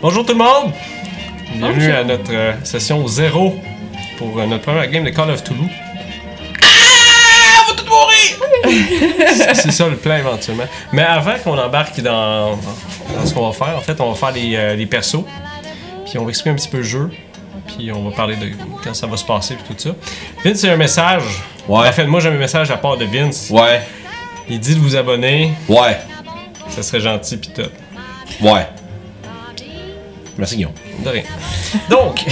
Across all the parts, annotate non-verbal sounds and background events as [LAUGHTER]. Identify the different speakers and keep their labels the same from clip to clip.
Speaker 1: Bonjour tout le monde! Bienvenue à notre euh, session 0 pour euh, notre première game de Call of Toulouse. C'est c'est ça le plan éventuellement. Mais avant qu'on embarque dans, dans ce qu'on va faire, en fait, on va faire les, euh, les persos. Puis on va expliquer un petit peu le jeu. Puis on va parler de quand ça va se passer puis tout ça. Vince, c'est un message.
Speaker 2: Ouais.
Speaker 1: En fait, moi j'ai un message à part de Vince.
Speaker 2: Ouais,
Speaker 1: Il dit de vous abonner,
Speaker 2: ouais,
Speaker 1: ça serait gentil puis tout.
Speaker 2: ouais. Merci Guillaume.
Speaker 1: De rien. Donc,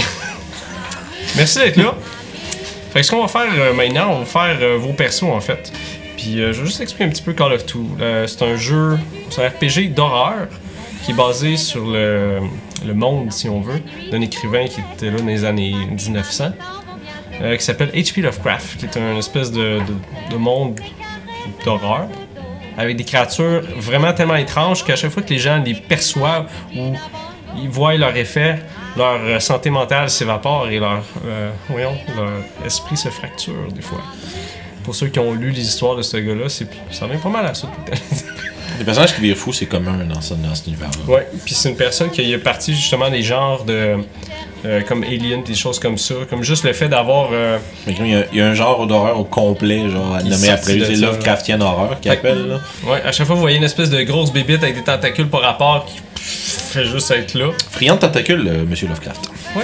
Speaker 1: [LAUGHS] merci d'être là. Fait que ce qu'on va faire euh, maintenant, on va faire euh, vos persos en fait. Puis euh, je vais juste expliquer un petit peu Call of Two. Euh, c'est un jeu, c'est un RPG d'horreur qui est basé sur le, le monde, si on veut, d'un écrivain qui était là dans les années 1900, euh, qui s'appelle H.P. Lovecraft, qui est un espèce de, de- de monde d'horreur avec des créatures vraiment tellement étranges qu'à chaque fois que les gens les perçoivent ou ils voient leur effet, leur euh, santé mentale s'évapore et leur, euh, voyons, leur esprit se fracture des fois. Pour ceux qui ont lu les histoires de ce gars-là, c'est, ça vient pas mal à ça tout le temps.
Speaker 2: Les personnages qui virent fous, c'est commun dans, ce- dans cet univers-là.
Speaker 1: [LAUGHS] Ouais, puis c'est une personne qui est partie justement des genres de. euh, comme Alien, des choses comme ça. Comme juste le fait d'avoir. euh,
Speaker 2: Fait que là, Il, y a- il y a un genre d'horreur au complet, genre à
Speaker 1: Qui est
Speaker 2: nommer
Speaker 1: sorti
Speaker 2: après,
Speaker 1: de
Speaker 2: c'est
Speaker 1: ça,
Speaker 2: Lovecraftian horreur qui
Speaker 1: Fait-
Speaker 2: appelle là.
Speaker 1: ouais, à chaque fois, vous voyez une espèce de grosse bébite avec des tentacules par rapport qui pff, fait juste être là.
Speaker 2: Friand de tentacules, euh, Monsieur Lovecraft.
Speaker 1: Ouais.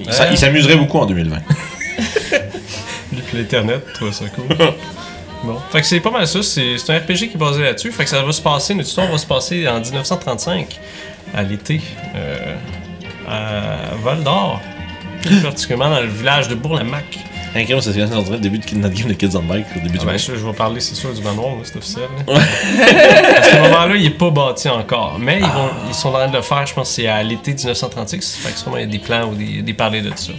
Speaker 2: Il s'a- il s'amuserait beaucoup en 2020.
Speaker 1: Lui puis l'internet, toi ça cool. [LAUGHS] bon. Fait que c'est pas mal ça, c'est c'est un RPG qui est basé là-dessus. Fait que ça va se passer, notre histoire va se passer en 1935, à l'été, euh, à Val d'Or. Plus particulièrement dans le village de Bourlamac.
Speaker 2: Un crime, c'est ce qu'on est en train de début de Kid- notre game de Kids on Bike au début
Speaker 1: Ah
Speaker 2: du
Speaker 1: ben,
Speaker 2: match.
Speaker 1: je, je vais parler, c'est sûr, du manoir, là, c'est officiel. là. [LAUGHS] à ce moment-là, il est pas bâti encore. Mais ils, vont, ils sont en train de le faire, je pense, c'est à l'été 1936. Fait que sûrement, il y a des plans ou des, des parler de ça.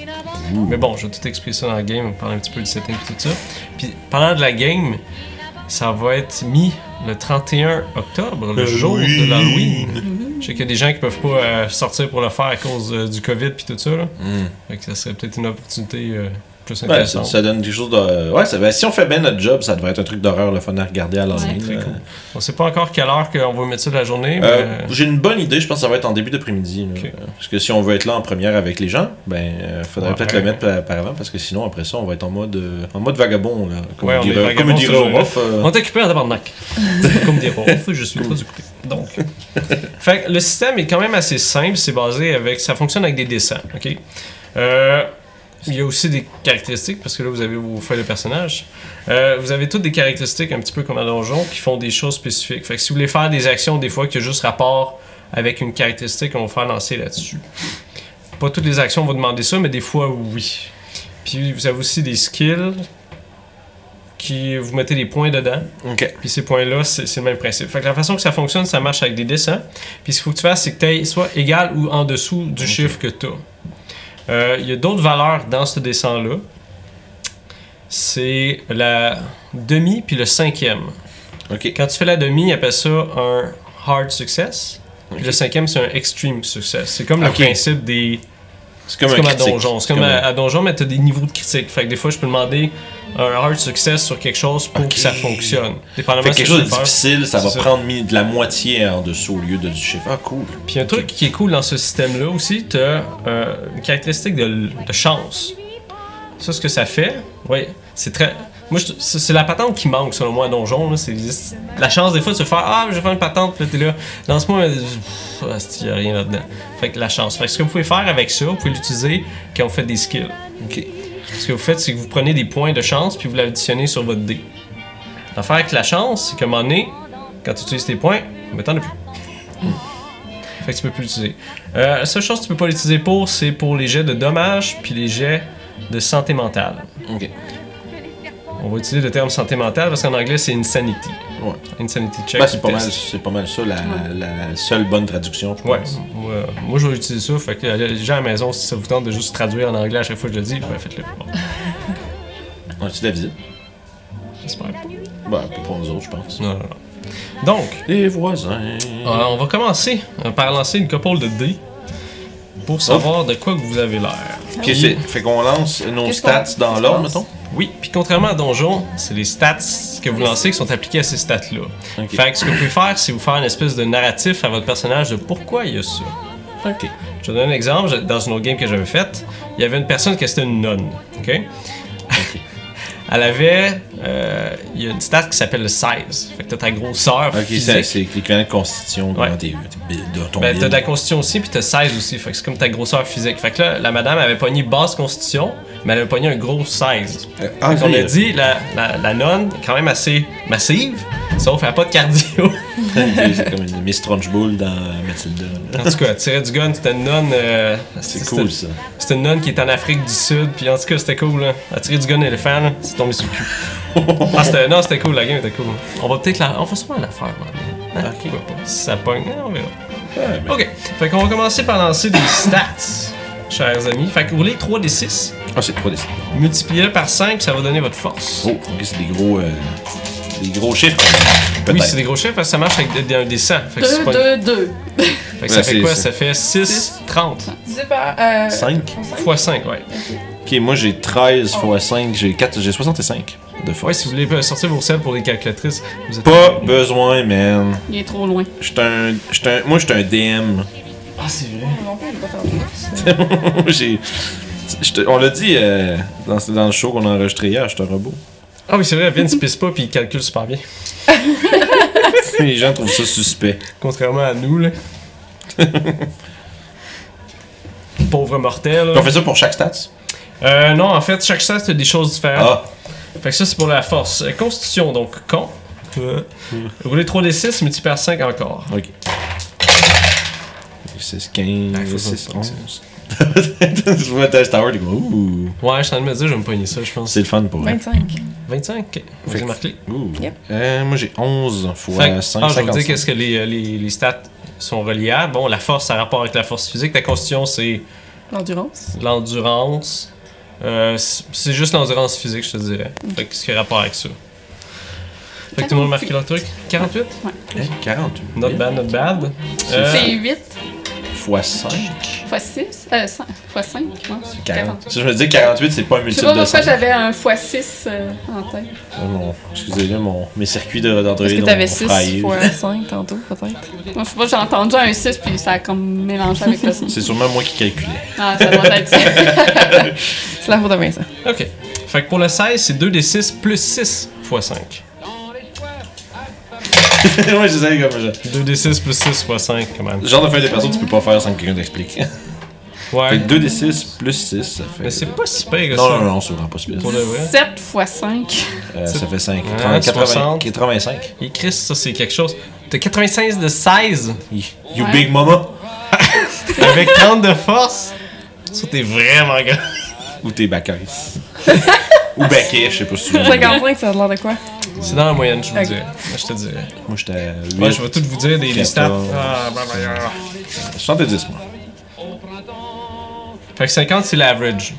Speaker 1: Mais bon, je vais tout expliquer ça dans la game, parler un petit peu du setting et tout ça. Puis pendant de la game, ça va être mis le 31 octobre, le jour de
Speaker 2: Halloween.
Speaker 1: l'Halloween. Je sais qu'il y a des gens qui peuvent pas euh, sortir pour le faire à cause euh, du COVID puis tout ça. Là.
Speaker 2: Mm.
Speaker 1: Fait que ça serait peut-être une opportunité euh, plus
Speaker 2: Ouais, ça,
Speaker 1: intéressante.
Speaker 2: ça donne quelque chose de. Ouais, ça, va- si on fait bien notre job, ça devrait être un truc d'horreur le fun à regarder à l'Halloween.
Speaker 1: Très
Speaker 2: là.
Speaker 1: cool. On sait pas encore quelle heure qu'on va mettre ça de la journée, mais
Speaker 2: Euh,
Speaker 1: euh,
Speaker 2: J'ai une bonne idée, je pense que ça va être en début d'après-midi. là.
Speaker 1: Ok.
Speaker 2: Parce que si on veut être là en première avec les gens, ben euh, faudrait
Speaker 1: Ouais.
Speaker 2: peut-être le mettre par, par avant parce que sinon après ça on va être en mode euh, en mode vagabond là. Comme
Speaker 1: Ouais,
Speaker 2: on
Speaker 1: on est
Speaker 2: dirait, comme
Speaker 1: vagabond
Speaker 2: on dirait
Speaker 1: sur
Speaker 2: au
Speaker 1: le-
Speaker 2: off, euh,
Speaker 1: on t'occupait à tabarnak. Comme des rofs, je suis très occupé. Donc. fait que le système est quand même assez simple, c'est basé avec. ça fonctionne avec des dessins, ok? Euh, il y a aussi des caractéristiques, parce que là vous avez vos feuilles de personnage. Euh, vous avez toutes des caractéristiques, un petit peu comme un donjon, qui font des choses spécifiques. Fait que si vous voulez faire des actions, des fois, qui a juste rapport avec une caractéristique, on va vous faire lancer là-dessus. Pas toutes les actions vont demander ça, mais des fois, oui. Puis vous avez aussi des skills qui vous mettez des points dedans.
Speaker 2: Ok.
Speaker 1: Puis ces points-là, c'est c'est le même principe. Fait que la façon que ça fonctionne, ça marche avec des dessins. Puis ce qu'il faut que tu fasses, c'est que tu ailles soit égal ou en dessous du chiffre que tu as. Il y a d'autres valeurs dans ce dessin-là. C'est la demi puis le cinquième.
Speaker 2: Ok.
Speaker 1: Quand tu fais la demi, ils appellent ça un hard success. Puis
Speaker 2: Ok.
Speaker 1: le cinquième, c'est un extreme success. C'est comme le
Speaker 2: Ok.
Speaker 1: principe des
Speaker 2: C'est comme
Speaker 1: c'est
Speaker 2: un
Speaker 1: comme à
Speaker 2: critique.
Speaker 1: donjon. C'est comme, à, à donjon, mais t'as des niveaux de critique. Fait que des fois, je peux demander un hard success sur quelque chose pour
Speaker 2: Ok.
Speaker 1: que ça fonctionne. Dépendamment
Speaker 2: Fait
Speaker 1: de
Speaker 2: que
Speaker 1: ce que tu
Speaker 2: quelque chose
Speaker 1: veux
Speaker 2: de
Speaker 1: faire.
Speaker 2: difficile, ça va
Speaker 1: C'est ça.
Speaker 2: prendre mi- de la moitié en dessous au lieu de du chiffre. Ah cool.
Speaker 1: Puis un truc qui est cool dans ce système-là aussi, t'as euh, une caractéristique de, l- de chance. Ça, ce que ça fait, oui, c'est très. Moi, je- c'est c'est la patente qui manque, selon moi, à Donjon. là. C'est juste la chance, des fois, de se faire Ah, je vais faire une patente, puis là, t'es là. Lance-moi. un- Pff, ah, c'ti, y a rien là-dedans. Fait que la chance. Fait que ce que vous pouvez faire avec ça, vous pouvez l'utiliser quand vous faites des skills.
Speaker 2: Ok.
Speaker 1: Ce que vous faites, c'est que vous prenez des points de chance puis vous l'additionnez sur votre dé. L'affaire avec la chance, c'est qu'à un moment donné, quand tu utilises tes points, mais t'en as plus. Fait que tu peux plus l'utiliser. Euh, la seule chose que tu peux pas l'utiliser pour, c'est pour les jets de dommages puis les jets de santé mentale.
Speaker 2: Ok.
Speaker 1: On va utiliser le terme santé mentale parce qu'en anglais, c'est insanity.
Speaker 2: Ouais.
Speaker 1: Insanity check.
Speaker 2: Bah, c'est pas mal,
Speaker 1: test.
Speaker 2: c'est pas mal ça la, la seule bonne traduction. je
Speaker 1: Ouais,
Speaker 2: pense.
Speaker 1: moi, euh, moi, je vais utiliser ça. Fait que euh, les gens à la maison, si ça vous tente de juste traduire en anglais à chaque fois que je le dis, ben faites-le. Bon,
Speaker 2: On a-tu de la visite?
Speaker 1: j'espère pas.
Speaker 2: Bah pas pour nous autres, je pense.
Speaker 1: Non, non, non. Donc,
Speaker 2: Les voisins.
Speaker 1: Euh, on va commencer euh, par lancer une couple de dés pour savoir de quoi que vous avez l'air.
Speaker 2: Oh. Ok, c'est- fait qu'on lance nos
Speaker 3: Qu'est-ce
Speaker 2: stats
Speaker 3: qu'on-
Speaker 2: dans
Speaker 3: qu'est-ce
Speaker 2: l'ordre,
Speaker 3: qu'on
Speaker 2: mettons.
Speaker 3: lance?
Speaker 1: Oui, puis contrairement à Donjon, c'est les stats que vous lancez qui sont appliqués à ces stats-là.
Speaker 2: Ok.
Speaker 1: Fait que ce que vous pouvez faire, c'est vous faire une espèce de narratif à votre personnage de pourquoi il y a ça.
Speaker 2: Ok.
Speaker 1: Je te donne un exemple. Je- Dans une autre game que j'avais faite, il y avait une personne qui était une nonne. OK? [LAUGHS] Elle avait. euh, Il y a une stat qui s'appelle le 16. Fait que t'as ta grosse sœur.
Speaker 2: Ok,
Speaker 1: physique.
Speaker 2: c'est c'est l'équivalent de constitution
Speaker 1: Ouais.
Speaker 2: dans tes, tes- de ton
Speaker 1: Ben,
Speaker 2: Euh,
Speaker 1: t'as
Speaker 2: build.
Speaker 1: de la constitution aussi, puis t'as 16 aussi. Fait que c'est comme ta grosseur physique. Fait que là, la madame avait pogné basse constitution, mais elle avait pogné un gros 16.
Speaker 2: Euh, ah,
Speaker 1: Fait qu'on
Speaker 2: oui.
Speaker 1: a
Speaker 2: [LAUGHS]
Speaker 1: dit, la, la, la nonne, est quand même assez massive, sauf elle a pas de cardio.
Speaker 2: c'est comme une Miss Trunchbull dans Matilda. là.
Speaker 1: en tout cas, tirer du gun, c'était une nonne. euh,
Speaker 2: C'est
Speaker 1: c'était-
Speaker 2: cool ça.
Speaker 1: C'était une nonne qui est en Afrique du Sud, puis en tout cas, c'était cool. Là. Elle a tiré du gun éléphant, là, c'est tombé sur le cul. [LAUGHS] Ah, c'était- non, c'était cool, la game était cool. On va peut-être la. On va sûrement la faire, man. Hein,
Speaker 2: Ok.
Speaker 1: pourquoi pas. Si ça pogne, hein, on verra.
Speaker 2: Ouais,
Speaker 1: [LAUGHS]
Speaker 2: mais-
Speaker 1: Ok, fait qu'on va commencer par lancer des stats, chers amis. Fait que roulez 3 des 6,
Speaker 2: Ah, c'est 3 des
Speaker 1: multipliez-le par 5, ça va donner votre force.
Speaker 2: Oh, ok, c'est des gros. euh, des gros chiffres.
Speaker 1: oui,
Speaker 2: Peut-être.
Speaker 1: c'est des gros chiffres, parce que ça marche avec des, des, des 100. Fait que, c'est
Speaker 3: 2,
Speaker 1: pas-
Speaker 3: 2, 2.
Speaker 1: fait que ça
Speaker 2: Ouais,
Speaker 1: fait
Speaker 2: c'est
Speaker 1: quoi
Speaker 2: ça.
Speaker 1: Ça fait 6,
Speaker 3: Six.
Speaker 1: 30
Speaker 3: Divisé par. Euh,
Speaker 2: 5.
Speaker 1: fois 5, ouais.
Speaker 2: Ok, moi j'ai 13 fois 5, j'ai 4, j'ai 65 de fois.
Speaker 1: Ouais, si vous voulez sortir vos selles pour les calculatrices, vous êtes.
Speaker 2: Pas besoin, man.
Speaker 3: Il est trop loin.
Speaker 2: J'suis un, j'suis un, moi, j'suis un DM. [LAUGHS]
Speaker 1: Ah, c'est vrai.
Speaker 3: Non plus, j'ai pas
Speaker 2: j'ai. j'te- On l'a dit euh, dans, dans le show qu'on a enregistré hier, je suis un robot.
Speaker 1: Ah oui, c'est vrai, Vince il pisse pas puis il calcule super bien. [LAUGHS]
Speaker 2: Les gens trouvent ça suspect.
Speaker 1: Contrairement à
Speaker 2: [LAUGHS]
Speaker 1: nous, là. Pauvre mortel.
Speaker 2: Puis On fait ça pour chaque stats.
Speaker 1: Euh, non, en fait, chaque stat, c'est des choses différentes.
Speaker 2: Ah,
Speaker 1: Fait que ça, c'est pour la force. Euh, Constitution, donc, con. Rouler 3d6, multiplié par 5 encore.
Speaker 2: ok. 6,
Speaker 1: Ah,
Speaker 2: 15,
Speaker 1: faut
Speaker 2: 6,
Speaker 1: pas
Speaker 2: 11. [LAUGHS] Je vois Dash Tower, t'es comme ouh.
Speaker 1: Ouais, je suis en train de me dire, je vais me pogner ça, je pense.
Speaker 2: C'est le fun pour elle.
Speaker 3: 25.
Speaker 1: 25, ok.
Speaker 2: Fait
Speaker 1: Vas-y,
Speaker 2: que-
Speaker 1: marque-les.
Speaker 2: Ouh.
Speaker 3: Yep.
Speaker 2: Euh, moi j'ai 11 fois
Speaker 1: Fait que-
Speaker 2: 5,
Speaker 1: ah, je vais vous dire
Speaker 2: 55.
Speaker 1: qu'est-ce que les, les, les stats sont reliables. Bon, la force, ça a rapport avec la force physique. La constitution, c'est
Speaker 3: L'endurance.
Speaker 1: l'endurance. Euh, c'est c'est juste l'endurance physique, je te dirais. Fait que ce qui a rapport avec ça. Fait que tout le monde marque leur truc. 48?
Speaker 2: Hein, 48.
Speaker 1: Not bad, not bad. Euh,
Speaker 3: C'est 8
Speaker 2: Fois 5.
Speaker 3: fois 6. Euh, 5, fois 5. Ouais, c'est
Speaker 2: 40. Si je me dis 48, c'est pas un
Speaker 3: Je sais
Speaker 2: multiple
Speaker 3: pas
Speaker 2: de
Speaker 3: pourquoi
Speaker 2: 5.
Speaker 3: j'avais un x 6 en tête.
Speaker 2: Ah, mon- Excusez-le, mon... mes circuits de- d'Android.
Speaker 3: Parce que
Speaker 2: ont-
Speaker 3: t'avais
Speaker 2: ont
Speaker 3: 6
Speaker 2: failli.
Speaker 3: [LAUGHS] fois 5 tantôt, peut-être. Moi, je sais pas, j'ai entendu un 6 puis ça a comme mélangé avec le 5.
Speaker 2: C'est sûrement moi qui calculais. [LAUGHS]
Speaker 3: Ah, ça doit être ça. [LAUGHS] c'est la faute de Vincent.
Speaker 1: Ok. Fait que pour le 16, c'est 2d6 plus 6 fois 5.
Speaker 2: Moi, je sais comme
Speaker 1: 2d6 plus 6 fois 5, quand même.
Speaker 2: je... Genre de feuille de perso, tu peux pas faire sans que quelqu'un t'explique.
Speaker 1: Ouais.
Speaker 2: Fait que 2d6 plus 6, ça fait.
Speaker 1: Mais c'est pas si pire que
Speaker 2: Non,
Speaker 1: ça.
Speaker 2: non, non, c'est vraiment pas super.
Speaker 1: Pour de vrai.
Speaker 3: 7 fois [LAUGHS] 5.
Speaker 2: Euh, ça fait 5.
Speaker 1: Ah,
Speaker 2: 30, 80,
Speaker 1: 60.
Speaker 2: 85.
Speaker 1: Et Chris, ça, c'est quelque chose. T'as 96 de 16
Speaker 2: You you
Speaker 3: Ouais.
Speaker 2: big mama.
Speaker 1: avec 30 de force. Ça, t'es vraiment grand.
Speaker 2: Ou t'es
Speaker 3: [LAUGHS]
Speaker 2: bacaris. Ou baquet, je sais pas si tu veux. Moi,
Speaker 3: 55, ça a l'air de quoi?
Speaker 1: C'est dans la moyenne, je vous
Speaker 3: Ok.
Speaker 1: dirais. Moi, je te dirais.
Speaker 2: j'étais à 8.
Speaker 1: Moi, je vais tout vous dire des, des stats.
Speaker 2: 14.
Speaker 1: Ah, bah, bah, bah.
Speaker 2: 70,
Speaker 1: [LAUGHS]
Speaker 2: moi.
Speaker 1: Fait que 50, c'est l'average.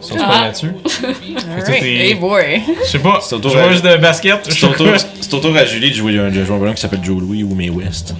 Speaker 1: Si on se parle
Speaker 3: Ah.
Speaker 1: là-dessus.
Speaker 3: Alright.
Speaker 1: est-
Speaker 3: Hey boy!
Speaker 1: Je sais pas.
Speaker 2: C'est
Speaker 1: Je
Speaker 2: autour
Speaker 1: vois
Speaker 2: de-
Speaker 1: juste de basket.
Speaker 2: C'est au
Speaker 1: je [LAUGHS]
Speaker 2: tour-
Speaker 1: sais
Speaker 2: c'est au tour à Julie de jouer un, de jouer un bonhomme qui s'appelle Joe Louis ou May
Speaker 1: [LAUGHS]
Speaker 2: West.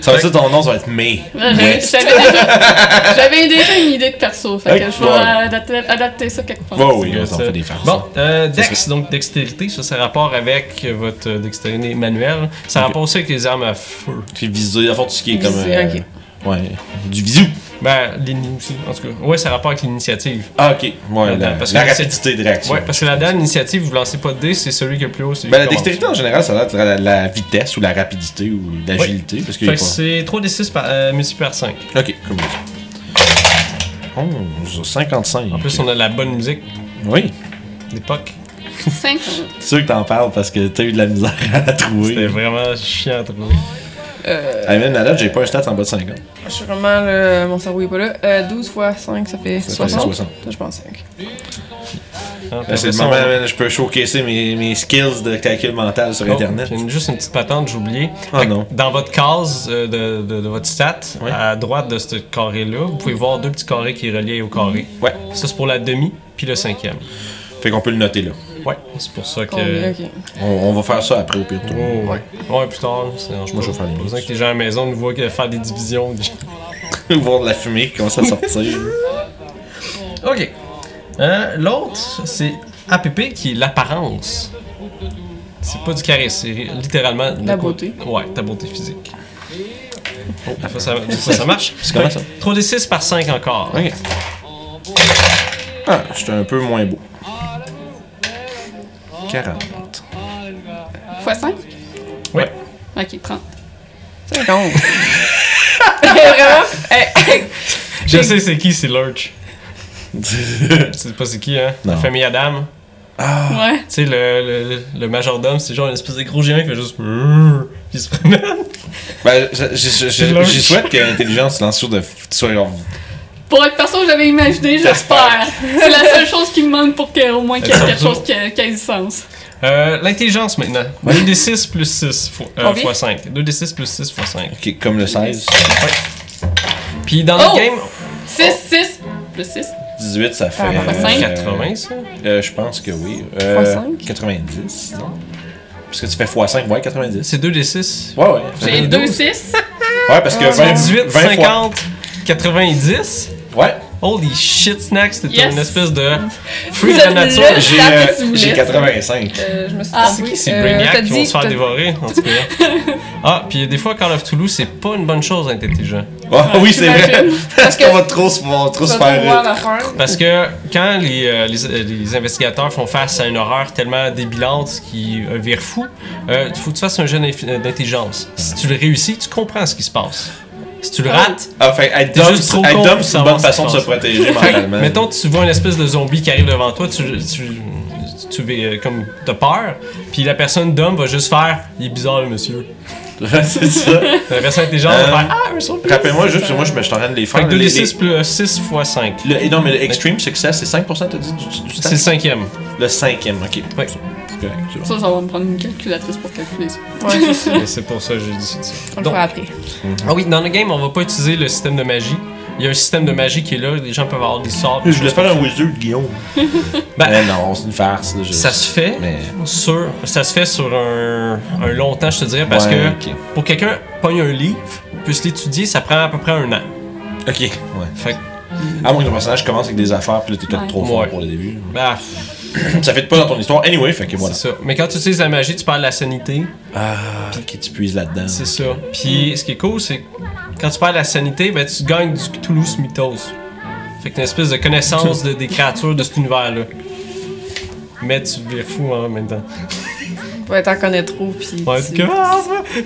Speaker 2: ça va être ça, ton nom, ça va être May.
Speaker 3: J'avais
Speaker 2: West.
Speaker 3: [LAUGHS] j'avais déjà, j'avais déjà une idée de perso, fait que
Speaker 2: Ok.
Speaker 3: je vais
Speaker 2: Ouais.
Speaker 3: adapter, adapter ça quelque part.
Speaker 2: Ouais, oui,
Speaker 1: pas.
Speaker 2: on s'en fait des fans.
Speaker 1: Bon, euh, Dex,
Speaker 2: serait-
Speaker 1: donc dextérité, ça, c'est rapport avec votre euh, dextérité manuelle. Ça
Speaker 2: Ok.
Speaker 1: rapporte aussi avec les armes à feu.
Speaker 2: Puis viser, à fond, tout ce qui est comme.
Speaker 3: Viser,
Speaker 2: euh,
Speaker 3: ok.
Speaker 2: Ouais. Du visu.
Speaker 1: Ben, l'ini aussi, en tout cas. Ouais, ça rapporte avec l'initiative.
Speaker 2: Ah, ok. Ouais,
Speaker 1: Attends,
Speaker 2: la,
Speaker 1: parce
Speaker 2: la
Speaker 1: que c'est-
Speaker 2: rapidité de réaction.
Speaker 1: Ouais, parce que la dernière initiative, vous lancez pas de dés, c'est celui qui est le plus haut. c'est lui
Speaker 2: Ben, la
Speaker 1: qui commence.
Speaker 2: dextérité en général, ça doit être la, la vitesse ou la rapidité ou l'agilité. Parce que.
Speaker 1: Fait que c'est 3d6 par, euh, multiplié par 5.
Speaker 2: Ok, comme ça. 11, 55.
Speaker 1: En plus, on a de la bonne musique
Speaker 2: Oui.
Speaker 1: d'époque.
Speaker 3: 5.
Speaker 2: C'est sûr que t'en parles parce que t'as eu de la misère [LAUGHS] à la
Speaker 1: C'était
Speaker 2: trouver.
Speaker 1: vraiment chiant à trouver. Hein,
Speaker 2: Ah, même la date, j'ai pas un stat en bas de 50.
Speaker 4: Je suis vraiment le... mon cerveau est pas là. Euh, 12 fois 5, ça fait
Speaker 2: Ça fait
Speaker 4: 60.
Speaker 2: 60.
Speaker 4: Toi, je pense 5.
Speaker 1: Hein,
Speaker 2: Là, Ben, c'est le
Speaker 1: ça,
Speaker 2: moment,
Speaker 1: on-
Speaker 2: man, je peux showcaser mes, mes skills de calcul mental sur
Speaker 1: Oh,
Speaker 2: Internet.
Speaker 1: puis une- juste une petite patente, j'ai oublié.
Speaker 2: Ah
Speaker 1: Fait que
Speaker 2: non.
Speaker 1: Dans votre case euh, de, de- de votre stat,
Speaker 2: Ouais.
Speaker 1: à droite de ce carré-là, vous pouvez voir deux petits carrés qui sont reliés au carré.
Speaker 2: Ouais.
Speaker 1: Ça, c'est pour la demi, puis le cinquième.
Speaker 2: Fait qu'on peut le noter là.
Speaker 1: Ouais, c'est pour ça que. [LAUGHS]
Speaker 4: Combien, ok. [LAUGHS]
Speaker 2: On, on va faire ça après au pire.
Speaker 1: Oh,
Speaker 2: tour. [LAUGHS]
Speaker 1: ouais. ouais, plus tard, c'est dérange
Speaker 2: Moi,
Speaker 1: pas.
Speaker 2: je vais faire les
Speaker 1: Pas besoin
Speaker 2: minutes.
Speaker 1: que les gens à la maison nous voient que faire des divisions.
Speaker 2: Voir de la fumée qui commence à sortir.
Speaker 1: [LAUGHS] ok. Hein, L'autre, c'est APP qui est l'apparence. C'est pas du charisme, c'est littéralement. de
Speaker 4: La
Speaker 1: quoi-
Speaker 4: beauté.
Speaker 1: Ouais, ta beauté physique. Oh, des fois, ça, des fois, ça marche.
Speaker 2: C'est [LAUGHS] comment ça?
Speaker 1: 3d6 par 5 encore.
Speaker 2: Ok. Ah, j'étais un peu moins beau. 40.
Speaker 3: Fois 5?
Speaker 1: Ouais.
Speaker 3: Ok, 30.
Speaker 4: C'est con. Vraiment? Eh,
Speaker 1: Je sais c'est qui, c'est Lurch.
Speaker 2: ok,
Speaker 1: Tu sais pas c'est qui, hein? La
Speaker 2: Non.
Speaker 1: famille Adam.
Speaker 3: Ouais.
Speaker 1: Tu sais, le, le, le- le majordome, c'est genre une espèce de gros géant qui fait juste. [LAUGHS] Puis il se promène.
Speaker 2: [LAUGHS] Ben, je- je- je- je- j'y souhaite que l'intelligence lance sur de f- soit genre.
Speaker 3: Pour être perso, j'avais imaginé, j'espère. [LAUGHS] C'est la seule chose qui me manque pour qu'au moins qu'il y ait
Speaker 1: Attends,
Speaker 3: quelque
Speaker 1: toujours.
Speaker 3: chose qui a, qui a du sens.
Speaker 1: Euh, L'intelligence maintenant. 2d6 plus 6 fois, euh,
Speaker 4: Combien?
Speaker 1: fois 5. 2d6 plus 6 fois 5.
Speaker 2: Ok, comme le 16.
Speaker 1: Puis dans notre
Speaker 3: Oh!
Speaker 1: game.
Speaker 3: 6, 6, plus 6.
Speaker 2: 18, ça fait.
Speaker 4: Ah,
Speaker 3: cinq.
Speaker 1: 80, euh, ça?
Speaker 2: Euh, je pense que oui.
Speaker 4: Fois
Speaker 2: Euh,
Speaker 4: cinq?
Speaker 2: 90, non? Parce que tu fais x5, ouais, 90.
Speaker 1: C'est 2d6.
Speaker 2: Ouais, ouais. ça fait
Speaker 3: J'ai
Speaker 1: les
Speaker 3: 2,
Speaker 1: douze.
Speaker 3: 6.
Speaker 2: Ouais, parce
Speaker 4: Ah,
Speaker 2: que 20,
Speaker 1: 18,
Speaker 2: 20 fois-
Speaker 1: 50, 90.
Speaker 2: Ouais,
Speaker 1: Holy shit, Snacks, c'était
Speaker 3: Yes.
Speaker 1: une espèce de. Fruit de
Speaker 3: êtes
Speaker 1: la nature.
Speaker 3: là.
Speaker 2: j'ai
Speaker 3: La
Speaker 2: euh,
Speaker 3: petite
Speaker 2: j'ai
Speaker 3: boulette.
Speaker 2: 85.
Speaker 4: euh, je me suis
Speaker 3: Ah,
Speaker 1: C'est
Speaker 4: trompée.
Speaker 1: qui ces
Speaker 4: Euh, t'as
Speaker 1: brainiacs qui vont
Speaker 4: dit-
Speaker 1: se faire
Speaker 4: t'as-
Speaker 1: dévorer, en tout cas? Ah, puis des fois, Call of Toulouse, c'est pas une bonne chose d'être intelligent.
Speaker 2: Ah oui, c'est vrai.
Speaker 3: j'imagine.
Speaker 2: Parce qu'on va trop se [LAUGHS] on va trop
Speaker 4: Tu
Speaker 2: se
Speaker 4: vas te voir
Speaker 2: faire.
Speaker 4: la faire.
Speaker 1: Parce que quand les, euh, les, euh, les investigateurs font face à une horreur tellement débilante qui euh, vire fou, euh, il faut que tu fasses un jeu d'inf- euh, d'intelligence. Si tu le réussis, tu comprends ce qui se passe. Si tu le rates,
Speaker 2: Enfin, être
Speaker 1: T'es
Speaker 2: dumb,
Speaker 1: juste trop
Speaker 2: être
Speaker 1: con
Speaker 2: dumb,
Speaker 1: pour
Speaker 2: c'est une
Speaker 1: savoir
Speaker 2: bonne
Speaker 1: ce qui
Speaker 2: façon de
Speaker 1: se
Speaker 2: se
Speaker 1: passe.
Speaker 2: protéger
Speaker 1: [LAUGHS] Fait que,
Speaker 2: mentalement.
Speaker 1: mettons, tu vois une espèce de zombie qui arrive devant toi, tu, tu, tu, fais, euh, comme t'as peur, puis la personne d'homme va juste faire Il est bizarre le monsieur.
Speaker 2: c'est ça.
Speaker 1: La personne intelligente va
Speaker 2: Euh,
Speaker 1: faire Ah, un surprise.
Speaker 2: Rappelle-moi juste, parce que moi, je me je suis en train de les
Speaker 1: Fait
Speaker 2: faire.
Speaker 1: que
Speaker 2: Ah, les-
Speaker 1: 2d6 plus euh, 6 x 5.
Speaker 2: les- le- non, mais le Extreme Success, c'est 5%, t'as dit, du, du- du temps?
Speaker 1: C'est le cinquième.
Speaker 2: Le cinquième, ok.
Speaker 1: Oui.
Speaker 2: C'est correct, c'est bon.
Speaker 3: Ça, ça va me prendre une calculatrice pour calculer ça.
Speaker 4: Ouais, c'est
Speaker 1: [LAUGHS]
Speaker 4: ça.
Speaker 1: Mais c'est pour ça que j'ai dit
Speaker 4: On
Speaker 1: ça.
Speaker 4: le
Speaker 1: Donc,
Speaker 4: fera après.
Speaker 1: ah oui, dans le game, on va pas utiliser le système de magie. Il y a un système de magie qui est là, les gens peuvent avoir des sorts.
Speaker 2: Je voulais faire un wizard,
Speaker 1: [LAUGHS]
Speaker 2: Guillaume.
Speaker 1: Ben-
Speaker 2: Mais non, c'est une farce. là, je-
Speaker 1: Ça se fait
Speaker 2: Mais-
Speaker 1: sur, ça se fait sur un, un long temps, je te dirais, parce
Speaker 2: Ouais,
Speaker 1: que
Speaker 2: ok.
Speaker 1: pour quelqu'un pogne un livre, puisse l'étudier, ça prend à peu près un an.
Speaker 2: Ok, ouais.
Speaker 1: Fait que,
Speaker 2: À moins que ton personnage commence avec des affaires, puis là, t'es peut-être
Speaker 3: Ouais.
Speaker 2: trop fort
Speaker 1: Ouais.
Speaker 2: pour le début.
Speaker 1: bah,
Speaker 2: [CLEARS THROAT] Ça fait pas dans ton histoire, anyway, fait que voilà.
Speaker 1: c'est ça. Mais quand tu utilises la magie, tu perds la sanité.
Speaker 2: Ah, ok, tu puises là-dedans.
Speaker 1: C'est ça. Puis ce qui est cool, c'est que quand tu perds la sanité, ben, tu gagnes du Cthulhu's Mythos. Fait que t'as une espèce de connaissance de- des créatures de cet univers-là. Mais tu deviens fou hein, en même temps.
Speaker 4: Ouais, t'en connais trop, pis.
Speaker 1: Ouais,
Speaker 4: tu-
Speaker 1: tu- Ah,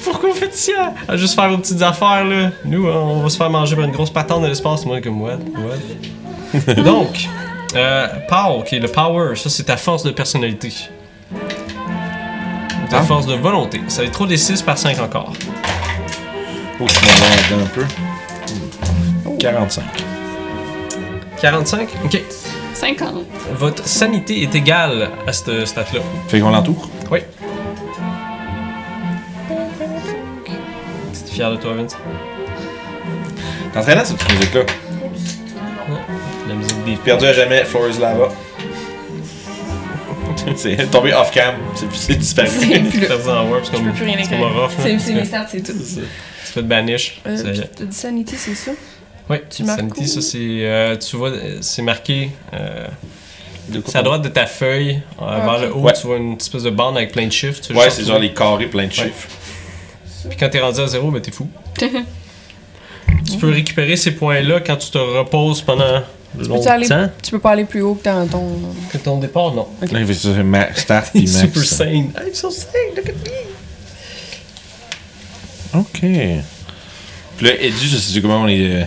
Speaker 1: pourquoi on fait ça? À juste faire vos petites affaires, là. Nous, hein, on va se faire manger par une grosse patente de l'espace, moi, comme what? what?
Speaker 4: [LAUGHS]
Speaker 1: Donc, euh, Power, ok, le Power, ça c'est ta force de personnalité. Ou Ta
Speaker 2: Ah.
Speaker 1: force de volonté. Ça va être trop des 6 par 5 encore.
Speaker 2: Faut que je me lance là-dedans un peu.
Speaker 1: Oh.
Speaker 2: Hmm. 45.
Speaker 1: 45? Ok.
Speaker 3: 50.
Speaker 1: Votre sanité est égale à cette stat-là.
Speaker 2: Fait qu'on l'entoure.
Speaker 1: Oui. T'es fier de toi, Vince?
Speaker 2: T'entraînes cette petite musique-là.
Speaker 1: La musique des
Speaker 2: Perdu à jamais, Floor is Lava. [LAUGHS] c'est tombé off-cam, c'est c'est disparu. [LAUGHS]
Speaker 4: C'est
Speaker 1: [LAUGHS]
Speaker 4: plus là.
Speaker 1: Perdu en Warp, c'est
Speaker 4: Je
Speaker 1: comme.
Speaker 4: peux plus rien
Speaker 1: c'est comme un
Speaker 4: écrire.
Speaker 1: rough, là.
Speaker 4: C'est c'est mes
Speaker 1: Tu
Speaker 4: stats, c'est tout.
Speaker 1: fais de banish.
Speaker 4: Euh,
Speaker 1: ça y est.
Speaker 4: pis T'as dit sanité, c'est ça?
Speaker 1: Oui,
Speaker 4: tu marques
Speaker 1: sanity,
Speaker 4: où?
Speaker 1: ça c'est. euh, tu vois, euh, c'est marqué. euh,
Speaker 2: De quoi
Speaker 1: c'est à droite de ta feuille, euh, vers le haut,
Speaker 2: Ouais.
Speaker 1: tu vois une espèce de bande avec plein de chiffres. tu
Speaker 2: Ouais,
Speaker 1: juste
Speaker 2: c'est
Speaker 1: en
Speaker 2: genre
Speaker 1: dessous.
Speaker 2: les carrés plein de
Speaker 1: Ouais.
Speaker 2: chiffres.
Speaker 1: Puis quand t'es rendu à zéro, ben t'es fou. tu peux récupérer ces points-là quand tu te reposes pendant
Speaker 4: Peux-tu aller-
Speaker 1: longtemps. Hein?
Speaker 4: Tu peux pas aller plus haut que dans ton.
Speaker 1: Que ton départ, non.
Speaker 2: Là, il fait ça, max,
Speaker 1: [LAUGHS]
Speaker 2: start, puis
Speaker 1: He's
Speaker 2: max.
Speaker 1: super sane. I'm so sane, look at me.
Speaker 2: Ok. Puis là, édu, ça, c'est comment on est euh,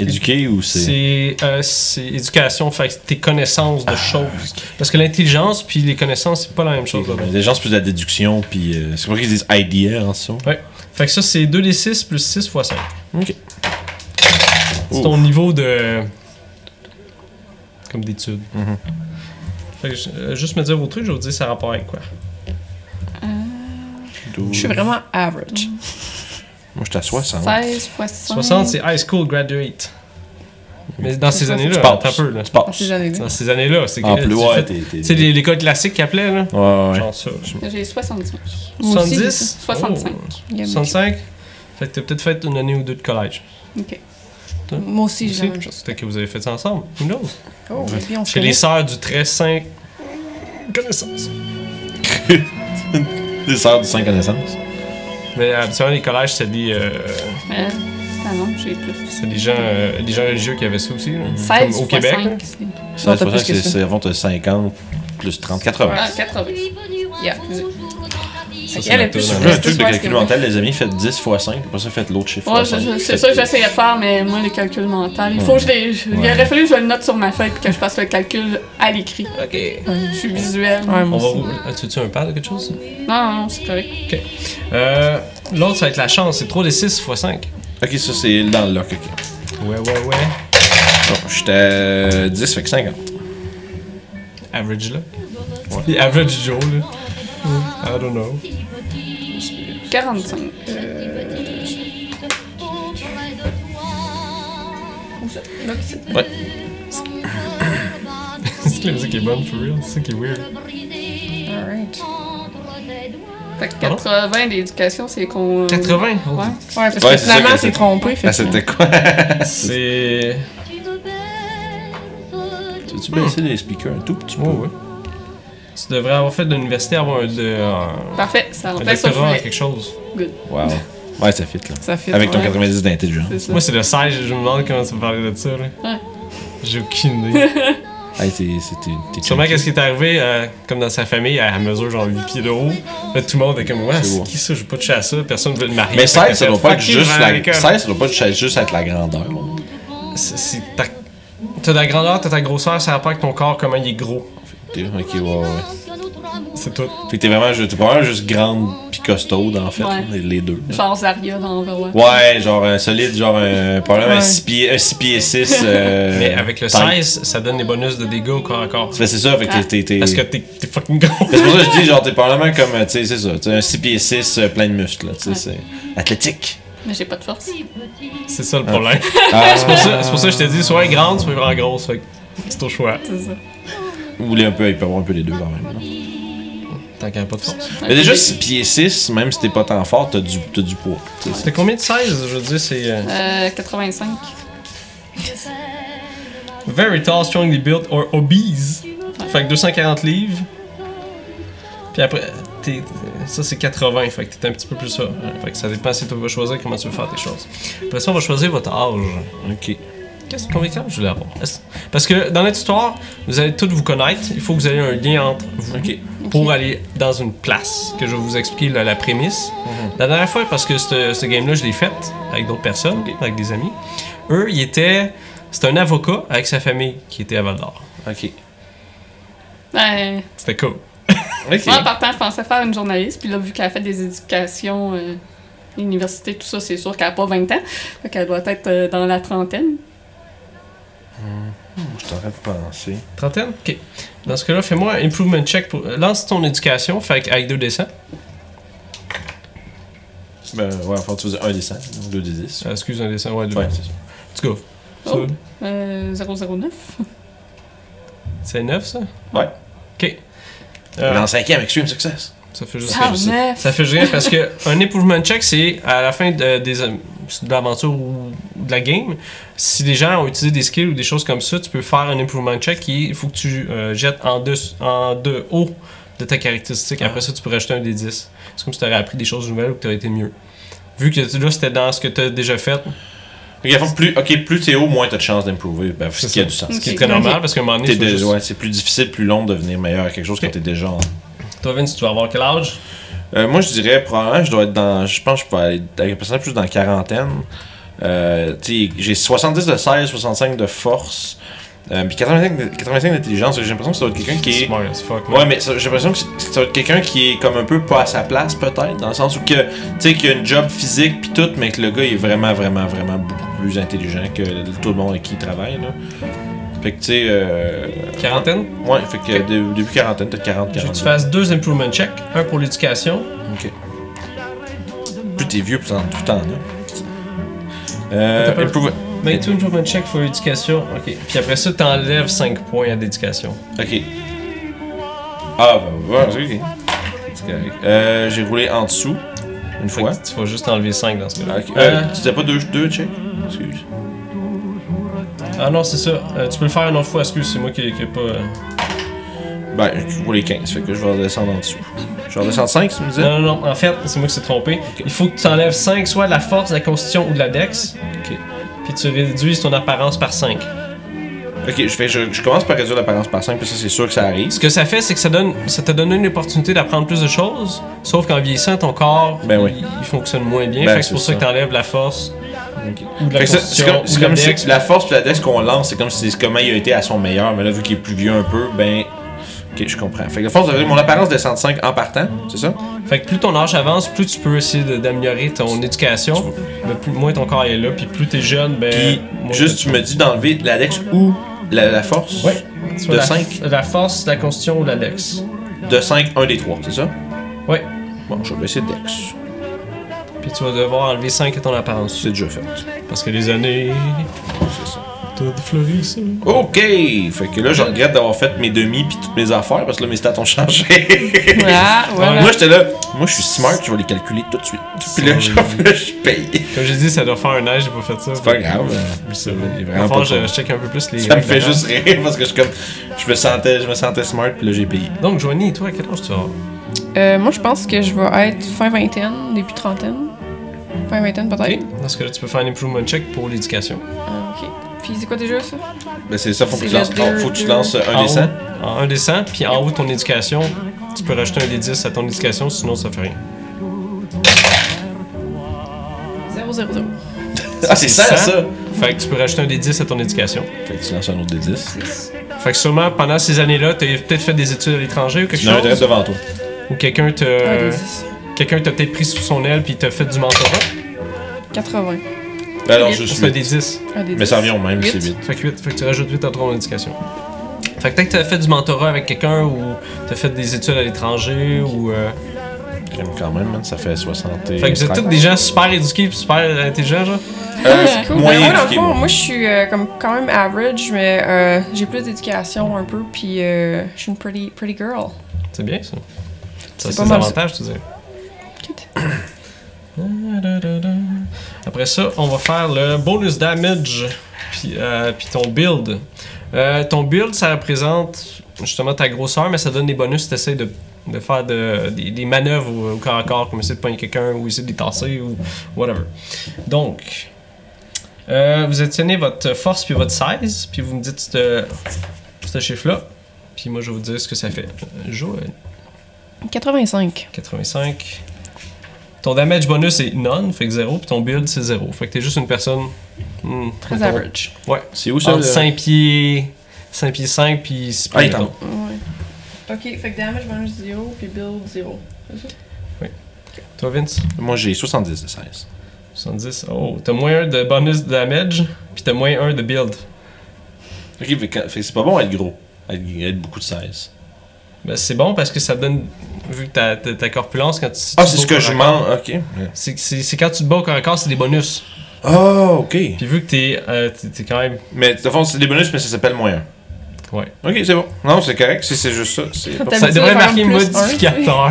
Speaker 2: éduqué ou c'est.
Speaker 1: C'est Ah, euh, c'est éducation, fait que tes connaissances de choses. Parce que l'intelligence puis les connaissances, c'est pas la même chose. ben. là-dedans.
Speaker 2: Les gens, c'est plus de la déduction, puis euh, c'est pour ça qu'ils disent idea en son.
Speaker 1: Ouais. Fait que ça, c'est 2d6 plus 6 fois 5.
Speaker 2: Ok.
Speaker 1: C'est
Speaker 2: Ouf.
Speaker 1: ton niveau de. Comme d'études.
Speaker 2: Mm-hmm.
Speaker 1: Fait que je- euh, juste me dire vos trucs, je vais vous dire ça a rapport avec quoi.
Speaker 2: Douze.
Speaker 4: Je suis vraiment average.
Speaker 1: Mm.
Speaker 2: Moi, je t'assois ça.
Speaker 3: 16 fois 5.
Speaker 1: 60, c'est high school graduate. Mais dans ces
Speaker 4: Ça, c'est-
Speaker 1: années-là,
Speaker 2: Tu passes.
Speaker 1: attends un peu là.
Speaker 2: Tu
Speaker 4: Dans
Speaker 2: passes.
Speaker 4: ces années-là.
Speaker 1: Dans ces années-là, c'est
Speaker 2: En
Speaker 1: que-
Speaker 2: Ah, plus,
Speaker 1: tu
Speaker 2: ouais,
Speaker 1: fais-
Speaker 2: t'es. t'es-
Speaker 1: Tu sais, les- l'école classique qu'ils appelaient là.
Speaker 2: Ouais, ouais.
Speaker 1: Genre ça.
Speaker 3: J'ai 75.
Speaker 4: Moi aussi,
Speaker 1: 70
Speaker 3: j'ai ça. 65.
Speaker 1: Oh, 65 Fait que t'as peut-être fait une année ou deux de collège.
Speaker 3: Ok.
Speaker 4: Moi aussi, j'ai
Speaker 1: Aussi.
Speaker 4: la même chose.
Speaker 1: Peut-être que vous avez fait ça ensemble. Who knows?
Speaker 4: Oh, et puis on se
Speaker 1: Chez les
Speaker 4: connaît.
Speaker 1: sœurs du très saint. Connaissance.
Speaker 2: Des sœurs du 5 connaissances.
Speaker 1: Mais euh, habituellement, les collèges, c'est des, euh,
Speaker 3: Mais c'est un nom, ah j'ai plus.
Speaker 1: c'est des, gens, euh, des gens religieux qui avaient ça aussi. là. Comme
Speaker 3: 16
Speaker 1: au
Speaker 3: fois
Speaker 1: Québec. là.
Speaker 3: 5, c'est...
Speaker 4: Non, t'as
Speaker 2: 16%,
Speaker 4: plus que
Speaker 2: c'est
Speaker 4: ça.
Speaker 2: c'est avant t'as 50 plus 30, 80.
Speaker 3: Ah, 80. Yeah.
Speaker 1: Ça, c'est
Speaker 3: Elle
Speaker 1: la
Speaker 3: est plus
Speaker 1: toune,
Speaker 2: J'ai
Speaker 1: hein.
Speaker 2: vu un truc de
Speaker 3: Ouais,
Speaker 2: calcul
Speaker 3: c'est vrai.
Speaker 2: mental, les amis, faites 10 fois 5, après ça, faites l'autre chiffre.
Speaker 3: Ouais,
Speaker 2: fois
Speaker 3: je- je-
Speaker 2: cinq.
Speaker 3: c'est ça que j'essayais de faire, mais moi, le calcul mental, il faut que je les- je- Il
Speaker 2: Ouais.
Speaker 3: aurait fallu que je le note sur ma feuille puis que je fasse le calcul à l'écrit.
Speaker 1: Ok.
Speaker 3: Je suis visuel.
Speaker 4: Ouais,
Speaker 1: On
Speaker 4: moi
Speaker 1: va
Speaker 4: aussi.
Speaker 1: rouler. Ah, Tu veux-tu un pad ou quelque chose?
Speaker 3: Non, non, c'est correct.
Speaker 1: Ok. Euh, L'autre, ça va être la chance. C'est 3 des 6 x 5.
Speaker 2: Ok, ça c'est dans le lock, ok.
Speaker 1: Ouais, ouais, ouais.
Speaker 2: Bon, j'étais à 10, fait que 50.
Speaker 1: Average là. Puis Average Joe là. I don't know. [LAUGHS]
Speaker 3: 45.
Speaker 2: Ouais.
Speaker 1: c'est que la musique est bonne [LAUGHS] for real. C'est ça qui est weird.
Speaker 4: Alright.
Speaker 3: Fait que
Speaker 1: Pardon?
Speaker 3: 80 d'éducation, c'est euh, qu'on.
Speaker 1: 80?
Speaker 3: Ouais.
Speaker 4: Ouais, parce
Speaker 2: Ouais,
Speaker 4: que
Speaker 2: c'est ça
Speaker 4: finalement,
Speaker 2: que
Speaker 4: c'est
Speaker 2: c'est-
Speaker 4: trompé. Fait
Speaker 2: Ah,
Speaker 4: que-
Speaker 2: c'était quoi [LAUGHS]
Speaker 1: C'est.
Speaker 2: Tu veux-tu baisser les speakers un tout petit peu
Speaker 1: Ouais, ouais. Tu devrais avoir fait de l'université avoir un, de, un-
Speaker 3: Parfait, ça
Speaker 1: un
Speaker 3: en fait ça que je
Speaker 1: doctorat en quelque
Speaker 3: voulais.
Speaker 1: chose.
Speaker 2: Wow. Ouais, ça fit là.
Speaker 4: Ça fait.
Speaker 2: Avec ton
Speaker 4: ouais.
Speaker 2: 90 d'intelligence.
Speaker 4: C'est ça.
Speaker 1: Moi, c'est le 16, je me demande comment tu me parlais de ça. Là.
Speaker 3: Ouais.
Speaker 1: J'ai aucune idée.
Speaker 2: Hey, t'es. c'est- t'es- t'es
Speaker 1: Sûrement,
Speaker 2: chunky.
Speaker 1: qu'est-ce qui est arrivé, euh, comme dans sa famille, à mesure genre 8 pieds de haut, là, tout le monde est comme, ouais,
Speaker 2: C'est
Speaker 1: c'est
Speaker 2: bon.
Speaker 1: qui ça, j'ai pas touché à ça, personne veut le marier.
Speaker 2: Mais
Speaker 1: Fait que
Speaker 2: 16, ça
Speaker 1: t'as
Speaker 2: doit pas être
Speaker 1: fucking
Speaker 2: juste
Speaker 1: vraiment
Speaker 2: la.
Speaker 1: l'école.
Speaker 2: 16, ça doit pas être juste être la grandeur.
Speaker 1: C'est- c'est ta- T'as ta grandeur, t'as ta grosseur, ça rapport avec ton corps, comment il est gros.
Speaker 2: T'es- Ok, ouais, ouais.
Speaker 1: C'est tout.
Speaker 2: Fait que t'es vraiment, juste- t'es vraiment juste grande pis costaude en fait,
Speaker 3: Ouais.
Speaker 2: les- les deux.
Speaker 3: Genre Zaria dans Overwatch.
Speaker 2: Ouais, genre un solide, genre un. Probablement un
Speaker 4: Ouais.
Speaker 2: 6 pieds, un six euh, pieds 6.
Speaker 1: [LAUGHS] Mais avec le 16, ça donne des bonus de dégâts au corps à corps.
Speaker 2: C'est ça, fait que t'es- t'es. t'es-
Speaker 1: Parce que t'es t'es fucking
Speaker 2: [LAUGHS]
Speaker 1: gros.
Speaker 2: C'est pour ça que je dis, genre, t'es probablement comme, euh, tu sais, c'est ça, tu sais, un 6 pieds 6 plein de muscles, là, tu sais,
Speaker 3: Ouais.
Speaker 2: c'est athlétique.
Speaker 3: Mais j'ai pas de force.
Speaker 1: C'est ça le problème.
Speaker 2: Ah,
Speaker 1: [LAUGHS] C'est pour ça- c'est pour ça que je te dis, soit grande, soit vraiment grosse. Fait que c'est au choix.
Speaker 3: C'est ça.
Speaker 2: Ou les un peu, il peut avoir un peu les deux quand même. là.
Speaker 1: Tant qu'il n'y a pas de force.
Speaker 2: Mais déjà, 6 pieds 6, même si t'es pas tant fort, t'as du, t'as du poids. tu sais, c'est-
Speaker 1: T'as combien de 16 Je veux dire, c'est. euh,
Speaker 3: Euh, 85.
Speaker 1: Very tall, strongly built, or obese. Fait que 240 livres. Puis après, t'es- ça c'est 80, fait que t'es un petit peu plus ça. Fait que ça dépend si tu vas choisir comment tu veux faire tes choses. Après ça, on va choisir votre âge.
Speaker 2: Ok.
Speaker 1: Qu'est-ce que combien d'âge je voulais avoir Est-ce- Parce que dans notre histoire, vous allez tous vous connaître. Il faut que vous ayez un lien entre vous
Speaker 2: Ok.
Speaker 1: pour aller dans une place. Que je vais vous expliquer la, la prémisse.
Speaker 2: Mhm.
Speaker 1: La dernière fois, parce que ce, ce game-là, je l'ai fait avec d'autres personnes, avec des amis. Eux, ils étaient. C'était un avocat avec sa famille qui était à Val d'Or.
Speaker 2: Ok.
Speaker 3: Ouais.
Speaker 1: C'était cool.
Speaker 2: Ok.
Speaker 3: Ben, Moi, en partant, je pensais faire une journaliste, puis là, vu qu'elle a fait des éducations, euh, université, tout ça, c'est sûr qu'elle a pas 20 ans. Fait qu'elle doit être euh, dans la trentaine.
Speaker 2: Je t'aurais pensé.
Speaker 1: Trentaine? Ok. Dans ce cas-là, fais-moi un improvement check. Pour... Lance ton éducation, fait avec- avec deux dessins.
Speaker 2: Ben, ouais, enfin, tu faisais 1 des 100, 2 des 10.
Speaker 1: Euh, excuse, un dessin, ouais, deux.
Speaker 2: Ouais, c'est ça.
Speaker 1: Let's go.
Speaker 3: Oh.
Speaker 1: Ça,
Speaker 3: Euh, 009.
Speaker 1: C'est neuf, ça?
Speaker 2: Ouais.
Speaker 1: Ok.
Speaker 2: Mais
Speaker 1: Euh,
Speaker 2: en 5 avec Extreme Success.
Speaker 1: ça fait juste
Speaker 2: Ah,
Speaker 1: rien.
Speaker 2: je sais.
Speaker 3: 109.
Speaker 1: Ça fait juste rien parce
Speaker 2: [LAUGHS]
Speaker 1: que un improvement check, c'est à la fin de, des, euh, de l'aventure ou de la game. Si les gens ont utilisé des skills ou des choses comme ça, tu peux faire un improvement check qui est- il faut que tu euh, jettes en deux, en deux hauts de ta caractéristique.
Speaker 2: Ah.
Speaker 1: Après ça, tu peux rajouter un des 10. C'est comme si tu aurais appris des choses nouvelles ou que tu aurais été mieux. Vu que là, c'était dans ce que tu as déjà fait,
Speaker 2: Ok, enfin, plus, ok, plus t'es haut, moins t'as de chances d'improver. Ben, ce
Speaker 1: C'est
Speaker 2: qui a
Speaker 1: ça.
Speaker 2: du sens.
Speaker 1: ce qui est
Speaker 3: Ok.
Speaker 1: très normal parce qu'à un moment donné,
Speaker 2: T'es
Speaker 1: il faut
Speaker 2: déjà-
Speaker 1: juste-
Speaker 2: ouais, c'est plus difficile, plus long de devenir meilleur à quelque chose quand
Speaker 1: Ok.
Speaker 2: t'es déjà en
Speaker 1: Toi, Vince, tu vas avoir quel âge
Speaker 2: Euh, moi, je dirais probablement, je dois être dans. Je pense que je peux aller avec un personnage plus dans la quarantaine. Euh, tu sais, j'ai 70 de 16, 65 de force, euh, puis 85, de- 85 d'intelligence. J'ai l'impression que ça doit être quelqu'un qui est.
Speaker 1: Smart as fuck.
Speaker 2: Ouais, mais ça- j'ai l'impression que c'est- ça doit être quelqu'un qui est comme un peu pas à sa place, peut-être, dans le sens où que, tu sais, qu'il a une job physique puis tout, mais que le gars il est vraiment, vraiment, vraiment beaucoup plus intelligent que tout le monde avec qui il travaille, là. Fait que, tu sais, euh,
Speaker 1: Quarantaine
Speaker 2: ouais, fait que dé- début quarantaine, peut-être 40,
Speaker 1: Je veux que tu
Speaker 2: 40.
Speaker 1: fasses deux improvement check. Un pour l'éducation.
Speaker 2: Ok. Plus t'es vieux, plus t'en tout le temps, là.
Speaker 1: T'as
Speaker 2: Euh,
Speaker 1: pas-
Speaker 2: improve-
Speaker 1: Mais tout improvement check pour l'éducation. Ok. Puis après ça, t'enlèves 5 points à l'éducation.
Speaker 2: Ok. Ah, bah, voilà, ok. C'est correct. Euh, j'ai roulé en dessous, une
Speaker 1: Fait
Speaker 2: fois.
Speaker 1: que tu vas juste enlever 5 dans ce
Speaker 2: Ah,
Speaker 1: cas-là.
Speaker 2: ok. Euh,
Speaker 1: Euh,
Speaker 2: Tu disais pas deux, deux check? Excuse.
Speaker 1: ah non, c'est ça. Euh, tu peux le faire une autre fois, excuse, c'est moi qui qui ai pas. euh,
Speaker 2: Ben, j'ai roulé 15, fait que je vais redescendre en dessous. Je Tu vas descendre 5, tu me disais?
Speaker 1: Non, non, non, en fait, c'est moi qui s'est trompé. Il faut que tu enlèves 5 soit de la force, de la constitution ou de la dex.
Speaker 2: Ok.
Speaker 1: Puis tu réduis ton apparence par 5.
Speaker 2: Ok, je, fais, je, je commence par réduire l'apparence par 5, puis ça, c'est sûr que ça arrive.
Speaker 1: Ce que ça fait, c'est que ça, donne, ça te donne une opportunité d'apprendre plus de choses. Sauf qu'en vieillissant, ton corps,
Speaker 2: Ben oui.
Speaker 1: il, il fonctionne moins bien.
Speaker 2: Ben,
Speaker 1: fait que c'est pour
Speaker 2: c'est
Speaker 1: ça, que
Speaker 2: ça.
Speaker 1: t'enlèves la force ou de la
Speaker 2: Fait que ça,
Speaker 1: constitution
Speaker 2: C'est comme,
Speaker 1: ou
Speaker 2: c'est
Speaker 1: de la
Speaker 2: comme si
Speaker 1: dex.
Speaker 2: la force puis la dex qu'on lance, c'est comme si c'est comment il a été à son meilleur, mais là, vu qu'il est plus vieux un peu, ben. Ok, je comprends. Fait que la force, ça veut dire que mon apparence descend de 5 en partant, c'est
Speaker 1: Euh,
Speaker 2: ça?
Speaker 1: Fait que plus ton âge avance, plus tu peux essayer de- d'améliorer ton éducation. Mais plus, moins ton corps est là, puis plus t'es jeune, ben.
Speaker 2: Puis,
Speaker 1: moins
Speaker 2: juste, tu me dis d'enlever la dex ou la, la force?
Speaker 1: Ouais. Soit
Speaker 2: de
Speaker 1: la,
Speaker 2: cinq.
Speaker 1: la force, la constitution ou la dex.
Speaker 2: De 5, un des trois, c'est ça?
Speaker 1: Ouais.
Speaker 2: Bon, je vais baisser dex.
Speaker 1: Puis tu vas devoir enlever 5 à ton apparence.
Speaker 2: C'est déjà fait.
Speaker 1: Parce que les années.
Speaker 2: C'est ça.
Speaker 1: T'as fleuri ça.
Speaker 2: Ok! Fait que là, je regrette d'avoir fait mes demi puis toutes mes affaires parce que là, mes stats ont [LAUGHS] changé.
Speaker 4: Ah, voilà.
Speaker 2: Moi, j'étais là. Moi, je suis smart, je vais les calculer tout de suite. Puis là, je, [LAUGHS] là, je paye.
Speaker 1: Comme j'ai dit, ça doit faire un âge, j'ai pas fait ça.
Speaker 2: C'est pas grave.
Speaker 1: Ça,
Speaker 2: Il est vraiment
Speaker 1: Enfin,
Speaker 2: pas
Speaker 1: je,
Speaker 2: con.
Speaker 1: je check un peu plus les.
Speaker 2: Ça me fait
Speaker 1: règles
Speaker 2: juste rire parce que je, suis comme, je, me sentais, je me sentais smart, puis là, j'ai payé.
Speaker 1: d'avant. Donc, Joanie, toi, à quel âge tu as
Speaker 4: Euh, moi, je pense que je vais être fin vingtaine, début trentaine. Fin vingtaine, peut-être.
Speaker 1: Ok. Parce que là, tu peux faire un improvement check pour l'éducation.
Speaker 4: Ah, ok. Puis c'est quoi déjà ça?
Speaker 2: Ben, c'est ça, faut que
Speaker 4: C'est
Speaker 2: tu lances,
Speaker 4: le deux,
Speaker 2: faut que tu
Speaker 4: deux.
Speaker 2: lances un
Speaker 1: En
Speaker 2: des cent.
Speaker 1: haut- En un des 100, puis en haut de ton éducation, tu peux rajouter un des 10 à ton éducation, sinon ça fait rien.
Speaker 4: 0, 0, 0.
Speaker 2: Ah, c'est
Speaker 1: cent.
Speaker 2: ça, ça.
Speaker 1: Fait que tu peux rajouter un des 10 à ton éducation.
Speaker 2: Fait que tu lances un autre des 10.
Speaker 1: Fait que sûrement, pendant ces années-là, t'as peut-être fait des études à l'étranger ou quelque
Speaker 2: Tu l'as
Speaker 1: chose.
Speaker 2: devant toi.
Speaker 1: Ou quelqu'un t'a
Speaker 2: Euh,
Speaker 4: Ouais, des 10.
Speaker 1: quelqu'un t'a peut-être pris sous son aile puis t'a fait du mentorat.
Speaker 4: 80.
Speaker 2: Ben, alors,
Speaker 4: Huit.
Speaker 1: Ça
Speaker 2: juste
Speaker 1: fait des
Speaker 2: huit.
Speaker 1: 10.
Speaker 4: Ah, des
Speaker 2: Mais ça revient au même,
Speaker 4: Huit.
Speaker 2: c'est vite.
Speaker 1: Fait que, huit- fait que tu rajoutes 8 à ton éducation. Fait que peut-être que t'as fait du mentorat avec quelqu'un ou t'as fait des études à l'étranger ou. euh,
Speaker 2: J'aime quand même, man, ça fait 60 et
Speaker 1: Fait que vous êtes tous des gens super éduqués pis super intelligents, genre.
Speaker 2: Euh,
Speaker 4: Ah, cool.
Speaker 2: moyen
Speaker 4: Ben, moi, dans le
Speaker 2: éduqué, moi.
Speaker 4: fond, moi, je suis euh, comme quand même average, mais euh, j'ai plus d'éducation un peu, puis euh, je suis une pretty, pretty girl.
Speaker 1: C'est bien ça. Ça,
Speaker 4: C'est
Speaker 1: c'est
Speaker 4: pas
Speaker 1: des
Speaker 4: mal,
Speaker 1: avantages, tu dis. Après ça, on va faire le bonus damage puis, euh, puis ton build. Euh, ton build, ça représente justement ta grosseur, mais ça donne des bonus si t'essayes de, de faire de- des, des manœuvres au, au corps à corps, comme essayer de pogner quelqu'un ou essayer de les tasser ou whatever. Donc, euh, vous étiez votre force puis votre size, puis vous me dites ce ce chiffre-là, puis moi je vais vous dire ce que ça fait. Euh, Joël.
Speaker 4: 85.
Speaker 1: 85. Ton damage bonus est none, fait que 0, puis ton build c'est 0. Fait que t'es juste une personne. hmm,
Speaker 4: Très
Speaker 1: mettons,
Speaker 4: average.
Speaker 1: Ouais.
Speaker 2: C'est où ça?
Speaker 1: Entre
Speaker 2: le-
Speaker 1: 5 pieds. 5 pieds 5 puis 6 pieds.
Speaker 2: Ah, il est en
Speaker 1: mettons.
Speaker 2: haut.
Speaker 4: Ouais. Ok, fait que damage, bonus 0, puis build 0.
Speaker 1: Toi Vince,
Speaker 2: Moi, j'ai 70 de 16.
Speaker 1: 70. Oh, t'as moins 1 de bonus de damage, puis t'as moins 1 de build.
Speaker 2: Ok, fait que fait que c'est pas bon être gros. Être, être beaucoup de 16.
Speaker 1: Ben, c'est bon parce que ça donne. Vu que ta, ta, ta corpulence, quand tu.
Speaker 2: Ah,
Speaker 1: tu
Speaker 2: c'est
Speaker 1: te
Speaker 2: ce
Speaker 1: bats
Speaker 2: que
Speaker 1: au
Speaker 2: je
Speaker 1: corps à corps-
Speaker 2: mange. Ok.
Speaker 1: C'est c'est- c'est quand tu te bats au corps à corps, c'est des bonus.
Speaker 2: Ah, ok.
Speaker 1: Puis vu que t'es euh, t'es- t'es quand même.
Speaker 2: Mais de toute façon, c'est des bonus, mais ça s'appelle moyen.
Speaker 1: Ouais.
Speaker 2: Ok, c'est bon. Non, c'est correct, c'est- c'est juste ça. c'est pas-
Speaker 4: T'as
Speaker 1: Ça
Speaker 4: vu
Speaker 1: devrait
Speaker 4: par
Speaker 1: marquer
Speaker 4: exemple, plus un,
Speaker 1: modificateur.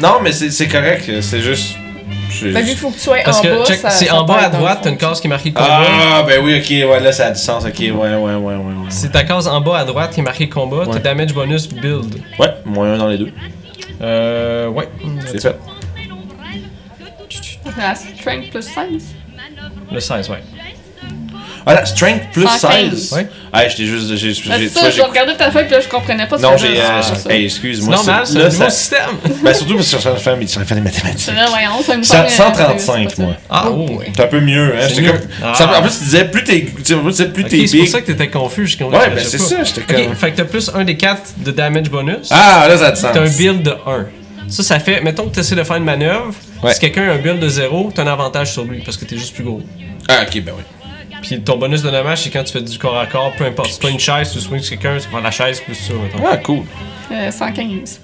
Speaker 2: Non, mais c'est c'est correct, c'est juste. c'est
Speaker 4: Fait que Ben, vu
Speaker 2: juste-
Speaker 4: qu'il faut que tu sois
Speaker 1: Parce
Speaker 4: en
Speaker 1: que,
Speaker 4: bas,
Speaker 1: check,
Speaker 4: ça-
Speaker 1: c'est
Speaker 4: ça
Speaker 1: en bas
Speaker 4: peut
Speaker 1: à
Speaker 4: être dans le
Speaker 1: droite,
Speaker 4: fond.
Speaker 1: t'as une case qui est marquée combat.
Speaker 2: Ah, ben oui, ok, ouais, là ça a du sens, ok, ouais, ouais, ouais, ouais. ouais.
Speaker 1: C'est ta case en bas à droite qui est marquée combat, t'as
Speaker 2: Ouais.
Speaker 1: damage bonus build.
Speaker 2: Ouais, moins un dans les deux.
Speaker 1: Euh, ouais.
Speaker 2: C'est fait.
Speaker 3: La strength plus 16.
Speaker 1: Le 16, ouais.
Speaker 2: Ah là, strength plus
Speaker 3: 115.
Speaker 2: 16.
Speaker 1: Ouais.
Speaker 2: Ah, j'étais juste. j'ai- j'ai-
Speaker 3: Ah,
Speaker 2: j'ai-
Speaker 3: C'est
Speaker 2: tu vois,
Speaker 3: ça,
Speaker 2: j'ai-
Speaker 3: je regardais ta feuille puis là, je comprenais pas ce
Speaker 2: Non,
Speaker 3: que
Speaker 2: j'ai.
Speaker 1: Ah,
Speaker 2: euh,
Speaker 1: c'est
Speaker 2: j'ai-
Speaker 1: ça.
Speaker 2: hey, excuse-moi.
Speaker 1: C'est normal, c'est
Speaker 2: là,
Speaker 1: un nouveau
Speaker 2: ça- [LAUGHS]
Speaker 1: système.
Speaker 2: Ben surtout parce que je suis en train de faire mes je suis en train de faire des mathématiques.
Speaker 3: C'est la voyance, ça me
Speaker 2: Cent-
Speaker 3: semble, euh, c'est-
Speaker 2: 135,
Speaker 3: c'est
Speaker 2: moi.
Speaker 1: Ah,
Speaker 4: Oh
Speaker 1: oh.
Speaker 4: boy.
Speaker 2: C'est un peu mieux, hein.
Speaker 1: C'est
Speaker 2: j'étais
Speaker 1: mieux.
Speaker 2: comme-
Speaker 1: Ah.
Speaker 2: ça- En plus, tu disais, plus t'es tu sais, plus t'es plus
Speaker 1: Ok,
Speaker 2: t'es
Speaker 1: c'est pour
Speaker 2: big.
Speaker 1: ça que t'étais confus. Je
Speaker 2: Ouais, ben c'est ça, j'étais comme.
Speaker 1: Ok, fait que t'as plus 1 des 4 de damage bonus.
Speaker 2: Ah, là ça a du
Speaker 1: T'as un
Speaker 2: sens.
Speaker 1: build de 1. Ça, ça fait. Mettons que t'essaies de faire une manœuvre.
Speaker 2: Ouais.
Speaker 1: Si quelqu'un a un build de 0, t'as un avantage sur lui parce que t'es juste plus gros.
Speaker 2: Ah, ok, ben oui.
Speaker 1: Puis ton bonus de damage, c'est quand tu fais du corps à corps, peu importe. C'est pas une chaise, tu swings quelqu'un, tu prends la chaise plus ça, mettons.
Speaker 2: Ah, cool.
Speaker 3: Euh, 115.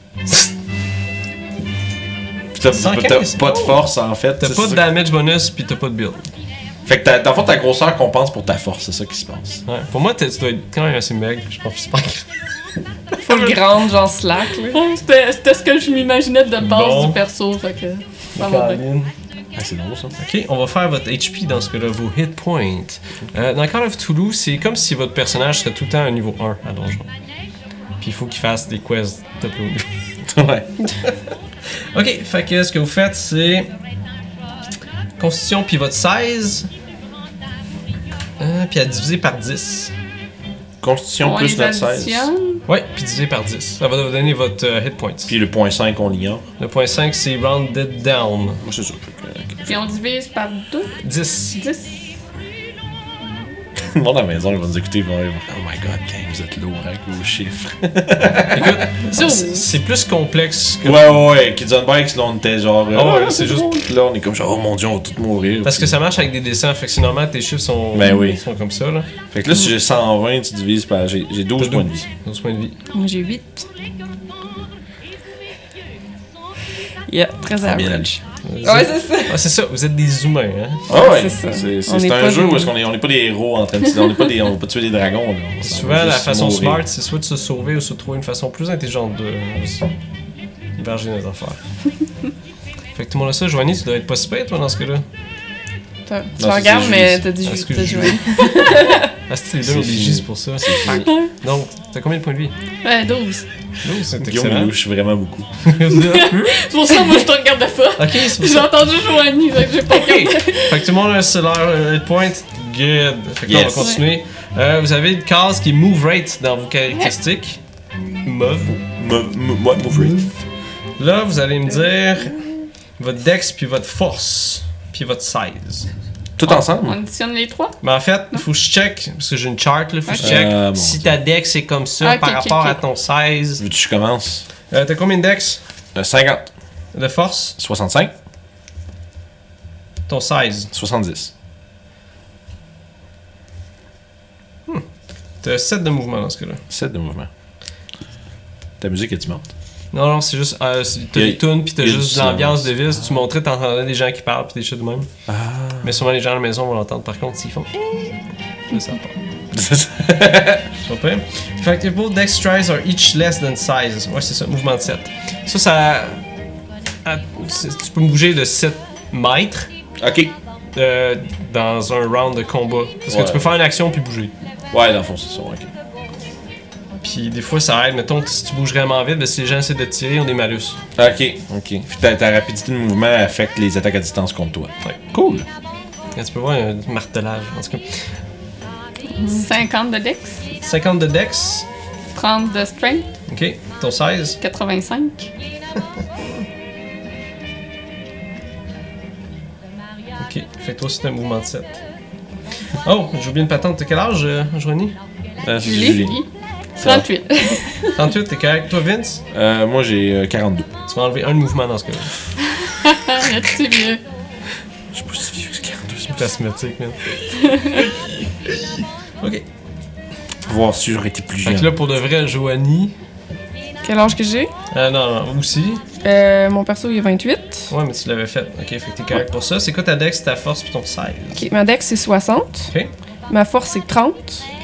Speaker 2: Puis t'as-
Speaker 1: 115,
Speaker 2: t'as pas de
Speaker 1: oh.
Speaker 2: force en fait.
Speaker 1: T'as
Speaker 2: c'est
Speaker 1: pas de
Speaker 2: ça.
Speaker 1: damage bonus, puis t'as pas de build.
Speaker 2: Fait que t'as- dans le fond, ta grosseur compense pour ta force, c'est ça qui se passe.
Speaker 1: Ouais, pour moi, t'es- tu dois être quand même assez maigre, je
Speaker 2: [LAUGHS]
Speaker 1: pense que c'est pas grave.
Speaker 4: Full grande, genre slack, là.
Speaker 3: Ouais, C'était c'était ce que je m'imaginais de base
Speaker 1: Bon.
Speaker 3: du perso, fait que ça va bien.
Speaker 2: Ah, c'est drôle ça.
Speaker 1: Ok, on va faire votre HP dans ce cas-là, vos hit points. Euh, dans Call of Toulouse, c'est comme si votre personnage serait tout le temps à niveau 1 à donjon. Puis il faut qu'il fasse des quests de plus haut niveau.
Speaker 2: [LAUGHS] ouais.
Speaker 1: Ok, fait que ce que vous faites, c'est. Constitution, puis votre 16. Euh, puis à diviser par 10.
Speaker 2: Constitution
Speaker 3: On
Speaker 2: plus
Speaker 3: les
Speaker 2: notre 16.
Speaker 3: additionne.
Speaker 1: Ouais, puis divisé par 10. Ça va vous donner votre euh, hit points.
Speaker 2: Puis le point 5, on l'ignore.
Speaker 1: Le point 5, c'est rounded down.
Speaker 2: Moi, c'est sûr. que- euh,
Speaker 3: Puis on divise par 2,
Speaker 1: 10.
Speaker 3: 10.
Speaker 2: Tout le monde à la maison, ils vont nous écouter. Ils vont dire Oh my god, gang, vous êtes lourd avec vos chiffres.
Speaker 1: Écoute, c'est c'est plus complexe que.
Speaker 2: ouais, ouais, ouais. Kids on Bikes, là, on était genre. euh,
Speaker 1: Ah ouais,
Speaker 2: Ah,
Speaker 1: c'est
Speaker 2: drôle. Là, on est comme genre, oh mon dieu, on va tous mourir.
Speaker 1: Parce que ça marche avec des dessins, fait que c'est normal, tes chiffres sont,
Speaker 2: Ben oui.
Speaker 1: sont comme ça. Là.
Speaker 2: Fait que là, si j'ai 120, tu divises par. J'ai j'ai 12 points de vie.
Speaker 1: 12 points de vie.
Speaker 4: Moi, j'ai 8. Yeah,
Speaker 2: Ah,
Speaker 4: très average. Ouais, c'est ça.
Speaker 1: Ah, c'est ça, vous êtes des humains, hein?
Speaker 2: Ah ouais, c'est
Speaker 4: C'est ça.
Speaker 2: c'est-
Speaker 4: On
Speaker 2: c'est
Speaker 4: est
Speaker 2: un
Speaker 4: pas
Speaker 2: jeu
Speaker 4: des-
Speaker 2: où est-ce qu'on est, on est pas des héros en train de on est pas des, on va pas tuer des dragons. Là. On s'en
Speaker 1: Souvent,
Speaker 2: va
Speaker 1: la
Speaker 2: juste
Speaker 1: façon
Speaker 2: mourir.
Speaker 1: smart, c'est soit de se sauver ou se trouver une façon plus intelligente de euh, héberger nos
Speaker 4: [LAUGHS]
Speaker 1: affaires. fait que tout le monde a ça. Joanie, tu dois être pas si pire, toi, dans ce cas-là.
Speaker 4: T'as- Tu
Speaker 2: Non,
Speaker 4: me
Speaker 2: c'est
Speaker 4: regardes,
Speaker 2: Julie,
Speaker 4: mais
Speaker 2: c'est-
Speaker 4: t'as dit
Speaker 1: Ah,
Speaker 4: ju-
Speaker 1: excuse,
Speaker 4: t'as joué. [LAUGHS]
Speaker 1: Julie. Ah, c'est les deux
Speaker 2: C'est fini.
Speaker 1: obligés, c'est pour ça. Donc, t'as combien de points de vie?
Speaker 2: [LAUGHS]
Speaker 3: Euh, 12.
Speaker 1: 12, c'est
Speaker 2: Guillaume il
Speaker 1: excellent.
Speaker 2: louche vraiment beaucoup. [LAUGHS]
Speaker 1: ok,
Speaker 3: C'est pour ça, moi, je te regarde pas. [LAUGHS]
Speaker 1: c'est pour
Speaker 3: J'ai
Speaker 1: ça.
Speaker 3: entendu Joanie, fait que j'ai pas
Speaker 1: Ok!
Speaker 3: regardé.
Speaker 1: Fait que tout le monde a c'est leur euh, point. Good. Fait que là, on va
Speaker 2: Yes.
Speaker 1: continuer. Euh, vous avez une case qui est move rate dans vos caractéristiques. Move.
Speaker 2: Moi, moi,
Speaker 1: Là, vous allez me dire votre dex puis votre force puis votre size.
Speaker 2: Tout ensemble?
Speaker 3: On additionne les trois.
Speaker 1: Mais en fait, il faut que je check, parce que j'ai une chart, là, faut que je
Speaker 2: Ok.
Speaker 1: check
Speaker 2: Ah, mon
Speaker 1: si
Speaker 2: Dieu.
Speaker 1: ta dex est comme ça
Speaker 3: Ah, ok,
Speaker 1: par
Speaker 3: ok,
Speaker 1: rapport
Speaker 3: ok.
Speaker 1: à ton size.
Speaker 2: Veux-tu que je commence?
Speaker 1: Euh, T'as combien de dex
Speaker 2: Euh, 50,
Speaker 1: de force
Speaker 2: 65,
Speaker 1: Ton size.
Speaker 2: 70.
Speaker 1: T'as 7 de mouvement dans ce cas-là.
Speaker 2: 7 de mouvement. Ta musique est-tu morte?
Speaker 1: Non, non, c'est juste. euh, c'est- t'as
Speaker 2: Y a-
Speaker 1: des tunes puis t'as
Speaker 2: y a
Speaker 1: juste de
Speaker 2: du
Speaker 1: l'ambiance
Speaker 2: silence.
Speaker 1: de ville. Si tu montrais, t'entendais des gens qui parlent puis des choses de même.
Speaker 2: Ah.
Speaker 1: Mais sûrement les gens à la maison vont l'entendre. Par contre, s'ils font. Là, ça part. Pas pire. Fait que both dex tries are each less than size. Ouais, c'est ça, mouvement de 7. Ça, ça. à- c'est- tu peux bouger de 7 mètres
Speaker 2: [LAUGHS] ok.
Speaker 1: euh, dans un round de combat. Parce que
Speaker 2: Ouais.
Speaker 1: tu peux faire une action puis bouger.
Speaker 2: Ouais, dans le fond, c'est ça. Ok.
Speaker 1: Puis des fois, ça aide. Mettons que si tu bouges vraiment vite, ben, si les gens essaient de te tirer, ils ont des malus.
Speaker 2: Ok, ok. Puis ta, ta rapidité de mouvement affecte les attaques à distance contre toi.
Speaker 1: Ouais.
Speaker 2: Cool.
Speaker 1: Et tu peux voir un martelage. En tout cas,
Speaker 3: 50 de Dex,
Speaker 1: 50 de dex.
Speaker 3: 30 de Strength,
Speaker 1: Ok, ton 16.
Speaker 3: 85.
Speaker 1: Ok, fait que toi aussi t'as un mouvement de 7. Oh, j'ai oublié une patente. T'as quel âge, euh, Joanie
Speaker 2: Ah, c'est
Speaker 3: Julie.
Speaker 2: Julie.
Speaker 3: [LAUGHS] 38.
Speaker 1: 38, t'es correct. Toi, Vince,
Speaker 2: Euh, moi, j'ai euh, 42.
Speaker 1: tu vas enlever un mouvement dans ce cas-là.
Speaker 3: Arrête, c'est Ah, vieux.
Speaker 2: Je suis pas si vieux que 42. c'est pas-
Speaker 1: Plasmatique, man. ok.
Speaker 2: Voir si j'aurais été plus
Speaker 1: Fait que
Speaker 2: jeune.
Speaker 1: là, pour de vrai, Joanie.
Speaker 4: Quel âge que j'ai?
Speaker 1: Euh, non, non, aussi.
Speaker 4: Euh, mon perso, il est 28.
Speaker 1: Ouais, mais tu l'avais fait. Ok, fait que t'es correct pour ça. C'est quoi ta dex, ta force, puis ton 16
Speaker 4: Ok, ma dex, c'est 60.
Speaker 1: Ok.
Speaker 4: Ma force, c'est 30.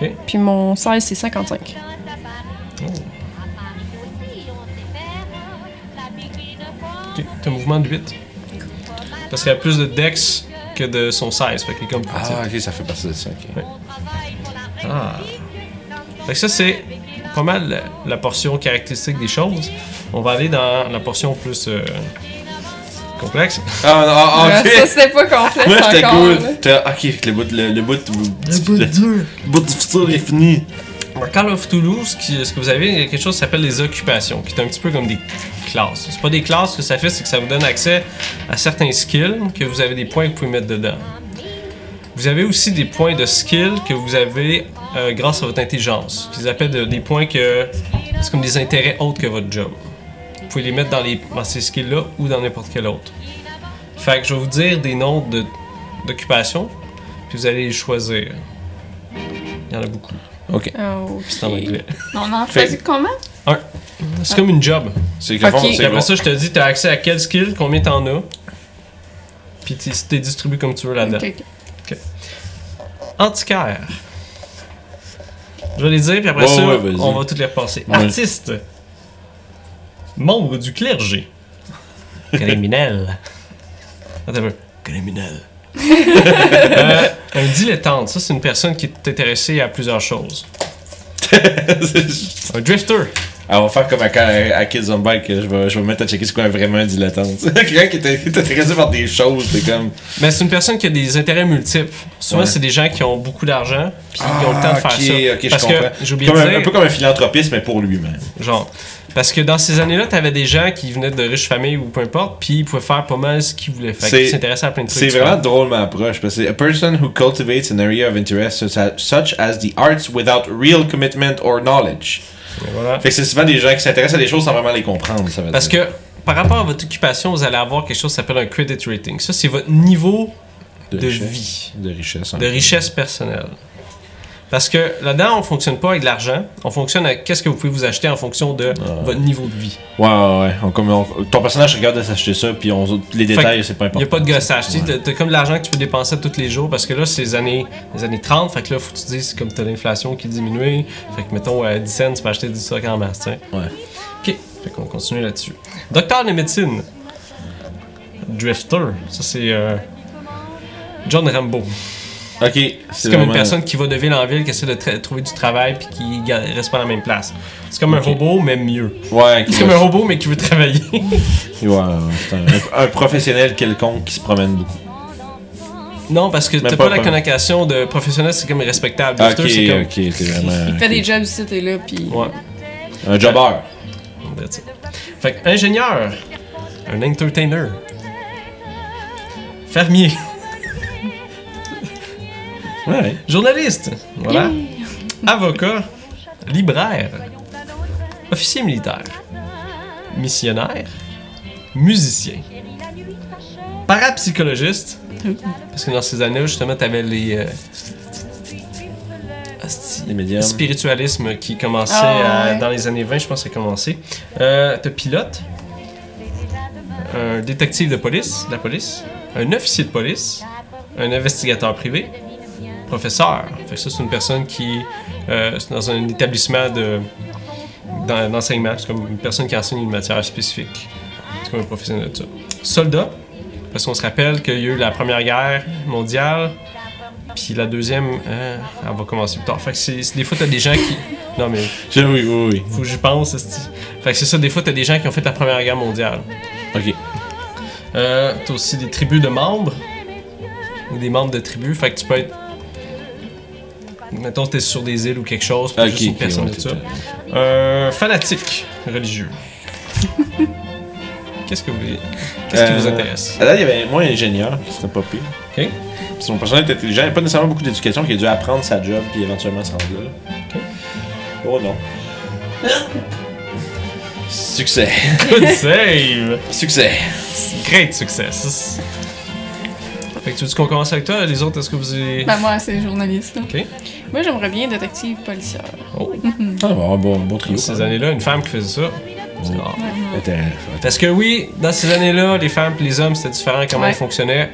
Speaker 1: Ok. Oh,
Speaker 4: Puis mon 16, c'est 55.
Speaker 1: Ok, t'as un mouvement de 8. Parce qu'elle a plus de dex que de son 16. Fait qu'elle est comme plus petite.
Speaker 2: Ah, ok, ça fait partie de ça. ok.
Speaker 1: Ouais. Ah. Fait que ça, c'est pas mal la, la portion caractéristique des choses. On va aller dans la portion plus euh, complexe.
Speaker 2: Ah, non, ah,
Speaker 4: Euh,
Speaker 2: ok.
Speaker 4: ça, c'était pas complexe
Speaker 2: Moi, j'étais
Speaker 4: encore. là.
Speaker 2: cool. T'as- Ok, fait que le bout, le, le bout, le bout, le [LAUGHS] bout du futur est fini.
Speaker 1: Dans Call of Toulouse, ce, qui- ce que vous avez, il y a quelque chose qui s'appelle les occupations, qui est un petit peu comme des classes. C'est pas des classes, ce que ça fait, c'est que ça vous donne accès à certains skills que vous avez des points que vous pouvez mettre dedans. Vous avez aussi des points de skill que vous avez euh, grâce à votre intelligence. Ils appellent de- des points que. C'est comme des intérêts autres que votre job. Vous pouvez les mettre dans, les, dans ces skills-là ou dans n'importe quel autre. Fait que je vais vous dire des noms de- d'occupations, puis vous allez les choisir. Il y en a beaucoup,
Speaker 2: Ok.
Speaker 4: Ah, ok.
Speaker 1: c'est en anglais.
Speaker 3: On en
Speaker 2: Fait-
Speaker 3: choisit comment?
Speaker 1: C'est comme une job.
Speaker 2: C'est que fond,
Speaker 4: Ok.
Speaker 1: Puis
Speaker 2: c'est
Speaker 1: après
Speaker 2: bon.
Speaker 1: ça, je te dis, t'as accès à quel skill, combien t'en as. Puis t'es, si t'es distribué comme tu veux là-dedans.
Speaker 3: Ok, ok.
Speaker 1: Antiquaire. Je vais les dire, puis après
Speaker 2: Ouais,
Speaker 1: ça,
Speaker 2: ouais, vas-y.
Speaker 1: on va toutes les repasser.
Speaker 2: Ouais.
Speaker 1: Artiste. Membre du clergé. Criminel. Attends un peu. Criminel. Euh, un dilettante, ça c'est
Speaker 2: [LAUGHS]
Speaker 1: une personne qui est intéressée à plusieurs choses. Un drifter.
Speaker 2: Elle Ah, va faire comme à, à, à Kids on Bike, je vais, je vais me mettre à checker ce qu'on a vraiment un [LAUGHS] dilettante. Quelqu'un qui est intéressé par des choses, t'es comme.
Speaker 1: Mais Ben, c'est une personne qui a des intérêts multiples. Souvent,
Speaker 2: Ouais. Ah,
Speaker 1: c'est des gens qui ont beaucoup d'argent, puis qui Ah, ont le temps de faire
Speaker 2: ok,
Speaker 1: ça.
Speaker 2: ok, je
Speaker 1: Parce
Speaker 2: comprends.
Speaker 1: que, j'ai oublié
Speaker 2: Comme
Speaker 1: de
Speaker 2: un,
Speaker 1: dire,
Speaker 2: un peu comme un philanthropiste, mais pour lui-même.
Speaker 1: genre, parce que dans ces années-là, t'avais des gens qui venaient de riches familles ou peu importe, puis ils pouvaient faire pas mal ce qu'ils voulaient. Fait
Speaker 2: C'est-
Speaker 1: qu'ils s'intéressaient à plein de trucs.
Speaker 2: C'est vraiment
Speaker 1: différents.
Speaker 2: drôle ma approche parce que c'est a person who cultivates an area of interest such as- such as the arts without real commitment or knowledge.
Speaker 1: Et voilà.
Speaker 2: Fait que c'est souvent des gens qui s'intéressent à des choses sans vraiment les comprendre, ça veut
Speaker 1: Parce
Speaker 2: dire.
Speaker 1: que par rapport à votre occupation, vous allez avoir quelque chose qui s'appelle un credit rating. Ça, c'est votre niveau de,
Speaker 2: richesse.
Speaker 1: vie,
Speaker 2: De richesse. hein.
Speaker 1: de richesse personnelle. Parce que là-dedans, on fonctionne pas avec de l'argent, on fonctionne avec qu'est-ce que vous pouvez vous acheter en fonction de
Speaker 2: Ah.
Speaker 1: votre niveau de vie.
Speaker 2: Ouais, ouais, ouais. On- comme on- ton personnage regarde de s'acheter ça, puis on, les détails, c'est pas
Speaker 1: Il
Speaker 2: important.
Speaker 1: n'y a pas de gossage. Tu
Speaker 2: Ouais.
Speaker 1: as, comme de l'argent que tu peux dépenser tous les jours parce que là, c'est les années, les années 30. Fait que là, faut que tu dises comme tu as l'inflation qui diminue. Fait que mettons à 10 cents, tu peux acheter du stock en masse. tiens.
Speaker 2: Ouais.
Speaker 1: Ok, fait qu'on continue là-dessus. Docteur de médecine. Drifter. Ça, c'est euh, John Rambo.
Speaker 2: Ok.
Speaker 1: C'est comme une personne qui va de ville en ville, qui essaie de tra- trouver du travail puis qui ga- reste pas à la même place. C'est comme
Speaker 2: Ok.
Speaker 1: un robot, mais mieux.
Speaker 2: Ouais, qui
Speaker 1: C'est comme un robot, mais qui veut travailler. [LAUGHS]
Speaker 2: Ouais, ouais, c'est un, un professionnel quelconque qui se promène beaucoup.
Speaker 1: non, parce que
Speaker 2: Même
Speaker 1: t'as
Speaker 2: pas
Speaker 1: pas, la
Speaker 2: pas. Ah,
Speaker 1: connotation de professionnel, c'est comme respectable.
Speaker 2: Ok,
Speaker 1: Drifter, c'est comme.
Speaker 2: ok, t'es vraiment.
Speaker 3: Il fait des jobs ici et là, puis
Speaker 1: Ouais,
Speaker 2: Un jobber.
Speaker 1: that's it. Fait que ingénieur, un entertainer, fermier, [LAUGHS]
Speaker 2: Ouais.
Speaker 1: journaliste, voilà, avocat, libraire, officier militaire, missionnaire, musicien, parapsychologiste, parce que dans ces années-là, justement, t'avais les. euh, asti,
Speaker 2: Les médiums.
Speaker 1: spiritualisme qui commençait
Speaker 3: Ah,
Speaker 1: à-
Speaker 3: ouais.
Speaker 1: dans les années 20, je pense que ça a commencé. Euh, t'as pilote, un détective de police, de la police, un officier de police, un investigateur privé, professeur. Fait que ça, c'est une personne qui euh, c'est dans un établissement de, d'en- d'enseignement. C'est comme une personne qui enseigne une matière spécifique. C'est comme un professionnel de ça. Soldat, parce qu'on se rappelle qu'il y a eu la Première Guerre mondiale, puis la deuxième, euh, elle va commencer plus tard. Fait que c'est, c'est- des fois, t'as des gens qui... Non, mais
Speaker 2: Je- Oui, oui, oui.
Speaker 1: faut que j'y pense. esti. Fait que c'est ça, des fois, t'as des gens qui ont fait la Première Guerre mondiale.
Speaker 2: Ok.
Speaker 1: Euh, t'as aussi des tribus de membres. Ou des membres de tribus. Fait que tu peux être. Mettons, t'es sur des îles ou quelque chose. puis
Speaker 2: Ah, Ok,
Speaker 1: juste une
Speaker 2: ok,
Speaker 1: personne
Speaker 2: ouais,
Speaker 1: de
Speaker 2: tout
Speaker 1: ça.
Speaker 2: à
Speaker 1: Euh, fanatique
Speaker 2: [LAUGHS]
Speaker 1: religieux. Qu'est-ce que vous voulez. Qu'est-ce qui vous
Speaker 2: Euh,
Speaker 1: intéresse?
Speaker 2: À date, il y avait moins ingénieur, c'était pas pire.
Speaker 1: Ok.
Speaker 2: Puis Son personnel est intelligent, il n'y a pas nécessairement beaucoup d'éducation, qui a dû apprendre sa job puis éventuellement se rendre là.
Speaker 1: Ok.
Speaker 2: Oh non. [LAUGHS] Succès.
Speaker 1: Good save!
Speaker 2: Succès.
Speaker 1: Great success! Fait que tu veux qu'on commence avec toi? Les autres, est-ce que vous avez.
Speaker 3: ben, moi, c'est journaliste. là.
Speaker 1: Ok.
Speaker 3: Moi, j'aimerais bien détective policière.
Speaker 1: Oh,
Speaker 2: Ah, bon, bon, bon trio.
Speaker 1: ces années-là, une femme qui faisait ça. C'est rare.
Speaker 3: Vraiment.
Speaker 2: Intéressant.
Speaker 1: Parce que oui, dans ces années-là, les femmes et les hommes, c'était différent comment
Speaker 3: Ouais.
Speaker 1: ils fonctionnaient.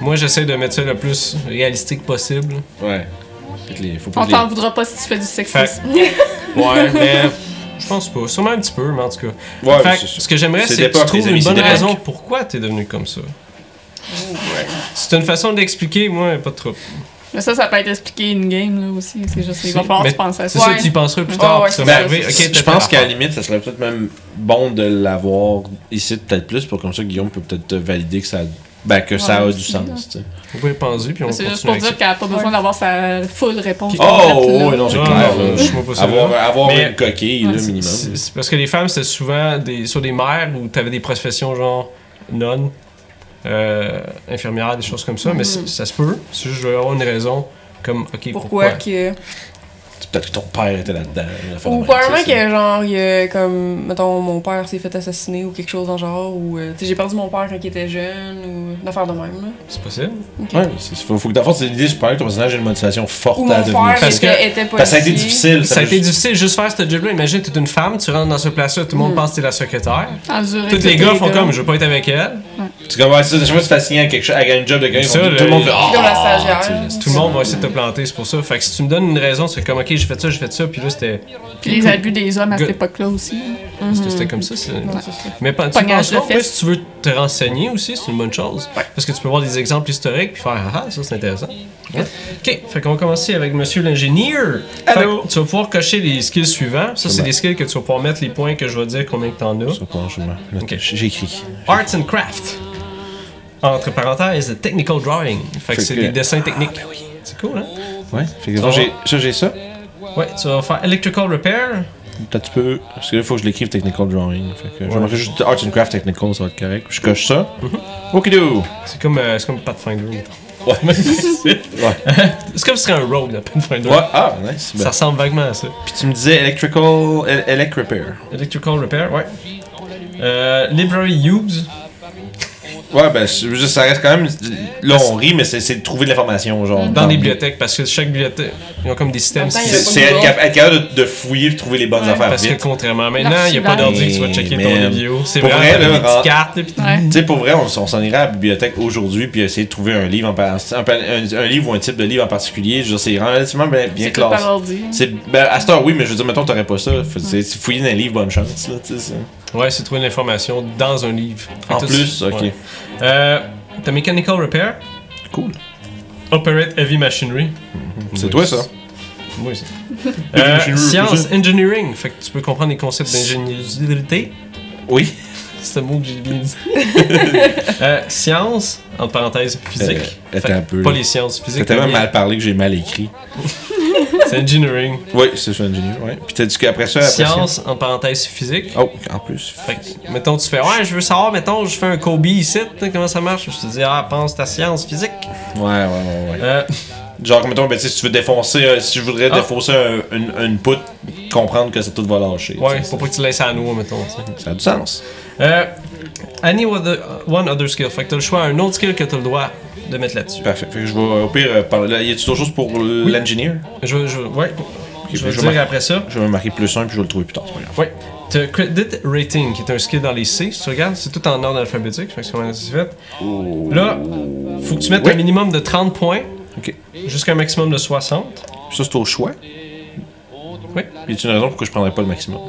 Speaker 1: Moi, j'essaie de mettre ça le plus réalistique possible.
Speaker 2: Ouais. Fait que les- Faut pas
Speaker 3: On
Speaker 2: que les-
Speaker 3: t'en voudra pas si tu fais du sexisme.
Speaker 1: Ouais, mais je pense pas. Sûrement un petit peu, mais en tout cas.
Speaker 2: Ouais,
Speaker 1: Fait
Speaker 2: mais
Speaker 1: que
Speaker 2: c'est-
Speaker 1: ce que j'aimerais,
Speaker 2: c'est
Speaker 1: c'est que tu
Speaker 2: d'époque,
Speaker 1: trouves
Speaker 2: les amis,
Speaker 1: une
Speaker 2: c'est
Speaker 1: bonne
Speaker 2: d'époque.
Speaker 1: raison pourquoi t'es devenu comme ça. C'est une façon d'expliquer, moi, pas trop.
Speaker 3: Mais ça, ça peut être expliqué in-game, là, aussi. C'est juste, il va falloir que
Speaker 1: Mais
Speaker 3: tu penses à
Speaker 1: C'est
Speaker 3: ça.
Speaker 1: ça,
Speaker 3: Ouais.
Speaker 1: tu y penseras plus
Speaker 3: Ouais,
Speaker 1: tard.
Speaker 3: ouais,
Speaker 1: puis ça
Speaker 3: c'est
Speaker 2: Ben
Speaker 1: va
Speaker 3: ça.
Speaker 1: arriver. Ok,
Speaker 2: je
Speaker 1: t'as
Speaker 2: pense
Speaker 1: fait
Speaker 2: qu'à la
Speaker 1: affaire.
Speaker 2: limite, ça serait peut-être même bon de l'avoir ici peut-être plus pour comme ça Guillaume peut peut-être te valider que ça, ben, que ça a
Speaker 3: Ouais,
Speaker 2: du
Speaker 3: aussi,
Speaker 2: sens. tu sais.
Speaker 1: Vous pouvez penser, puis on
Speaker 3: C'est
Speaker 1: continue
Speaker 3: juste pour
Speaker 1: avec ça.
Speaker 3: dire qu'elle n'a pas besoin
Speaker 4: Ouais.
Speaker 3: d'avoir sa full réponse.
Speaker 2: Oh,
Speaker 3: complète, là.
Speaker 2: oui, non, c'est
Speaker 1: Non,
Speaker 2: clair.
Speaker 1: non,
Speaker 2: là.
Speaker 1: je suis pas sûr.
Speaker 2: avoir avoir
Speaker 1: Mais-
Speaker 2: une coquille,
Speaker 3: Ouais,
Speaker 2: là,
Speaker 3: c'est-
Speaker 2: minimum.
Speaker 1: C'est c'est parce que les femmes, c'était souvent des, sur des mères où t'avais des professions genre non, euh, infirmière, des choses comme ça, mais c'est- ça se peut. C'est juste je vais avoir une raison comme, ok, pourquoi?
Speaker 4: Pourquoi que.
Speaker 2: C'est Peut-être que ton père était là-dedans. une affaire de
Speaker 4: Ou
Speaker 2: même,
Speaker 4: probablement
Speaker 2: tu sais,
Speaker 4: que genre, il y a comme, mettons, mon père s'est fait assassiner ou quelque chose dans le genre, ou euh, tu sais, j'ai perdu mon père quand il était jeune, ou une affaire de même. là.
Speaker 1: C'est possible.
Speaker 2: c'est- Ouais, c'est- faut, faut que d'abord, c'est l'idée, je parlais que ton personnage a une motivation forte
Speaker 4: Ou
Speaker 2: à
Speaker 4: mon
Speaker 2: devenir.
Speaker 4: père
Speaker 1: Parce que-
Speaker 4: était, était policier.
Speaker 2: Parce que ça a été difficile.
Speaker 1: Ça a
Speaker 2: l'a
Speaker 1: été
Speaker 2: juste-
Speaker 1: difficile de juste faire ce job-là. Imagine, t'es une femme, tu rentres dans ce place-là, tout le monde pense que t'es la secrétaire.
Speaker 3: Ah, En durée,
Speaker 1: Mm. Tous les gars font comme, je veux pas être avec elle.
Speaker 2: Tu commences ça, chaque fois que tu t'as signé à quelque chose, à un job de quelqu'un, ils
Speaker 1: Ça,
Speaker 2: font tout,
Speaker 1: là,
Speaker 2: tout le monde
Speaker 1: il-
Speaker 2: fait Ah!
Speaker 4: Comme la stagiaire.
Speaker 2: Tu sais, c'est-
Speaker 1: Tout le monde va essayer de te planter, c'est pour ça. Fait que si tu me donnes une raison, c'est comme, ok, j'ai fait ça, j'ai fait ça, puis là c'était.
Speaker 3: Puis les abus des hommes à
Speaker 1: Good.
Speaker 3: cette époque-là aussi. hein.
Speaker 1: Parce que c'était comme ça. c'est-
Speaker 4: Non, c'est ça.
Speaker 1: Mais pas, tu
Speaker 3: Pognage
Speaker 1: penses
Speaker 3: de
Speaker 1: pas, ouais,
Speaker 3: fesses.
Speaker 1: si tu veux te renseigner aussi, c'est une bonne chose. Parce que tu peux voir des exemples historiques puis faire Ah, ah, ça c'est intéressant. Ok, fait qu'on va commencer avec monsieur l'ingénieur.
Speaker 2: Allô?
Speaker 1: Fait que Tu vas pouvoir cocher les skills suivants. Ça, c'est
Speaker 2: bon.
Speaker 1: des skills que tu vas pouvoir mettre les points que je vais dire combien que t'en as.
Speaker 2: Ça, franchement, là,
Speaker 1: Ok.
Speaker 2: J'ai écrit.
Speaker 1: Arts and Craft. Entre parenthèses, Technical Drawing. Fait que
Speaker 2: Fait
Speaker 1: c'est
Speaker 2: que-
Speaker 1: des dessins techniques. C'est cool, hein?
Speaker 2: Ouais. Fait que, donc, j'ai- ça, j'ai ça.
Speaker 1: Ouais, tu vas faire Electrical Repair.
Speaker 2: Peut-être tu peux. Parce que là, il faut que je l'écrive Technical Drawing. Fait que je vais marquer juste Arts and Craft Technical, ça va être correct. Je coche ça. Okidoo!
Speaker 1: C'est comme, euh, c'est comme Pathfinder. mettons.
Speaker 2: Ouais, mais c'est. Ouais.
Speaker 1: C'est comme si c'était un rogue, là, Pathfinder.
Speaker 2: Ouais, ah, nice.
Speaker 1: Ça
Speaker 2: Ben,
Speaker 1: ressemble vaguement à ça.
Speaker 2: Puis tu me disais Electrical. el- Elect Repair.
Speaker 1: Electrical Repair, ouais. Euh, library Use.
Speaker 2: Ouais, ben, je veux dire, ça reste quand même. Là, on rit, mais c'est- c'est de trouver de l'information,
Speaker 4: Mm.
Speaker 2: genre.
Speaker 1: Dans les bibliothèques, parce que chaque bibliothèque, ils ont comme des systèmes.
Speaker 4: Dans le temps,
Speaker 2: C'est
Speaker 1: spécifiques.
Speaker 2: c'est être, cap- être capable de, de fouiller, de trouver les bonnes
Speaker 3: Ouais,
Speaker 2: affaires
Speaker 1: Parce que
Speaker 2: vite.
Speaker 1: contrairement à maintenant, il n'y a pas
Speaker 3: L'archivage.
Speaker 1: d'ordi que tu vas checker ton
Speaker 2: Man.
Speaker 1: vidéo. C'est
Speaker 2: Pour
Speaker 1: vrai,
Speaker 2: vrai,
Speaker 1: t'as
Speaker 2: là,
Speaker 1: des petites
Speaker 2: en-
Speaker 1: cartes, là, pis
Speaker 3: Ouais.
Speaker 2: Tu sais, pour vrai, on, on s'en irait à la bibliothèque aujourd'hui puis essayer de trouver un livre, en, par- un, pa- un- un livre ou un type de livre en particulier. Je veux dire, c'est relativement bien, bien
Speaker 3: C'est tout
Speaker 2: classé.
Speaker 3: par ordi.
Speaker 2: C'est, ben, à cette heure, oui, mais je veux dire, mettons, t'aurais pas ça. Faut, c'est, c'est fouiller dans les livres, bonne chance, là, tu sais. ça.
Speaker 1: Ouais, c'est trouver l'information dans un livre.
Speaker 2: En
Speaker 1: Fait que
Speaker 2: plus,
Speaker 1: t'as-
Speaker 2: ok.
Speaker 1: ouais. Euh, t'as Mechanical Repair,
Speaker 2: Cool.
Speaker 1: Operate Heavy Machinery.
Speaker 2: Mhm. C'est
Speaker 1: Oui.
Speaker 2: toi, ça.
Speaker 1: Oui, ça.
Speaker 2: [LAUGHS]
Speaker 1: Euh,
Speaker 2: Machinery,
Speaker 1: science,
Speaker 2: c'est
Speaker 1: engineering. Fait que tu peux comprendre les concepts d'ingéniosité.
Speaker 2: Oui.
Speaker 1: C'est le mot que j'ai bien dit. euh, science, entre parenthèses, physique.
Speaker 2: Euh,
Speaker 1: Fait
Speaker 2: attends
Speaker 1: que
Speaker 2: un peu,
Speaker 1: Pas
Speaker 2: là.
Speaker 1: les sciences physiques.
Speaker 2: T'as tellement
Speaker 1: mais
Speaker 2: mal Euh, parlé que j'ai mal écrit.
Speaker 1: C'est engineering.
Speaker 2: Oui, c'est ça, ingénieur. Ouais. Puis t'as dit qu'après ça, après
Speaker 1: Science, entre parenthèses, physique.
Speaker 2: Oh, en plus.
Speaker 1: Fait que, mettons, tu fais, ouais, je veux savoir, mettons, je fais un Kobe ici, tu sais, comment ça marche? Je te dis, ah, pense ta science physique.
Speaker 2: Ouais, ouais, ouais, ouais.
Speaker 1: Euh,
Speaker 2: Genre, mettons, ben, tu sais, si tu veux défoncer, euh, si je voudrais
Speaker 1: Ah.
Speaker 2: défoncer un- une, une poutre, comprendre que ça tout va lâcher.
Speaker 1: ouais,
Speaker 2: tu sais,
Speaker 1: faut pas que tu laisses à nous, mettons. tu sais.
Speaker 2: Ça a du sens.
Speaker 1: Euh, any other, one other skill. Fait que t'as le choix, un autre skill que t'as le droit de mettre là-dessus.
Speaker 2: Parfait. Fait que je vais, au pire, euh, parler. là, Y a-tu d'autres choses pour euh, l'ingénieur
Speaker 1: Je veux, je veux, ouais. Je vais
Speaker 2: je
Speaker 1: le
Speaker 2: vais
Speaker 1: dire
Speaker 2: mar-
Speaker 1: après ça.
Speaker 2: Je vais me marquer plus un puis je vais le trouver plus tard, c'est pas grave.
Speaker 1: Ouais. T'as Credit Rating, qui est un skill dans les C. Si tu regardes, c'est tout en ordre alphabétique. Fait que c'est comment c'est fait. Là, faut que tu mettes
Speaker 2: Oui.
Speaker 1: un minimum de 30 points
Speaker 2: Ok.
Speaker 1: jusqu'à un maximum de 60.
Speaker 2: Ça, c'est au choix.
Speaker 1: Oui.
Speaker 2: Y a-tu une raison pourquoi je prendrais pas le maximum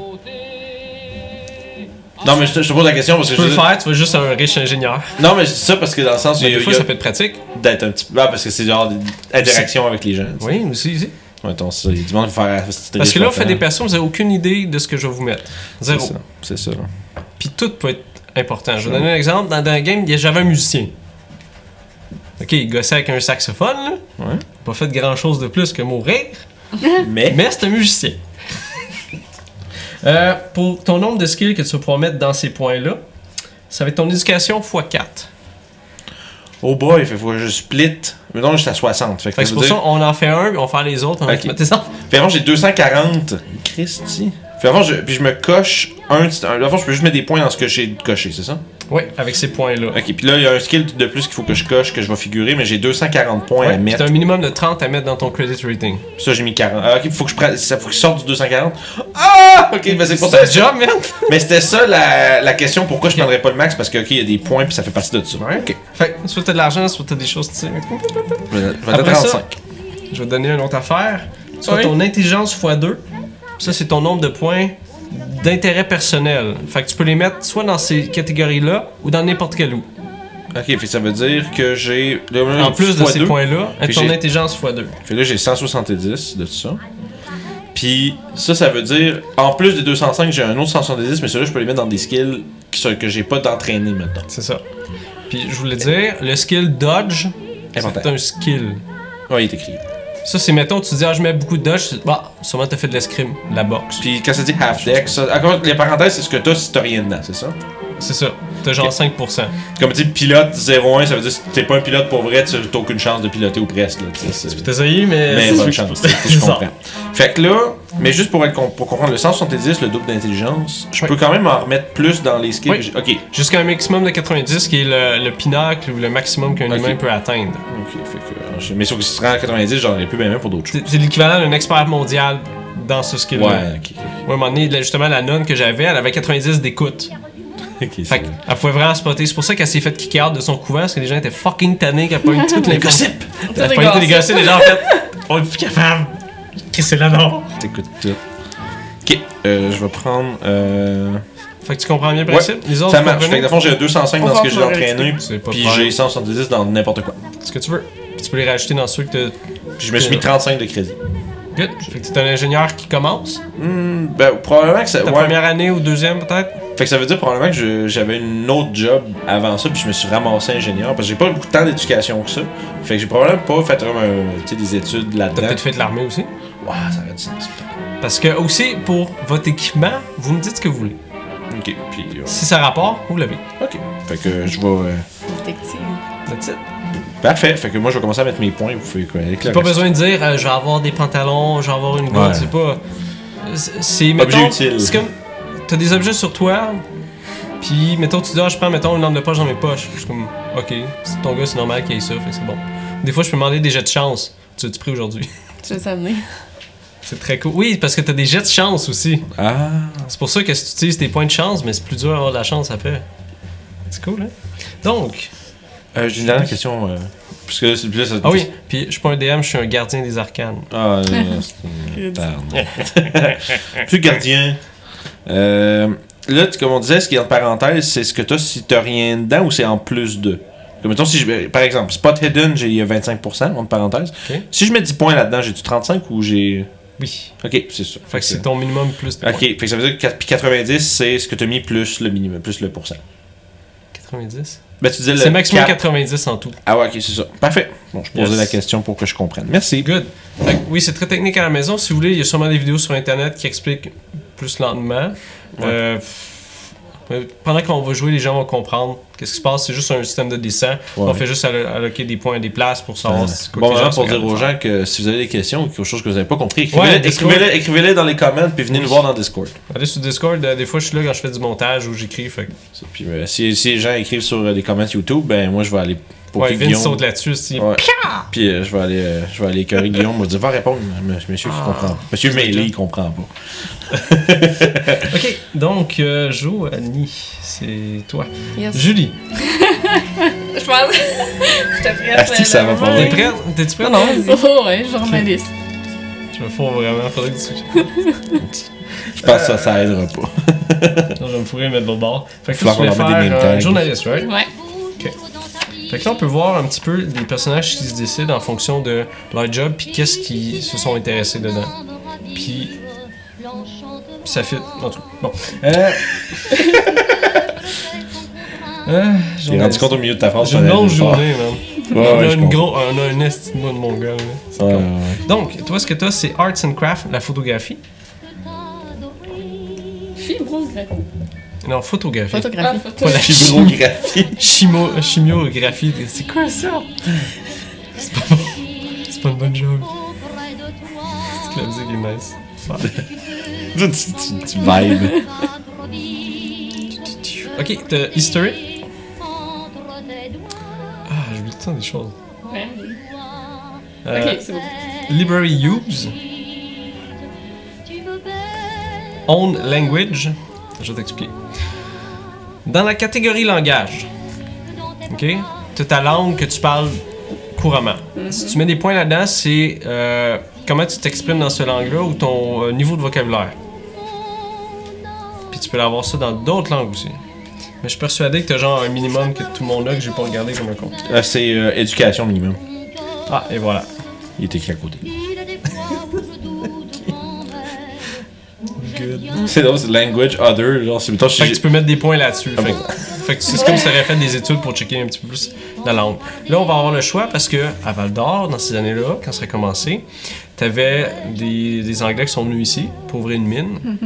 Speaker 2: Non, mais je te, je te pose la question parce que
Speaker 1: Tu peux
Speaker 2: je.
Speaker 1: le faire, tu vas juste un riche ingénieur.
Speaker 2: Non, mais je dis ça parce que dans le sens où il
Speaker 1: Mais
Speaker 2: y a,
Speaker 1: des fois,
Speaker 2: il y a
Speaker 1: ça peut être pratique.
Speaker 2: d'être un petit peu. Ah, parce que c'est genre d'interaction avec les gens. tu sais.
Speaker 1: Oui, aussi, aussi.
Speaker 2: Mettons, ça, il y a du monde qui va faire. c'est
Speaker 1: Parce que là, on fait des
Speaker 2: différent.
Speaker 1: personnes, vous n'avez aucune idée de ce que je vais vous mettre.
Speaker 2: C'est
Speaker 1: Zéro.
Speaker 2: ça. Mm. C'est ça. là.
Speaker 1: Puis tout peut être important. Je vais donner un exemple. Dans, dans un game, il y a- j'avais un musicien. Ok, il gossait avec un saxophone, là.
Speaker 2: Ouais.
Speaker 1: Il a pas fait grand chose de plus que mourir.
Speaker 2: Mais.
Speaker 1: Mais c'est un musicien. Euh, pour ton nombre de skills que tu vas pouvoir mettre dans ces points-là, ça va être ton éducation x 4.
Speaker 2: Oh boy, fait faut que je split. Mettons, j'étais à 60. Fait que,
Speaker 1: Fait que c'est
Speaker 2: ça veut
Speaker 1: pour
Speaker 2: dire-
Speaker 1: ça on en fait un, puis on fait les autres, on
Speaker 2: Ok.
Speaker 1: met tes enfants.
Speaker 2: Puis avant, j'ai 240. Christy. Puis avant, je, puis je me coche un. petit- un- Avant, je peux juste mettre des points dans ce que j'ai coché, c'est ça?
Speaker 1: Oui, avec ces points-là.
Speaker 2: Ok, puis là, il y a un skill de plus qu'il faut que je coche, que je vais figurer, mais j'ai 240 points à
Speaker 1: Ouais, puis
Speaker 2: mettre.
Speaker 1: t'as un minimum de 30 à mettre dans ton credit rating.
Speaker 2: Puis Ça, j'ai mis 40. Ah, ok, faut que je prenne. Ça faut que je sorte du 240. Ah! Ok, ben c'est pour ça.
Speaker 1: C'est un job, man!
Speaker 2: Mais c'était ça la, la question, pourquoi je prendrais pas le max? Parce que, ok, il y a des points, puis ça fait partie de ça.
Speaker 1: Ouais.
Speaker 2: Ok.
Speaker 1: Fait que soit t'as de l'argent, soit t'as des choses, tu sais.
Speaker 2: Je vais je vais
Speaker 1: Après
Speaker 2: être à
Speaker 1: ça-
Speaker 2: 35.
Speaker 1: Je vais te donner une autre affaire. Soit
Speaker 4: Oui.
Speaker 1: ton intelligence x 2. Ça, c'est ton nombre de points d'intérêt personnel. Fait que tu peux les mettre soit dans ces catégories-là ou dans n'importe quelle où.
Speaker 2: Ok, fait que ça veut dire que j'ai. là,
Speaker 1: En plus de
Speaker 2: fois
Speaker 1: ces
Speaker 2: deux.
Speaker 1: points-là,
Speaker 2: Puis
Speaker 1: ton
Speaker 2: j'ai-
Speaker 1: intelligence x 2.
Speaker 2: Fait que là, j'ai 170 de tout ça. Puis ça, ça veut dire, en plus des 205, j'ai un autre 170, mais celui-là, je peux les mettre dans des skills qui sont- que j'ai pas d'entraîner maintenant.
Speaker 1: C'est ça. Puis je voulais dire, le skill dodge,
Speaker 2: Important.
Speaker 1: c'est un skill.
Speaker 2: Ouais, il est écrit.
Speaker 1: Ça, c'est mettons, tu dis, ah, je mets beaucoup de dodge. tu- Bah, sûrement t'as fait de l'escrime, de la boxe.
Speaker 2: Puis quand ça dit half deck, ça, encore, les parenthèses, c'est ce que t'as si t'as rien dedans, c'est ça?
Speaker 1: C'est ça. T'as genre
Speaker 2: Ok.
Speaker 1: 5%.
Speaker 2: Comme tu dis pilote 01, ça veut dire si t'es pas un pilote pour vrai, tu t'as aucune chance de piloter ou presque. Là, tu sais, c'est-
Speaker 1: T'as essayé, mais.
Speaker 2: mais
Speaker 1: c'est
Speaker 2: bonne
Speaker 1: sûr que
Speaker 2: chance,
Speaker 1: tu peux-
Speaker 2: je
Speaker 1: [LAUGHS] C'est ça.
Speaker 2: comprends. Fait que là, mais juste pour, être, com- pour comprendre le 170, le double d'intelligence, je
Speaker 1: Oui.
Speaker 2: peux quand même en remettre plus dans les skills.
Speaker 1: Oui.
Speaker 2: que j'ai- Ok,
Speaker 1: Jusqu'à un maximum de 90, qui est le, le pinacle ou le maximum qu'un
Speaker 2: Ok.
Speaker 1: humain peut atteindre.
Speaker 2: Ok, fait que. euh, je- Mais sauf que si tu te rends à 90, j'en ai plus bien même pour d'autres choses.
Speaker 1: C'est c'est l'équivalent d'un expert mondial dans ce skill-là.
Speaker 2: Ouais, ok.
Speaker 1: Ouais, à un moment donné, là, justement, la nonne que j'avais, elle avait 90 d'écoute.
Speaker 2: Ok, c'est
Speaker 1: Fait
Speaker 2: bon.
Speaker 1: qu'elle pouvait vraiment spotter. C'est pour ça qu'elle s'est fait kick out de son couvent, parce que les gens étaient fucking tannés qu'elle pogne toutes les gossips. Elle
Speaker 4: des
Speaker 1: pognait les
Speaker 2: [LAUGHS]
Speaker 4: gossips.
Speaker 1: gossips, les gens, en fait, on est plus capable. Qu'est-ce que c'est là, non?
Speaker 2: T'écoutes tout. Ok, euh, je vais prendre. Euh...
Speaker 1: Fait que tu comprends bien le
Speaker 2: Ouais,
Speaker 1: principe? Les autres,
Speaker 2: Ça
Speaker 1: vous
Speaker 2: marche. Fait que
Speaker 1: comprenez?
Speaker 2: dans le fond, j'ai 205
Speaker 4: On
Speaker 2: dans
Speaker 4: va
Speaker 2: ce que j'ai
Speaker 4: faire
Speaker 2: entraîné,
Speaker 1: C'est pas
Speaker 2: puis
Speaker 1: pire.
Speaker 2: j'ai 170 dans n'importe quoi.
Speaker 1: Ce que tu veux. Puis tu peux les rajouter dans ceux que t'as.
Speaker 2: Puis je me suis mis 35 de crédit.
Speaker 1: Good. Fait que t'es un ingénieur qui commence.
Speaker 2: Hmm, ben, probablement que ça.
Speaker 1: Ta
Speaker 2: ouais.
Speaker 1: première année ou deuxième, peut-être.
Speaker 2: Fait que ça veut dire probablement que je- j'avais une autre job avant ça, puis je me suis ramassé ingénieur, parce que j'ai pas beaucoup de temps d'éducation que ça. Fait que j'ai probablement pas fait vraiment, euh, tu sais, des études
Speaker 1: T'as
Speaker 2: là-dedans.
Speaker 1: peut-être fait de l'armée aussi.
Speaker 2: Ouah, ça aurait du sens. putain.
Speaker 1: Parce que, aussi, pour votre équipement, vous me dites ce que vous voulez.
Speaker 2: Ok, puis. euh,
Speaker 1: Si ça rapporte, vous l'avez.
Speaker 2: ok. Fait que euh, je vais. euh,
Speaker 4: Détective.
Speaker 1: That's it.
Speaker 2: Parfait. Fait que moi, je vais commencer à mettre mes points. Vous pouvez quoi,
Speaker 1: J'ai pas besoin de dire euh, je vais avoir des pantalons, je vais avoir une
Speaker 2: Ouais.
Speaker 1: gourde, c'est pas. c'est- C'est
Speaker 2: Objet
Speaker 1: mettons,
Speaker 2: utile.
Speaker 1: C'est comme t'as des objets sur toi, puis mettons tu dis ah je prends mettons une lampe de poche dans mes poches. Je suis comme ok, c'est ton gars c'est normal qu'il y ait ça, fait que c'est bon. Des fois je peux demander des jets de chance. Tu as-tu pris aujourd'hui? [LAUGHS]
Speaker 4: Tu veux t'amener?
Speaker 1: C'est très cool. Oui, parce que t'as des jets de chance aussi.
Speaker 2: Ah.
Speaker 1: C'est pour ça que si tu utilises tes points de chance, mais c'est plus dur d'avoir de la chance après. C'est cool, hein? Donc,
Speaker 2: Euh, j'ai une dernière question. euh, parce que là, c'est- puis là, ça.
Speaker 1: ah oui, puis je suis pas un DM, je suis un gardien des arcanes.
Speaker 2: Ah, euh, c'est une
Speaker 4: Kids.
Speaker 2: merde. Plus gardien. Euh, là, tu- comme on disait, ce qui est en parenthèse, c'est ce que t'as si t'as rien dedans ou c'est en plus de. Comme mettons, si je, ben, par exemple, Spot Hidden, j'ai il y a 25%, entre parenthèses.
Speaker 1: Ok.
Speaker 2: Si je mets 10 points là-dedans, j'ai-tu 35 ou j'ai.
Speaker 1: Oui.
Speaker 2: Ok, c'est ça.
Speaker 1: Fait que c'est ton minimum plus tes
Speaker 2: Ok,
Speaker 1: points.
Speaker 2: fait que ça veut dire que quatre- puis 90, c'est ce que t'as mis plus le minimum, plus le pourcent.
Speaker 1: 90.
Speaker 2: Ben, tu disais le.
Speaker 1: C'est maximum
Speaker 2: quatre-
Speaker 1: 90 en tout.
Speaker 2: Ah ouais, ok, c'est ça. Parfait. Bon, je posais
Speaker 1: Yes.
Speaker 2: la question pour que je comprenne. Merci.
Speaker 1: Good. Fait que oui, c'est très technique à la maison. Si vous voulez, il y a sûrement des vidéos sur Internet qui expliquent plus lentement. Euh, pff, euh, pendant qu'on va jouer, les gens vont comprendre qu'est-ce qui se passe. C'est juste un système de dessin.
Speaker 2: Ouais.
Speaker 1: On fait juste allo- alloquer des points à des places pour savoir
Speaker 2: Euh,
Speaker 1: si- quoi
Speaker 2: bon
Speaker 1: que les
Speaker 2: moment
Speaker 1: gens sont
Speaker 2: pour dire aux
Speaker 1: capables
Speaker 2: gens que si vous avez des questions ou quelque chose que vous n'avez pas compris, écrivez-les
Speaker 1: Discord.
Speaker 2: écrivez-les- écrivez-les dans les comments puis venez nous voir dans Discord.
Speaker 1: de faire. Allez sur Discord. euh, des fois, je suis là quand je fais du montage ou j'écris. Fait que-
Speaker 2: Ça, Puis euh, si, si les gens écrivent sur euh, les comments YouTube, ben moi je vais aller pour
Speaker 1: ouais,
Speaker 2: que
Speaker 1: Vince
Speaker 2: Guillaume-
Speaker 1: saute là-dessus. aussi.
Speaker 2: Ouais. Puis euh, je vais aller euh, je vais aller écœurer Guillaume, va dire va répondre m- monsieur qui comprend. pas. Monsieur
Speaker 1: Ah. C'est
Speaker 2: Meili
Speaker 1: déjà.
Speaker 2: il comprend pas.
Speaker 1: Ok, donc, euh, Joanie, c'est toi.
Speaker 4: Yes.
Speaker 1: Julie,
Speaker 3: Je pense. [LAUGHS] je te prête.
Speaker 2: Asti, ça va pas
Speaker 1: t'es [LAUGHS]
Speaker 2: Ouais.
Speaker 1: prête? T'es-tu prête?
Speaker 4: Non, non.
Speaker 3: Oh, ouais, journaliste.
Speaker 1: Je me fous vraiment. Faudrait que tu...
Speaker 2: Je pense que ça ça aidera pas.
Speaker 1: Non, je vais me fourrer mettre de l'autre bord. Fait que
Speaker 2: Faut
Speaker 1: toi, tu voulais
Speaker 2: leur enlever des
Speaker 1: faire
Speaker 2: name
Speaker 1: euh,
Speaker 2: tags.
Speaker 1: journaliste, right?
Speaker 3: Ouais.
Speaker 1: Fait que là, on peut voir un petit peu les personnages qui se décident en fonction de leur job, puis qu'est-ce qu'ils se sont intéressés dedans. Puis, ça fit. En tout cas, bon. Euh... [LAUGHS] euh,
Speaker 2: Je me rendu compte au milieu de ta phrase.
Speaker 1: J'ai
Speaker 2: t'en
Speaker 1: une
Speaker 2: avais
Speaker 1: longue
Speaker 2: pas.
Speaker 1: journée, man.
Speaker 2: Ouais,
Speaker 1: on,
Speaker 2: ouais,
Speaker 1: a
Speaker 2: je
Speaker 1: une
Speaker 2: comprends.
Speaker 1: gros, on a un esti de mois de mon gars, là. C'est
Speaker 2: Ouais,
Speaker 1: con.
Speaker 2: ouais, ouais. [LAUGHS]
Speaker 1: Donc, toi, ce que t'as, c'est Arts and Craft, la photographie.
Speaker 3: Fibrographie.
Speaker 1: Non, photographie.
Speaker 3: Ah,
Speaker 4: Photographie.
Speaker 3: photo.
Speaker 1: Voilà.
Speaker 2: Fibrographie.
Speaker 1: Chimo, chimiographie, c'est quoi ça? C'est pas bon. C'est pas une bonne joke. C'est que la musique est nice.
Speaker 2: [LAUGHS] tu, tu, tu vibes.
Speaker 1: Ok, t'as History. Ah, j'oublie tout le temps des choses.
Speaker 3: Ouais.
Speaker 1: Euh,
Speaker 3: Ok, c'est bon.
Speaker 1: Library Use. Own Language. Je vais t'expliquer. Dans la catégorie langage, ok, t'as ta langue que tu parles couramment. Si tu mets des points là-dedans, c'est euh, comment tu t'exprimes dans ce langue-là ou ton euh, niveau de vocabulaire. Puis tu peux l'avoir ça dans d'autres langues aussi. Mais je suis persuadé que t'as genre un minimum que tout le monde a que j'ai pas regardé comme un compte.
Speaker 2: Euh, c'est euh, éducation minimum.
Speaker 1: Ah, et [LAUGHS] voilà.
Speaker 2: Il est écrit à côté.
Speaker 1: Good.
Speaker 2: C'est drôle, c'est language other. Genre, c'est mettons,
Speaker 1: Fait
Speaker 2: j'ai-
Speaker 1: que tu peux mettre des points là-dessus.
Speaker 2: Ah
Speaker 1: fait,
Speaker 2: bon.
Speaker 1: que- fait que c'est comme si tu aurais fait des études pour checker un petit peu plus la langue. Là, on va avoir le choix parce que à Val d'Or, dans ces années-là, quand ça a commencé, t'avais des, des Anglais qui sont venus ici pour ouvrir une mine.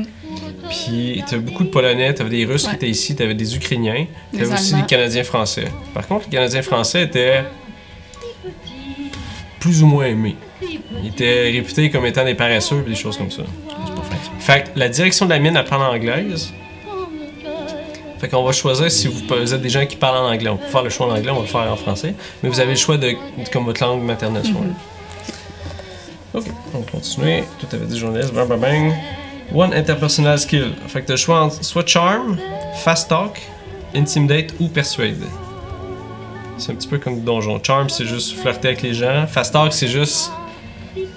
Speaker 1: Puis t'avais beaucoup de Polonais, t'avais des Russes qui
Speaker 3: Mm-hmm. Ouais.
Speaker 1: étaient ici, t'avais des Ukrainiens,
Speaker 3: Des
Speaker 1: t'avais aussi des
Speaker 3: Allemands.
Speaker 1: Canadiens français. Par contre, les Canadiens français étaient plus ou moins aimés. Ils étaient réputés comme étant des paresseux et des choses comme ça.
Speaker 3: Ah.
Speaker 1: Fait que la direction de la mine, elle parle en anglaise. Fait qu'on va choisir si vous, vous êtes des gens qui parlent en anglais. On peut faire le choix en anglais, on va le faire en français. Mais vous avez le choix de, de- comme votre langue maternelle. soit.
Speaker 4: Mm-hmm.
Speaker 1: Ok, on continue. Tout avait dit journaliste. Bang, bang, bang. One interpersonal skill. Fait que t'as le choix entre soit charm, fast talk, intimidate ou persuade. C'est un petit peu comme donjon. Charm, c'est juste flirter avec les gens. Fast talk, c'est juste.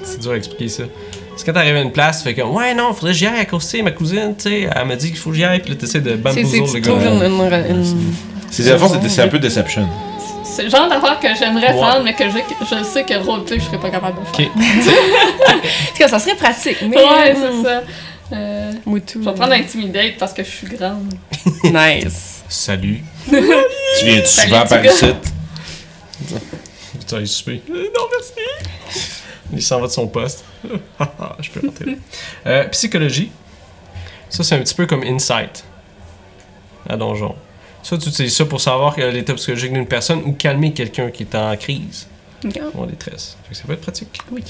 Speaker 1: C'est dur à expliquer ça. Parce que quand t'arrives à une place, tu fais comme Ouais, non, faudrait que j'y aille à cause, tu sais, ma cousine, tu sais, elle m'a dit qu'il faut que j'y aille, puis là, t'essaies de
Speaker 4: C'est c'est
Speaker 1: bamboozle
Speaker 4: tu
Speaker 1: le
Speaker 4: trouves
Speaker 1: gars.
Speaker 4: une, une- une-
Speaker 2: C'est à force, c'est- c'est un peu deception.
Speaker 3: C'est le genre d'affaire que j'aimerais
Speaker 1: Ouais.
Speaker 3: faire, mais que je, je sais que roleplay, je serais pas capable de faire.
Speaker 1: Ok.
Speaker 4: En tout cas, ça serait pratique, mais. euh,
Speaker 3: Ouais, c'est ça. Euh,
Speaker 4: Moi tout.
Speaker 3: je vais prendre Intimidate parce que je suis grande.
Speaker 4: Nice.
Speaker 1: Salut.
Speaker 2: Tu viens-tu
Speaker 3: Salut,
Speaker 2: souvent
Speaker 3: petit
Speaker 2: par
Speaker 3: gars.
Speaker 2: ici?
Speaker 1: Tu as souper. Euh, Non, merci. Il s'en va de son poste. [LAUGHS] Ah, je peux rentrer là. Euh, psychologie. Ça, c'est un petit peu comme insight à donjon. Ça, tu utilises ça pour savoir euh, l'état psychologique d'une personne ou calmer quelqu'un qui est en crise
Speaker 3: Ok.
Speaker 1: ou en détresse. Fait que ça peut être pratique.
Speaker 3: Oui.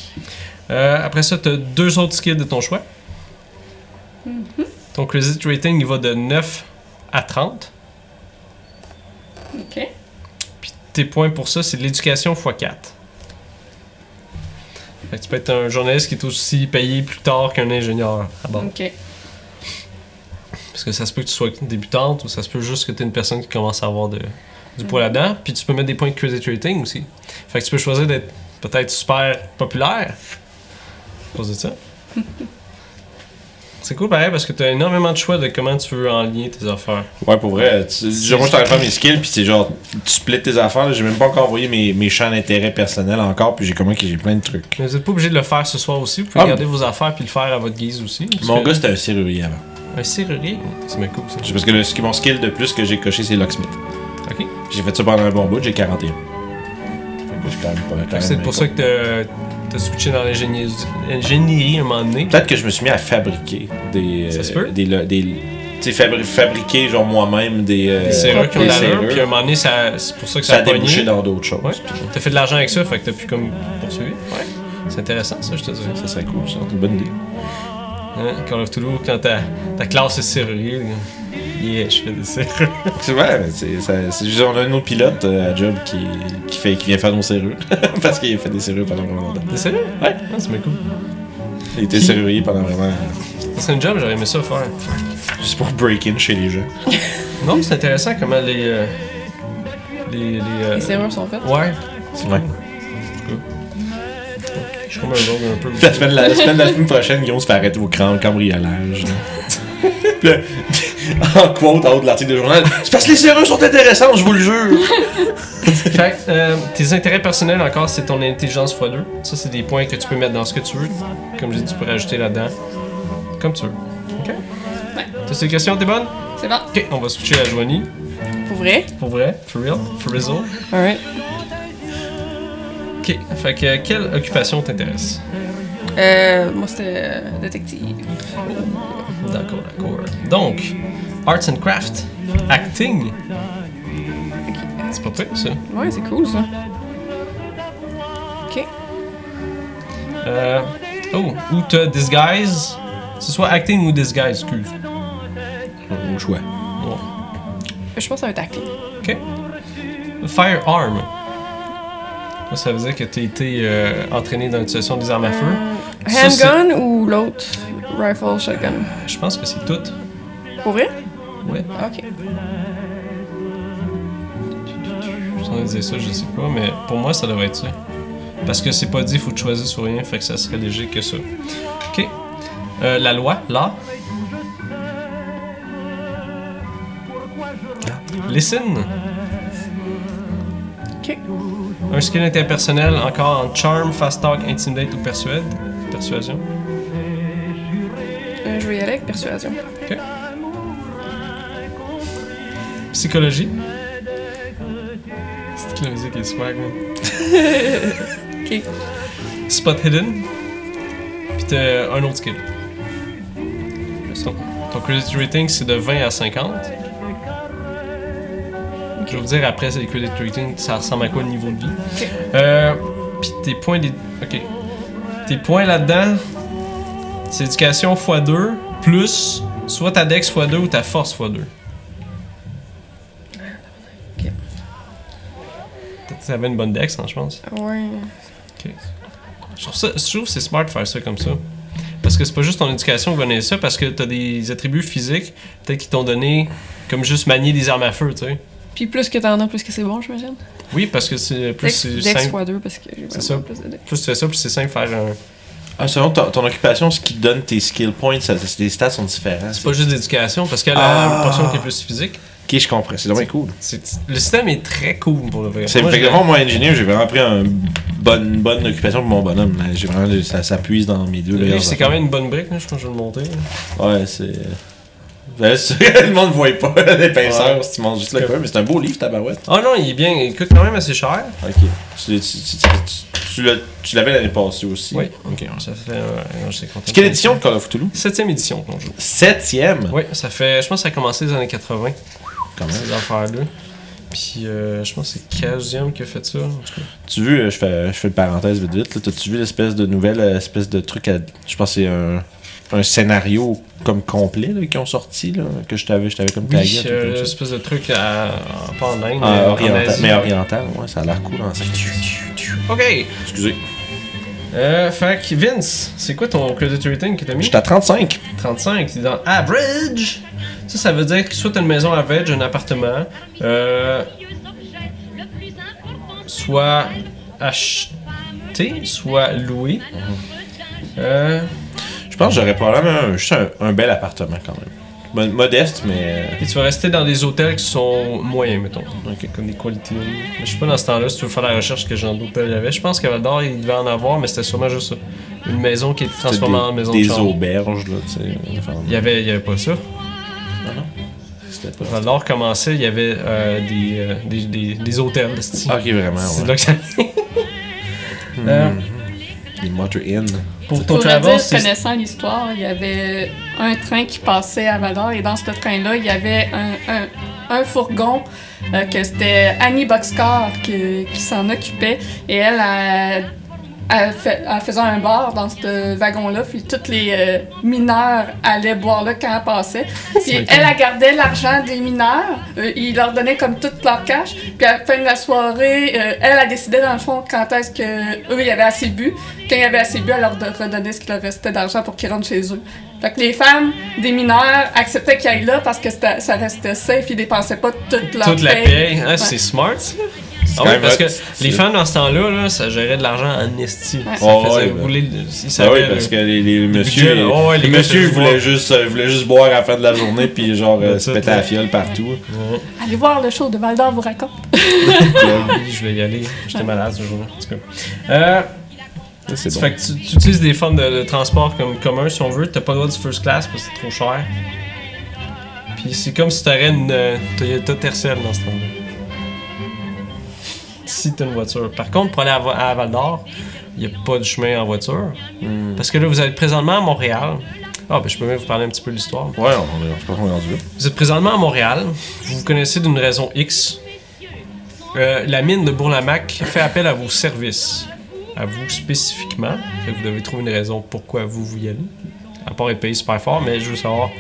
Speaker 1: Euh, après ça, tu as deux autres skills de ton choix. Ton credit rating, il va de 9 à 30.
Speaker 3: Ok.
Speaker 1: tes points pour ça, c'est de l'éducation x 4. Fait que tu peux être un journaliste qui est aussi payé plus tard qu'un ingénieur à bord.
Speaker 3: Ok.
Speaker 1: Parce que ça se peut que tu sois débutante ou ça se peut juste que tu es une personne qui commence à avoir de, du poids
Speaker 2: Mhm.
Speaker 1: là-dedans. Puis tu peux mettre des points de credit rating aussi. Fait que tu peux choisir d'être peut-être super populaire à cause de
Speaker 2: [LAUGHS]
Speaker 1: ça. c'est cool pareil parce que tu as énormément de choix de comment tu veux enligner tes affaires.
Speaker 2: Ouais, pour vrai. Tu, genre, moi, je t'arrive à faire mes skills, puis c'est genre, tu splits tes affaires. là, J'ai même pas encore envoyé mes, mes champs d'intérêt personnels encore, puis j'ai comment que j'ai plein de trucs.
Speaker 1: Mais vous n'êtes pas obligé de le faire ce soir aussi. Vous pouvez
Speaker 2: Ah,
Speaker 1: garder vos affaires puis le faire à votre guise aussi. parce
Speaker 2: Mon
Speaker 1: que-
Speaker 2: gars, c'était un serrurier avant.
Speaker 1: Un serrurier. C'est bien cool ça.
Speaker 2: C'est parce que le, ce qui- mon skill de plus que j'ai coché, c'est locksmith. Ben,
Speaker 1: Ok.
Speaker 2: J'ai fait ça pendant un bon bout, j'ai 41. Fait que je suis quand même pas- quand même
Speaker 1: C'est pour ça que t'as- t'as switché dans l'ingénierie l'ingénierie un moment donné.
Speaker 2: Peut-être que je me suis mis à fabriquer des.
Speaker 1: Ça
Speaker 2: euh,
Speaker 1: se peut.
Speaker 2: Des. lo- des tu sais, fabri- fabriquer genre moi-même des. euh,
Speaker 1: C'est serrures qui ont de
Speaker 2: des
Speaker 1: l'allure,
Speaker 2: serrures.
Speaker 1: puis à un moment donné, ça- c'est pour ça que ça,
Speaker 2: Ça a
Speaker 1: a pogné.
Speaker 2: débouché dans d'autres choses.
Speaker 1: Ouais. T'as fait de l'argent avec ça, fait que t'as pu comme poursuivre. Ouais. C'est intéressant ça, je te dirais.
Speaker 2: Ça serait cool, ça. C'est une bonne idée.
Speaker 1: Hein? Call of Toulouse, quand ta, ta classe est serrurier, yeah, je fais des serrures.
Speaker 2: C'est vrai, mais c'est, ça- c'est juste, on a un autre pilote euh, à job qui, qui, fait, qui vient faire nos serrures. [LAUGHS] Parce qu'il a fait des serrures pendant vraiment longtemps.
Speaker 1: Des serrures?
Speaker 2: Ouais.
Speaker 1: Ah, c'est bien cool.
Speaker 2: Il était serrurier pendant vraiment.
Speaker 1: C'est un job, j'aurais aimé ça faire.
Speaker 2: Juste pour break-in chez les gens.
Speaker 1: Non, c'est intéressant comment les. euh, les. les. euh,
Speaker 4: Les serrures sont faites.
Speaker 1: ouais.
Speaker 2: Ouais.
Speaker 1: Je suis comme un gars un peu.
Speaker 2: La semaine, la, la semaine, la semaine prochaine, Guillaume se fait arrêter au grand
Speaker 1: [LAUGHS]
Speaker 2: cambriolage. là. Puis là, [LAUGHS] en quote, en haut de l'article de journal, c'est parce que les serrures sont intéressantes, je vous le jure.
Speaker 1: Fait que, euh, tes intérêts personnels encore, c'est ton intelligence x2. Ça, c'est des points que tu peux mettre dans ce que tu veux. Comme je dis, tu peux rajouter là-dedans. Comme tu veux. Ok?
Speaker 3: Ouais.
Speaker 1: Toutes ces questions, t'es bonne?
Speaker 3: C'est bon.
Speaker 1: Ok, on va switcher à Joanie.
Speaker 4: Pour vrai?
Speaker 1: Pour vrai, for real, for real.
Speaker 4: Alright.
Speaker 1: Ok, fait que euh, quelle occupation t'intéresse?
Speaker 4: Euh, moi, c'était euh, détective.
Speaker 1: D'accord, d'accord. Donc, arts and crafts, acting. C'est pas pire, ça.
Speaker 4: Ouais, c'est cool ça. Ok.
Speaker 1: Euh, oh, ou t'as disguise. Que ce soit acting ou disguise, excuse.
Speaker 2: Bon choix.
Speaker 1: Ouais.
Speaker 4: Je pense que ça va être acting.
Speaker 1: Ok. Firearm. Ça, ça veut dire que t'as été euh, entraîné dans l'utilisation des armes à feu.
Speaker 4: Euh,
Speaker 1: Ça, c'est-
Speaker 4: handgun ou l'autre rifle shotgun?
Speaker 1: Je pense que c'est tout.
Speaker 4: Pour vrai?
Speaker 1: Ouais.
Speaker 4: Ok.
Speaker 1: Je suis en train de dire ça, je sais pas, mais pour moi, ça devrait être ça. Parce que c'est pas dit, faut te choisir sur rien, fait que ça serait léger que ça. Ok. Euh, la loi, là. Listen.
Speaker 4: Ok.
Speaker 1: Un skill interpersonnel encore en charm, fast talk, intimidate ou persuade. Persuasion.
Speaker 4: Euh, je vais y aller avec persuasion.
Speaker 1: Psychologie. C'est que la musique est swag, man.
Speaker 4: [LAUGHS] Ok.
Speaker 1: Spot hidden. Puis t'as un autre skill. Ton, ton credit rating, c'est de 20 à 50. Je vais vous dire après, c'est les credit rating, ça ressemble à quoi le niveau de vie.
Speaker 4: Ok.
Speaker 1: Euh, puis tes points, d'é- ok. Tes points là-dedans, c'est éducation x2 plus soit ta dex x2 ou ta force x2. Ça avait une bonne dex, hein, je pense.
Speaker 4: Ouais.
Speaker 1: Je trouve, ça, je trouve que c'est smart de faire ça comme ça. Parce que c'est pas juste ton éducation qui va donner ça, parce que t'as des attributs physiques, peut-être qu'ils t'ont donné comme juste manier des armes à feu, tu sais.
Speaker 4: Puis plus que t'en as, plus que c'est bon, j'imagine.
Speaker 1: Oui, parce que c'est plus
Speaker 4: Dex
Speaker 1: c'est
Speaker 4: Dex
Speaker 1: simple.
Speaker 4: fois 2 parce que j'ai
Speaker 1: C'est ça.
Speaker 4: vraiment plus de dex.
Speaker 1: Plus tu fais ça, plus c'est simple de faire un,
Speaker 2: Ah, selon ton, ton occupation, ce qui te donne tes skill points, ça- ça- les stats sont différents.
Speaker 1: C'est pas juste d'éducation, parce qu'elle a
Speaker 2: Ah.
Speaker 1: une portion qui est plus physique.
Speaker 2: Ok, je comprends. C'est vraiment cool.
Speaker 1: C'est- Le système est très cool pour le vrai.
Speaker 2: C'est
Speaker 1: Moi,
Speaker 2: fait
Speaker 1: je-
Speaker 2: que vraiment, moi, ingénieur, j'ai vraiment pris un bonne, bonne occupation pour mon bonhomme. là. J'ai vraiment, ça s'appuie dans mes deux.
Speaker 1: le livre,
Speaker 2: meilleures
Speaker 1: c'est quand même une bonne brique, là, je pense que je vais le monter. là.
Speaker 2: Ouais, c'est. euh, Ben, c'est- le monde ne voit pas [LAUGHS] l'épaisseur
Speaker 1: Ouais.
Speaker 2: si tu manges juste le feu, mais c'est un beau livre, tabarouette.
Speaker 1: Ah non, il est bien, il coûte quand même assez cher.
Speaker 2: Ok. Tu, tu- tu- tu- tu l'as- tu l'avais l'année passée aussi.
Speaker 1: Oui.
Speaker 2: Ok.
Speaker 1: Ça fait. euh, non, je sais combien.
Speaker 2: C'est quelle édition de Call of Cthulhu
Speaker 1: Septième édition qu'on joue.
Speaker 2: Septième
Speaker 1: Oui, ça fait. Je pense que ça a commencé les années 80,
Speaker 2: Quand même.
Speaker 1: ces affaires-là. Puis euh, je pense que c'est Casium qui a fait ça. En tout cas.
Speaker 2: Tu veux, euh, je fais, je fais une parenthèse vite vite. là. T'as-tu vu l'espèce de nouvelle, euh, espèce de truc à. Je pense que c'est un, un scénario comme complet là, qui ont sorti, là, que je t'avais je t'avais comme tagué.
Speaker 1: Oui,
Speaker 2: un truc
Speaker 1: euh,
Speaker 2: comme ça.
Speaker 1: l'espèce de truc à, en- pas en Inde,
Speaker 2: Ah,
Speaker 1: mais en
Speaker 2: oriental,
Speaker 1: Asie.
Speaker 2: mais oriental, ouais, ça a l'air cool. Hein, ça.
Speaker 1: Ok!
Speaker 2: Excusez.
Speaker 1: Euh, fait que Vince, c'est quoi ton credit rating que t'as mis?
Speaker 2: J'étais à 35.
Speaker 1: 35, c'est dans average. Ça, ça veut dire que soit t'as une maison average, un appartement, euh, soit acheté, soit loué.
Speaker 2: Mhm.
Speaker 1: Euh,
Speaker 2: Je pense que j'aurais probablement un, juste un, un bel appartement quand même. Mo- Modeste, mais. euh,
Speaker 1: et tu vas rester dans des hôtels qui sont moyens, mettons. Donc, comme des quality. Inn. Mais Je sais pas dans ce temps-là si tu veux faire la recherche que genre d'hôtel il y avait. Je pense qu'à Val d'Or, il devait en avoir, mais c'était sûrement juste une maison qui était
Speaker 2: euh,
Speaker 1: transformée en
Speaker 2: des,
Speaker 1: maison de
Speaker 2: des
Speaker 1: chambre.
Speaker 2: auberges, là, tu sais. enfin,
Speaker 1: Il y avait, il y avait pas ça.
Speaker 2: non, non. C'était pas.
Speaker 1: Val d'Or commençait, il y avait euh, des, euh, des, des, des hôtels. c'est-
Speaker 2: Ah, ok, vraiment,
Speaker 1: C'est
Speaker 2: ouais. Hmm.
Speaker 1: là que ça Euh,
Speaker 2: Les Motor Inn.
Speaker 1: Pour ton
Speaker 3: Pour le
Speaker 1: travel,
Speaker 3: dire,
Speaker 1: c'est.
Speaker 3: connaissant l'histoire, il y avait un train qui passait à Valor et dans ce train-là, il y avait un, un- un fourgon euh, que c'était Annie Boxcar qui, qui s'en occupait et elle, elle, elle fait- elle faisait un bar dans ce wagon-là, puis tous les euh, mineurs allaient boire là quand
Speaker 1: [LAUGHS]
Speaker 3: elle passait. Puis
Speaker 1: C'est
Speaker 3: elle, elle gardait l'argent des mineurs, euh, ils leur donnaient comme tout leur cash, puis à la fin de la soirée, euh, elle a décidé dans le fond quand est-ce que eux, ils avaient assez bu, quand ils avaient assez bu, elle leur de- redonnait ce qui leur restait d'argent pour qu'ils rentrent chez eux. Fait que les femmes des mineurs acceptaient qu'ils aillent là parce que c'était- ça restait safe, ils dépensaient pas toute leur
Speaker 1: Toute la
Speaker 3: paye.
Speaker 1: paye. Ah, c'est smart, ça. Ah
Speaker 2: quand
Speaker 1: ouais,
Speaker 2: même
Speaker 1: parce que
Speaker 2: hot.
Speaker 1: les
Speaker 2: C'est-
Speaker 1: femmes dans ce temps-là, là, ça gérait de l'argent en esti.
Speaker 3: Ouais.
Speaker 1: Ça
Speaker 2: Oh,
Speaker 1: faisait
Speaker 2: ouais,
Speaker 1: rouler. le- si ça
Speaker 2: Ah oui,
Speaker 1: avait
Speaker 2: parce
Speaker 1: le-
Speaker 2: que les, les
Speaker 1: budget, là.
Speaker 2: messieurs, les,
Speaker 1: Ouais, les
Speaker 2: les
Speaker 1: gars,
Speaker 2: messieurs
Speaker 1: c'est juste
Speaker 2: voulaient, juste, euh, voulaient juste boire à la fin de la journée puis genre euh,
Speaker 1: That's
Speaker 2: se
Speaker 1: it,
Speaker 2: péter
Speaker 1: ouais.
Speaker 2: la fiole partout.
Speaker 1: Ouais.
Speaker 3: Allez voir le show de Val d'Or vous raconte.
Speaker 1: Puis, euh, oui, je voulais y aller. J'étais malade ce jour-là. En tout cas. Euh,
Speaker 2: Ça, C'est bon.
Speaker 1: Fait que tu, tu utilises des formes de, de transport comme commun si on veut. T'as pas le droit du first class parce que c'est trop cher. Puis c'est comme si t'aurais une euh, Toyota Tercel dans ce temps-là. Si t'as une voiture. Par contre, pour aller à, Va- à Val d'Or, il n'y a pas de chemin en voiture.
Speaker 2: Hmm.
Speaker 1: Parce que là, vous êtes présentement à Montréal. Ah, ben je peux même vous parler un petit peu de l'histoire.
Speaker 2: Ouais, on, on, je pense qu'on est rendu là.
Speaker 1: Vous êtes présentement à Montréal. Vous vous connaissez d'une raison X. Euh, la mine de Bourlamac fait appel à vos services. À vous spécifiquement. Fait que vous devez trouver une raison pourquoi vous vous y allez. À part être payé super fort, mais je veux savoir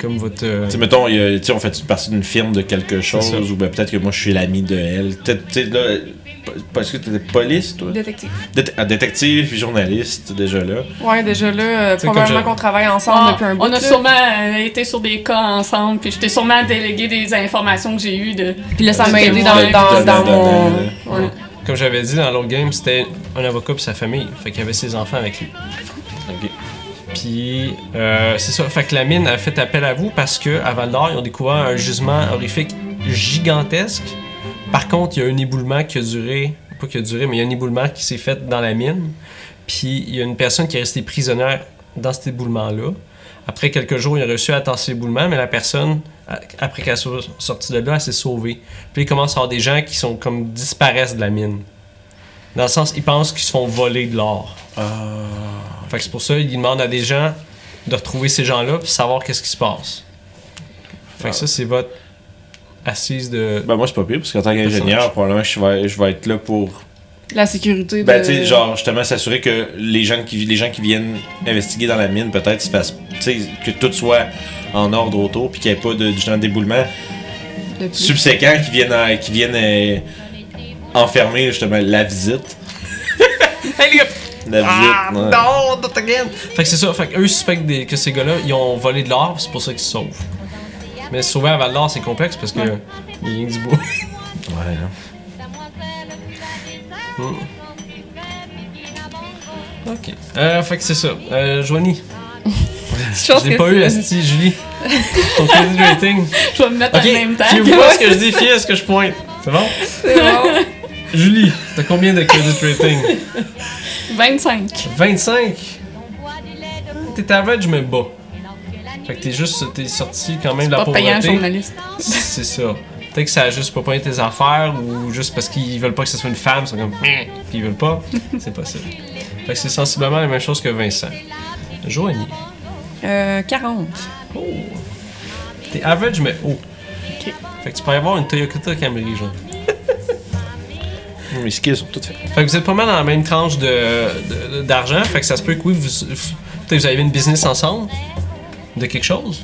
Speaker 1: comme votre. euh,
Speaker 2: Tu sais, mettons, il y a- tu sais, on fait partie d'une firme de quelque chose,
Speaker 1: ça.
Speaker 2: ou ben, peut-être que moi je suis l'ami de elle. Peut-être, tu sais, là, p- parce que t'étais police, toi
Speaker 4: Détective.
Speaker 2: Dét- ah, Détective puis journaliste, déjà là.
Speaker 4: Ouais, déjà là, euh,
Speaker 1: C'est comme
Speaker 4: probablement
Speaker 1: je-
Speaker 4: qu'on travaille ensemble
Speaker 3: Ah,
Speaker 4: depuis un bout.
Speaker 3: on a
Speaker 4: là.
Speaker 3: sûrement euh, été sur des cas ensemble, puis j'étais sûrement délégué des informations que j'ai eues de.
Speaker 4: Puis là, ça m'a
Speaker 3: Parce que
Speaker 4: aidé
Speaker 3: moi,
Speaker 4: dans, dans,
Speaker 2: je
Speaker 4: dans
Speaker 2: donnais,
Speaker 4: mon.
Speaker 2: donnais,
Speaker 4: Ouais.
Speaker 1: Comme j'avais dit dans l'autre game, c'était un avocat et sa famille. Fait qu'il y avait ses enfants avec lui.
Speaker 2: Ok.
Speaker 1: Puis, euh, c'est ça. Fait que la mine a fait appel à vous parce que à Val d'Or, ils ont découvert un gisement horrifique gigantesque. Par contre, il y a un éboulement qui a duré, pas qui a duré, mais il y a un éboulement qui s'est fait dans la mine. Puis, il y a une personne qui est restée prisonnière dans cet éboulement-là. Après quelques jours, il a réussi à atteindre cet éboulement, mais la personne, a- après qu'elle soit sortie de là, elle s'est sauvée. Puis, il commence à avoir des gens qui sont comme disparaissent de la mine. Dans le sens, ils pensent qu'ils se font voler de l'or.
Speaker 2: Ah.
Speaker 1: Fait que c'est pour ça qu'ils demandent à des gens de retrouver ces gens-là puis savoir qu'est-ce qui se passe. Fait que ça, c'est votre assise
Speaker 2: [LAUGHS]
Speaker 1: de.
Speaker 2: Ben, moi, c'est pas pire, parce qu'en tant
Speaker 1: Personnage.
Speaker 2: qu'ingénieur, probablement, je vais, je vais être là pour
Speaker 4: La sécurité.
Speaker 2: Ben,
Speaker 4: de-
Speaker 2: tu sais, genre, justement, s'assurer que les gens qui, les gens qui viennent investiguer dans la mine, peut-être, se fassent. Tu sais, que tout soit en ordre autour, puis qu'il n'y ait pas de, justement, d'éboulement
Speaker 4: de plus.
Speaker 2: subséquent qui viennent, euh, qui viennent euh, enfermer, justement, la visite.
Speaker 1: Hey les gars!
Speaker 2: La
Speaker 1: Ah,
Speaker 2: visite. ouais.
Speaker 1: non, not again! Fait que c'est ça, fait que eux suspectent des- que ces gars-là, ils ont volé de l'or, puis c'est pour ça qu'ils se sauvent. Mais se sauver à Val d'Or, c'est complexe parce que. Il y a rien que du bois.
Speaker 2: Ouais, hein.
Speaker 1: Ok. Euh, fait que c'est ça. Euh, Joanie,
Speaker 4: Je pense
Speaker 1: je l'ai
Speaker 4: que
Speaker 1: pas eu,
Speaker 4: c'est-
Speaker 1: Asti, Julie. Ton crédit rating.
Speaker 3: [LAUGHS] Je vais me mettre
Speaker 1: Ok,
Speaker 3: en même temps.
Speaker 1: fiez-vous pas à ce que je dis, fiez à ce que je pointe. C'est bon?
Speaker 4: C'est bon.
Speaker 1: Julie, t'as combien de credit rating?
Speaker 3: 25.
Speaker 1: 25? T'es average, mais bas. Fait que t'es juste, t'es sorti quand même de la
Speaker 3: Pas payant
Speaker 1: pauvreté. Euh.
Speaker 3: journaliste.
Speaker 1: [LAUGHS] C'est ça. Peut-être que ça a juste pas payé tes affaires ou juste parce qu'ils veulent pas que ce soit une femme, ils sont comme Meh puis ils veulent
Speaker 3: [LAUGHS]
Speaker 1: pas. C'est possible. Fait que c'est sensiblement la même chose que Vincent. Joanie, Oh.
Speaker 4: Euh, 40.
Speaker 1: t'es average mais haut. Fait que tu pourrais avoir une Toyota Camry, genre.
Speaker 2: Mes skills sont toutes faites.
Speaker 1: Fait que vous êtes pas mal dans la même tranche de- de- de- d'argent, fait que ça se peut que oui, vous, f- peut-être vous avez une business ensemble de quelque chose.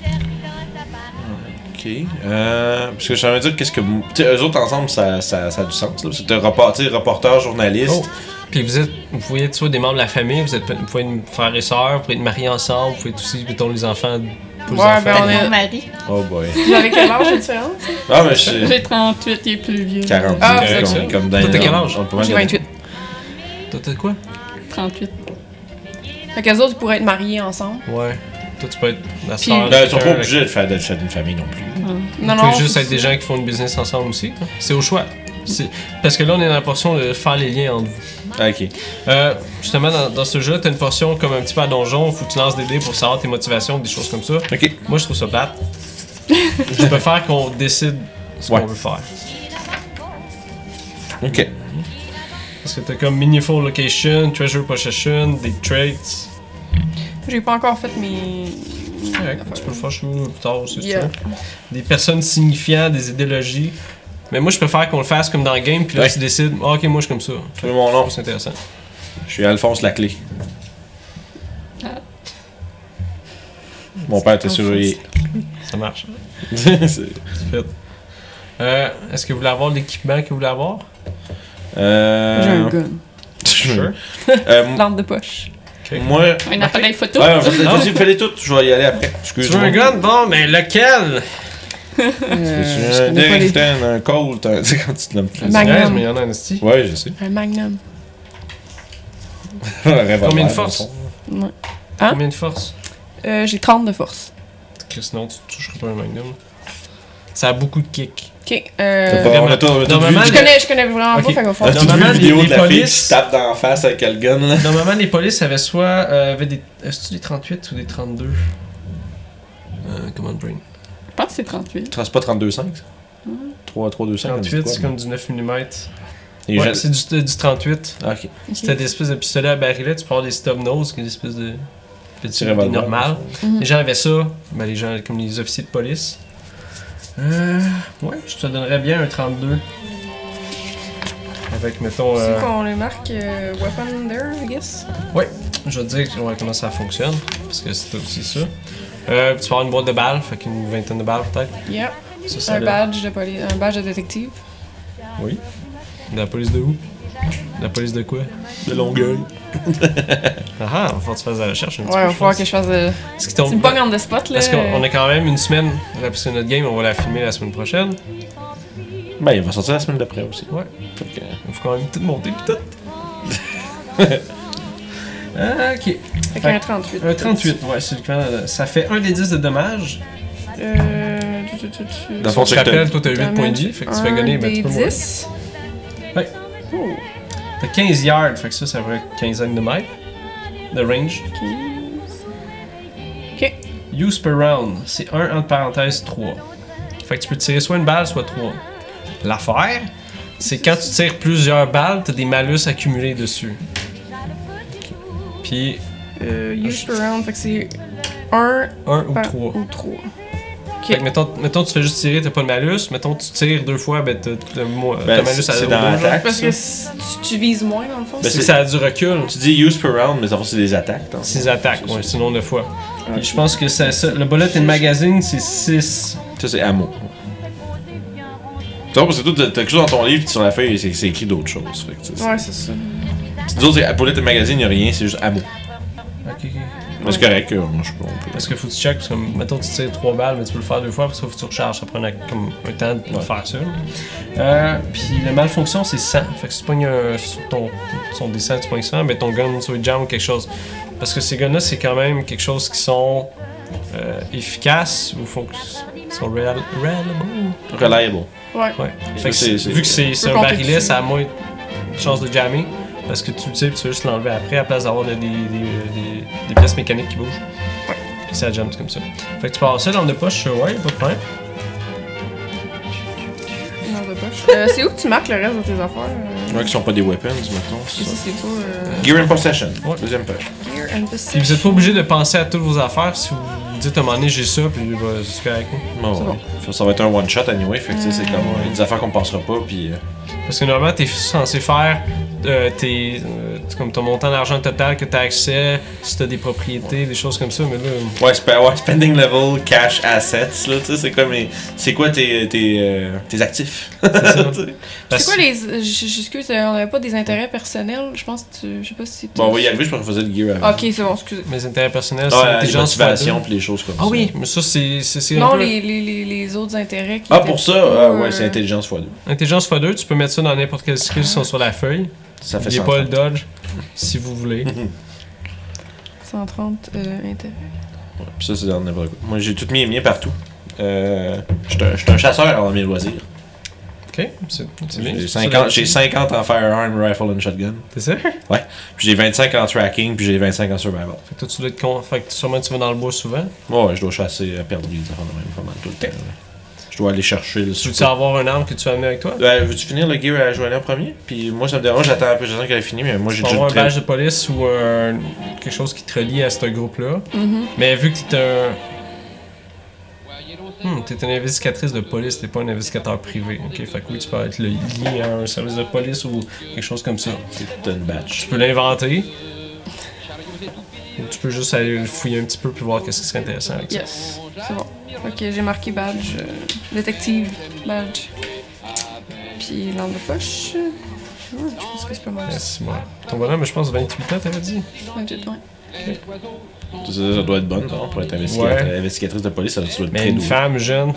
Speaker 2: Ok. Euh, parce que j'aimerais dire, qu'est-ce que. vous- Tu sais, eux autres ensemble, ça, ça, ça a du sens. là. C'est un report- tu sais, reporter, journaliste.
Speaker 1: Oh. Puis vous êtes, vous pouvez être soit des membres de la famille, vous, êtes, vous pouvez être frères et sœurs, vous pouvez être mariés ensemble, vous pouvez être aussi, mettons, les enfants pour les
Speaker 4: Ouais,
Speaker 1: enfants.
Speaker 4: ben, on est-
Speaker 3: Marie.
Speaker 2: Oh, boy.
Speaker 4: Vous avez quel âge de différence?
Speaker 2: Ah, mais je suis.
Speaker 3: J'ai 38 et plus vieux.
Speaker 2: 40.
Speaker 4: Ah,
Speaker 2: c'est
Speaker 1: c'est
Speaker 2: comme,
Speaker 1: ça.
Speaker 2: comme
Speaker 1: Toi, t'as quel âge?
Speaker 4: J'ai 28.
Speaker 1: Toi, t'as quoi?
Speaker 3: 38.
Speaker 4: Fait que les autres ils pourraient être mariés ensemble.
Speaker 1: Ouais. Toi, tu peux être la
Speaker 4: Puis-
Speaker 1: sœur. de
Speaker 2: Ben, ils sont pas
Speaker 1: quelqu'un,
Speaker 2: obligés de faire de faire d'une famille non plus.
Speaker 4: Non,
Speaker 1: Vous pouvez
Speaker 4: non.
Speaker 1: juste
Speaker 4: c'est-
Speaker 1: être des gens qui font une business ensemble aussi. hein. C'est au choix. C'est- Parce que là, on est dans la portion de faire les liens entre vous.
Speaker 2: Ah, ok.
Speaker 1: Euh, justement, dans, dans ce jeu-là, t'as une portion comme un petit peu à donjon, faut que tu lances des dés pour savoir tes motivations, des choses comme ça.
Speaker 2: Ok.
Speaker 1: Moi, je trouve ça
Speaker 4: [LAUGHS]
Speaker 1: plate. je préfère qu'on décide ce
Speaker 2: Ouais.
Speaker 1: qu'on veut faire.
Speaker 2: Ok.
Speaker 1: Parce que t'as comme Meaningful Location, Treasure Possession, des traits.
Speaker 4: J'ai pas encore fait mes.
Speaker 1: Correct, tu peux le faire chez vous plus tard aussi, si tu
Speaker 4: Yeah.
Speaker 1: veux. Des personnes signifiant, des idéologies. Mais moi, je préfère qu'on le fasse comme dans le game, puis là,
Speaker 2: Ouais.
Speaker 1: tu décides, Ah, ok, moi, je suis comme ça.
Speaker 2: Tu veux mon nom?
Speaker 1: C'est intéressant.
Speaker 2: Je suis Alphonse Laclé. Mon père était surveillé. [LAUGHS]
Speaker 1: Ça marche.
Speaker 2: C'est-
Speaker 1: C'est fait. Euh, Est-ce que vous voulez avoir l'équipement que vous voulez avoir?
Speaker 4: J'ai un
Speaker 2: euh... [LAUGHS]
Speaker 4: gun.
Speaker 2: euh, m-
Speaker 4: Lampe de poche.
Speaker 2: moi. Ouais,
Speaker 3: Un appareil photo.
Speaker 2: vas-y, vas-y, fais-les toutes, je vais y aller après.
Speaker 1: Tu veux
Speaker 2: Excuse-moi.
Speaker 1: un gun? Bon, mais lequel?
Speaker 4: Euh, je
Speaker 2: Un
Speaker 4: connais pas les-
Speaker 2: Derrington, un Colt, un- [LAUGHS] tu sais quand tu te l'aimes plus.
Speaker 4: Magnum.
Speaker 1: Yes, mais il y en a un esti.
Speaker 2: Ouais, je sais. [LAUGHS]
Speaker 4: Un magnum.
Speaker 2: Un revolver,
Speaker 1: Combien de
Speaker 2: dans le
Speaker 1: force?
Speaker 2: fond.
Speaker 4: Ouais. Hein?
Speaker 1: Combien de force?
Speaker 4: Euh, J'ai 30 de force.
Speaker 1: Chris, non, tu toucherais pas un magnum. Ça a beaucoup de kick.
Speaker 4: Ok.
Speaker 2: T'as
Speaker 4: Euh...
Speaker 2: pas- Ah, on a tout- on a tout
Speaker 1: Normalement,
Speaker 2: vu-
Speaker 4: Je connais, je connais vraiment
Speaker 1: Ok.
Speaker 4: pas, fait qu'on va
Speaker 2: [LAUGHS] T'as
Speaker 4: faire.
Speaker 1: Non,
Speaker 2: tout vu
Speaker 1: normalement,
Speaker 2: la
Speaker 1: les-
Speaker 2: vidéo
Speaker 1: les
Speaker 2: de la fille qui
Speaker 1: polices-
Speaker 2: se tape dans la face avec le gun là?
Speaker 1: Normalement, les polices avaient soit euh, avaient des, est-ce que des 38 ou des 32. Euh, comment brain?
Speaker 3: Je pense que c'est 38.
Speaker 2: C'est pas 32,5 ça? 3, 3,25.
Speaker 1: 38, c'est comme du 9 mm.
Speaker 2: Les
Speaker 1: ouais,
Speaker 2: jeunes-
Speaker 1: c'est du, euh, du 38.
Speaker 2: Ah, Ok.
Speaker 1: Si t'as des espèces de pistolets à barillet, tu peux avoir des stub nose, qui est des espèces de petits
Speaker 2: Petit revolver.
Speaker 1: normal.
Speaker 4: Mhm.
Speaker 1: Les gens avaient ça, ben, les gens comme les officiers de police. Euh, ouais, je te donnerais bien un 32. Avec, mettons,
Speaker 4: C'est
Speaker 1: euh,
Speaker 4: qu'on les marque euh, Weapon There, I guess.
Speaker 1: je vais te dire ouais, comment ça fonctionne, parce que c'est aussi ça. Euh, tu vas avoir une boîte de balles, fait qu'une vingtaine de balles peut-être.
Speaker 4: Yep.
Speaker 1: Ça, ça
Speaker 4: Un
Speaker 1: l'a-
Speaker 4: badge de police, un badge de détective.
Speaker 1: Oui. De la police de où De la police de quoi
Speaker 2: De Longueuil.
Speaker 1: Ah ah, il va falloir que tu fasses de la recherche un petit
Speaker 4: Ouais,
Speaker 1: peu.
Speaker 4: va falloir que je fasse euh, de.
Speaker 1: Parce qu'ils
Speaker 4: C'est
Speaker 1: tombent-
Speaker 4: une bonne de spot là.
Speaker 1: Parce qu'on a quand même une semaine, là, parce que notre game, on va la filmer la semaine prochaine.
Speaker 2: Ben, il va sortir la semaine d'après aussi.
Speaker 1: Ouais.
Speaker 2: Fait que-
Speaker 1: Il faut quand même tout monter pis tout. Ah, [LAUGHS] ok.
Speaker 4: Fait qu'un 38.
Speaker 1: Un 38, ouais, c'est le plan. euh, Ça fait 1 des 10 de dommages.
Speaker 4: Euh. tu- tu- tu- tu-
Speaker 2: Dans le fond,
Speaker 1: Je
Speaker 2: c'est que
Speaker 1: rappelle,
Speaker 2: t'as-
Speaker 1: toi t'as 8 points de vie, fait que tu fais gagner,
Speaker 4: un
Speaker 1: mais
Speaker 4: des
Speaker 1: tu peux mourir.
Speaker 4: 10.
Speaker 1: Ouais.
Speaker 4: Oh.
Speaker 1: T'as 15 yards, fait que ça, ça va être quinzaine de mètres de range.
Speaker 4: Ok.
Speaker 1: Use per round, c'est 1 entre parenthèses 3. Fait que tu peux tirer soit une balle, soit 3. L'affaire, c'est quand tu tires plusieurs balles, t'as des malus accumulés dessus. Puis
Speaker 4: Euh, use per round, fait que c'est 1
Speaker 1: 1 ou
Speaker 4: par
Speaker 1: 3.
Speaker 4: ou 3.
Speaker 1: Fait que mettons, mettons tu fais juste tirer, t'as pas de malus. Mettons tu tires deux fois, ben t'as t'as mo- t'as
Speaker 2: Ben,
Speaker 1: malus à
Speaker 2: c'est
Speaker 1: au
Speaker 2: dans
Speaker 1: dos, genre.
Speaker 2: l'attaque.
Speaker 4: Parce
Speaker 2: ça.
Speaker 4: que si tu, tu vises moins dans le fond.
Speaker 2: Ben,
Speaker 1: C'est que ça a du recul.
Speaker 2: Tu dis use per round, mais ça va, c'est des attaques. dans le fond.
Speaker 1: 6 attaques, ouais, sinon 9 fois. Puis je pense que c'est ça. Le bullet in magazine, c'est 6.
Speaker 2: Ça, c'est amour. Tu vois, parce que toi, t'as- t'as quelque chose dans ton livre, puis sur la feuille, c'est c'est écrit d'autres choses. Fait que, tu sais,
Speaker 4: Ouais, c'est ça.
Speaker 2: c'est- Nous autres, c'est- pour le magazine, il a rien, c'est juste amour.
Speaker 1: Ok, ok.
Speaker 2: Mais c'est correct, euh, moi, je peux. on peut-
Speaker 1: Parce que faut que tu check, parce que mettons tu tires 3 balles, mais tu peux le faire deux fois, parce que faut que tu recharges, ça prend un- comme un temps de
Speaker 2: Ouais.
Speaker 1: faire ça. là. Euh, puis la malfonction c'est 100, fait que si tu pognes un- sur ton, son dessin, tu pognes 100, mais ton gun sur le jam ou quelque chose. Parce que ces guns là c'est quand même quelque chose qui sont euh, efficaces ou faut que sont real, reliable.
Speaker 2: Reliable.
Speaker 4: Ouais.
Speaker 1: Ouais. Fait que
Speaker 2: Ça, c'est-
Speaker 1: c'est-
Speaker 2: c'est-
Speaker 1: vu que c'est c'est
Speaker 4: Peu
Speaker 1: un barillet,
Speaker 4: compliqué.
Speaker 1: ça a moins de chance de jammer. Parce que tu le sais, puis tu veux juste l'enlever après, à place d'avoir des, des, des- des pièces mécaniques qui bougent. Puis ça jamme comme ça. Fait que tu passes ça dans deux poches, ouais, pas de problème.
Speaker 4: Dans
Speaker 1: [LAUGHS]
Speaker 4: ta poche. Euh, c'est où que tu marques le reste de tes affaires? euh?
Speaker 2: Ouais, qui sont pas des weapons, mettons. c'est
Speaker 4: Ici,
Speaker 2: ça.
Speaker 4: c'est pas. euh,
Speaker 2: Gear and Possession.
Speaker 1: Ouais.
Speaker 2: Deuxième page.
Speaker 4: Gear and Possession.
Speaker 1: Puis vous êtes pas obligé de penser à toutes vos affaires si vous vous dites à un moment donné, j'ai ça, puis bah, c'est correct. hein.
Speaker 2: Bon,
Speaker 4: C'est
Speaker 2: ouais. Ça, ça va être un one shot anyway, fait que tu sais, c'est comme euh, des affaires qu'on passera pas, puis. euh,
Speaker 1: Parce que normalement, t'es censé faire euh, tes, euh, comme ton montant d'argent total que t'as accès, si t'as des propriétés, des choses comme ça, mais là.
Speaker 2: Ouais, spe- ouais, spending level, cash, assets, là, tu sais, c'est quoi, mes- c'est quoi tes, tes, euh, tes actifs?
Speaker 1: ça.
Speaker 2: [LAUGHS] Tu sais.
Speaker 1: parce-
Speaker 4: C'est quoi les. euh, j- J'excuse, euh, on avait pas des intérêts personnels. Je pense que tu. Je sais pas si. tu-
Speaker 2: bon, on va y arriver, je peux refaire le gear avant.
Speaker 4: Ok, c'est bon, excusez.
Speaker 1: Mes intérêts personnels, Ah, c'est
Speaker 2: Ouais, les
Speaker 1: l'intelligence fois deux.
Speaker 2: motivations, puis les choses comme ça.
Speaker 1: Ah oui, mais ça c'est c'est c'est un
Speaker 4: Non,
Speaker 1: peu-
Speaker 4: les, les, les, les autres intérêts qui.
Speaker 2: Ah,
Speaker 4: étaient
Speaker 2: pour ça,
Speaker 4: plutôt,
Speaker 2: ah, ouais,
Speaker 4: euh,
Speaker 2: c'est intelligence x2.
Speaker 1: intelligence x2, tu peux mettre ça dans n'importe quel skill qui sont sur la feuille.
Speaker 2: Ça fait Mhm.
Speaker 1: N'oubliez
Speaker 2: ça.
Speaker 1: pas le dodge si vous voulez.
Speaker 4: 130 euh, intérêts.
Speaker 2: Puis ça, c'est dans n'importe quoi. Moi, j'ai tout mis les miens partout. Euh, je suis un- je suis un chasseur avant mes loisirs.
Speaker 1: OK, c'est c'est bien.
Speaker 2: J'ai 50, j'ai 50 en firearm, rifle and shotgun.
Speaker 1: T'es sûr Fait
Speaker 2: Puis j'ai 25 en tracking, puis j'ai 25 en survival.
Speaker 1: que toi tu dois être con, fait que sûrement tu vas dans le bois souvent.
Speaker 2: Ouais, ouais, je dois chasser, euh, perdre des affaires de même pas mal tout le temps. là. Je dois aller chercher le
Speaker 1: Tu veux avoir une arme que tu as amenée avec toi
Speaker 2: Ben, veux-tu finir le gear à Joanna en premier? Puis moi, ça me dérange, j'attends un peu, j'attends qu'elle ait fini, mais moi, j'ai
Speaker 1: Tu peux
Speaker 2: déjà
Speaker 1: avoir
Speaker 2: le
Speaker 1: un badge de police ou un- quelque chose qui te relie à ce groupe-là.
Speaker 4: Mhm.
Speaker 1: Mais vu que t'es un. Hmm, t'es une investigatrice de police, t'es pas un investigateur privé. Ok, fait que oui, tu peux être le- lié à un service de police ou quelque chose comme ça.
Speaker 2: C'est une batch.
Speaker 1: Tu peux l'inventer. Ou tu peux juste aller le fouiller un petit peu puis voir qu'est-ce qui serait intéressant avec ça.
Speaker 4: Yes, c'est bon. Ok, j'ai marqué badge. euh, détective, badge. Puis l'arme de poche. euh, Je pense que c'est pas mal. ça.
Speaker 1: Yes, moi. Ton bonhomme, je pense, 28 ans, t'avais dit.
Speaker 4: 28, ouais.
Speaker 2: Ça, ça doit être bonne, ça, pour être investigatrice, investigatrice de police, ça doit être
Speaker 1: Mais
Speaker 2: très
Speaker 1: une
Speaker 2: doué.
Speaker 1: femme jeune.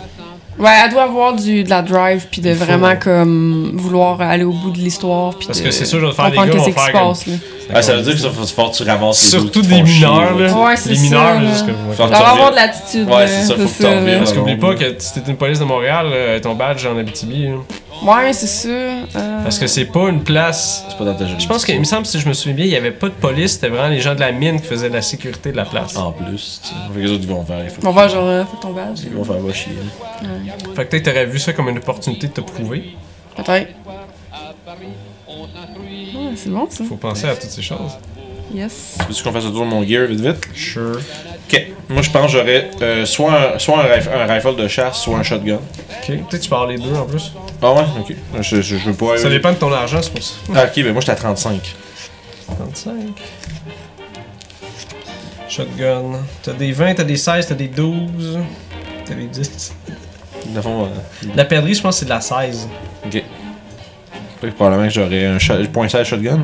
Speaker 4: Ouais, elle doit avoir du, de la drive, puis de
Speaker 1: faut,
Speaker 4: vraiment
Speaker 1: ouais.
Speaker 4: comme vouloir aller au bout de l'histoire. puis
Speaker 1: Parce
Speaker 4: de
Speaker 1: que c'est sûr, je vais te faire des
Speaker 4: comprendre
Speaker 1: gars,
Speaker 4: qu'est-ce
Speaker 1: on va
Speaker 4: qui se
Speaker 1: faire comme-
Speaker 4: passe, là.
Speaker 2: Ah, ça veut dire que ça faut se faire, tu ramasses les
Speaker 1: Surtout
Speaker 2: autres qui
Speaker 1: des
Speaker 2: te font
Speaker 1: mineurs,
Speaker 2: chier,
Speaker 1: là.
Speaker 4: Ouais, c'est
Speaker 1: Les
Speaker 4: ça,
Speaker 1: mineurs,
Speaker 4: là.
Speaker 1: juste que-
Speaker 2: Faire
Speaker 4: Elle doit
Speaker 2: t'en
Speaker 4: avoir
Speaker 2: reviens.
Speaker 4: de l'attitude.
Speaker 2: Ouais,
Speaker 4: là,
Speaker 2: c'est ça, faut que t'en
Speaker 4: là.
Speaker 2: reviennes.
Speaker 1: Parce qu'oublie
Speaker 2: non,
Speaker 1: pas
Speaker 2: non.
Speaker 1: que si t'es une police de Montréal, euh, ton badge est en Abitibi. hein.
Speaker 4: Ouais, c'est ça. euh,
Speaker 1: Parce que c'est pas une place.
Speaker 2: C'est pas dans ta
Speaker 1: Je pense qu'il me semble, si je me souviens bien, il y avait pas de police, c'était vraiment les gens de la mine qui faisaient de la sécurité de la place.
Speaker 2: En plus, tu sais. Fait que les autres, ils vont faire. il faut
Speaker 4: On
Speaker 2: que-
Speaker 4: va genre, euh, faut ton badge.
Speaker 2: Ils vont faire va chier.
Speaker 1: Fait que peut-être t'aurais vu ça comme une opportunité de te prouver.
Speaker 4: Peut-être. Ouais, c'est bon, ça.
Speaker 1: Faut penser à toutes ces choses.
Speaker 4: Yes.
Speaker 2: Veux-tu qu'on fasse le tour de mon gear vite vite?
Speaker 1: Sure.
Speaker 2: Ok. Moi, je pense que j'aurais euh, soit, un, soit un, rif- un rifle de chasse, soit un shotgun.
Speaker 1: Ok. Peut-être tu peux avoir les deux en plus.
Speaker 2: Ah ouais? Ok. Je, je, je veux pas.
Speaker 1: Ça dépend de ton argent, c'est pour ça.
Speaker 2: Ah, ok, ben moi, j'étais à 35.
Speaker 1: 35. Shotgun. T'as des 20, t'as des 16, t'as des 12. T'as des 10.
Speaker 2: Dans le fond, euh,
Speaker 1: La perdrix, je pense que c'est de la 16.
Speaker 2: Ok. Fait que probablement que j'aurais un shot- point .16 shotgun.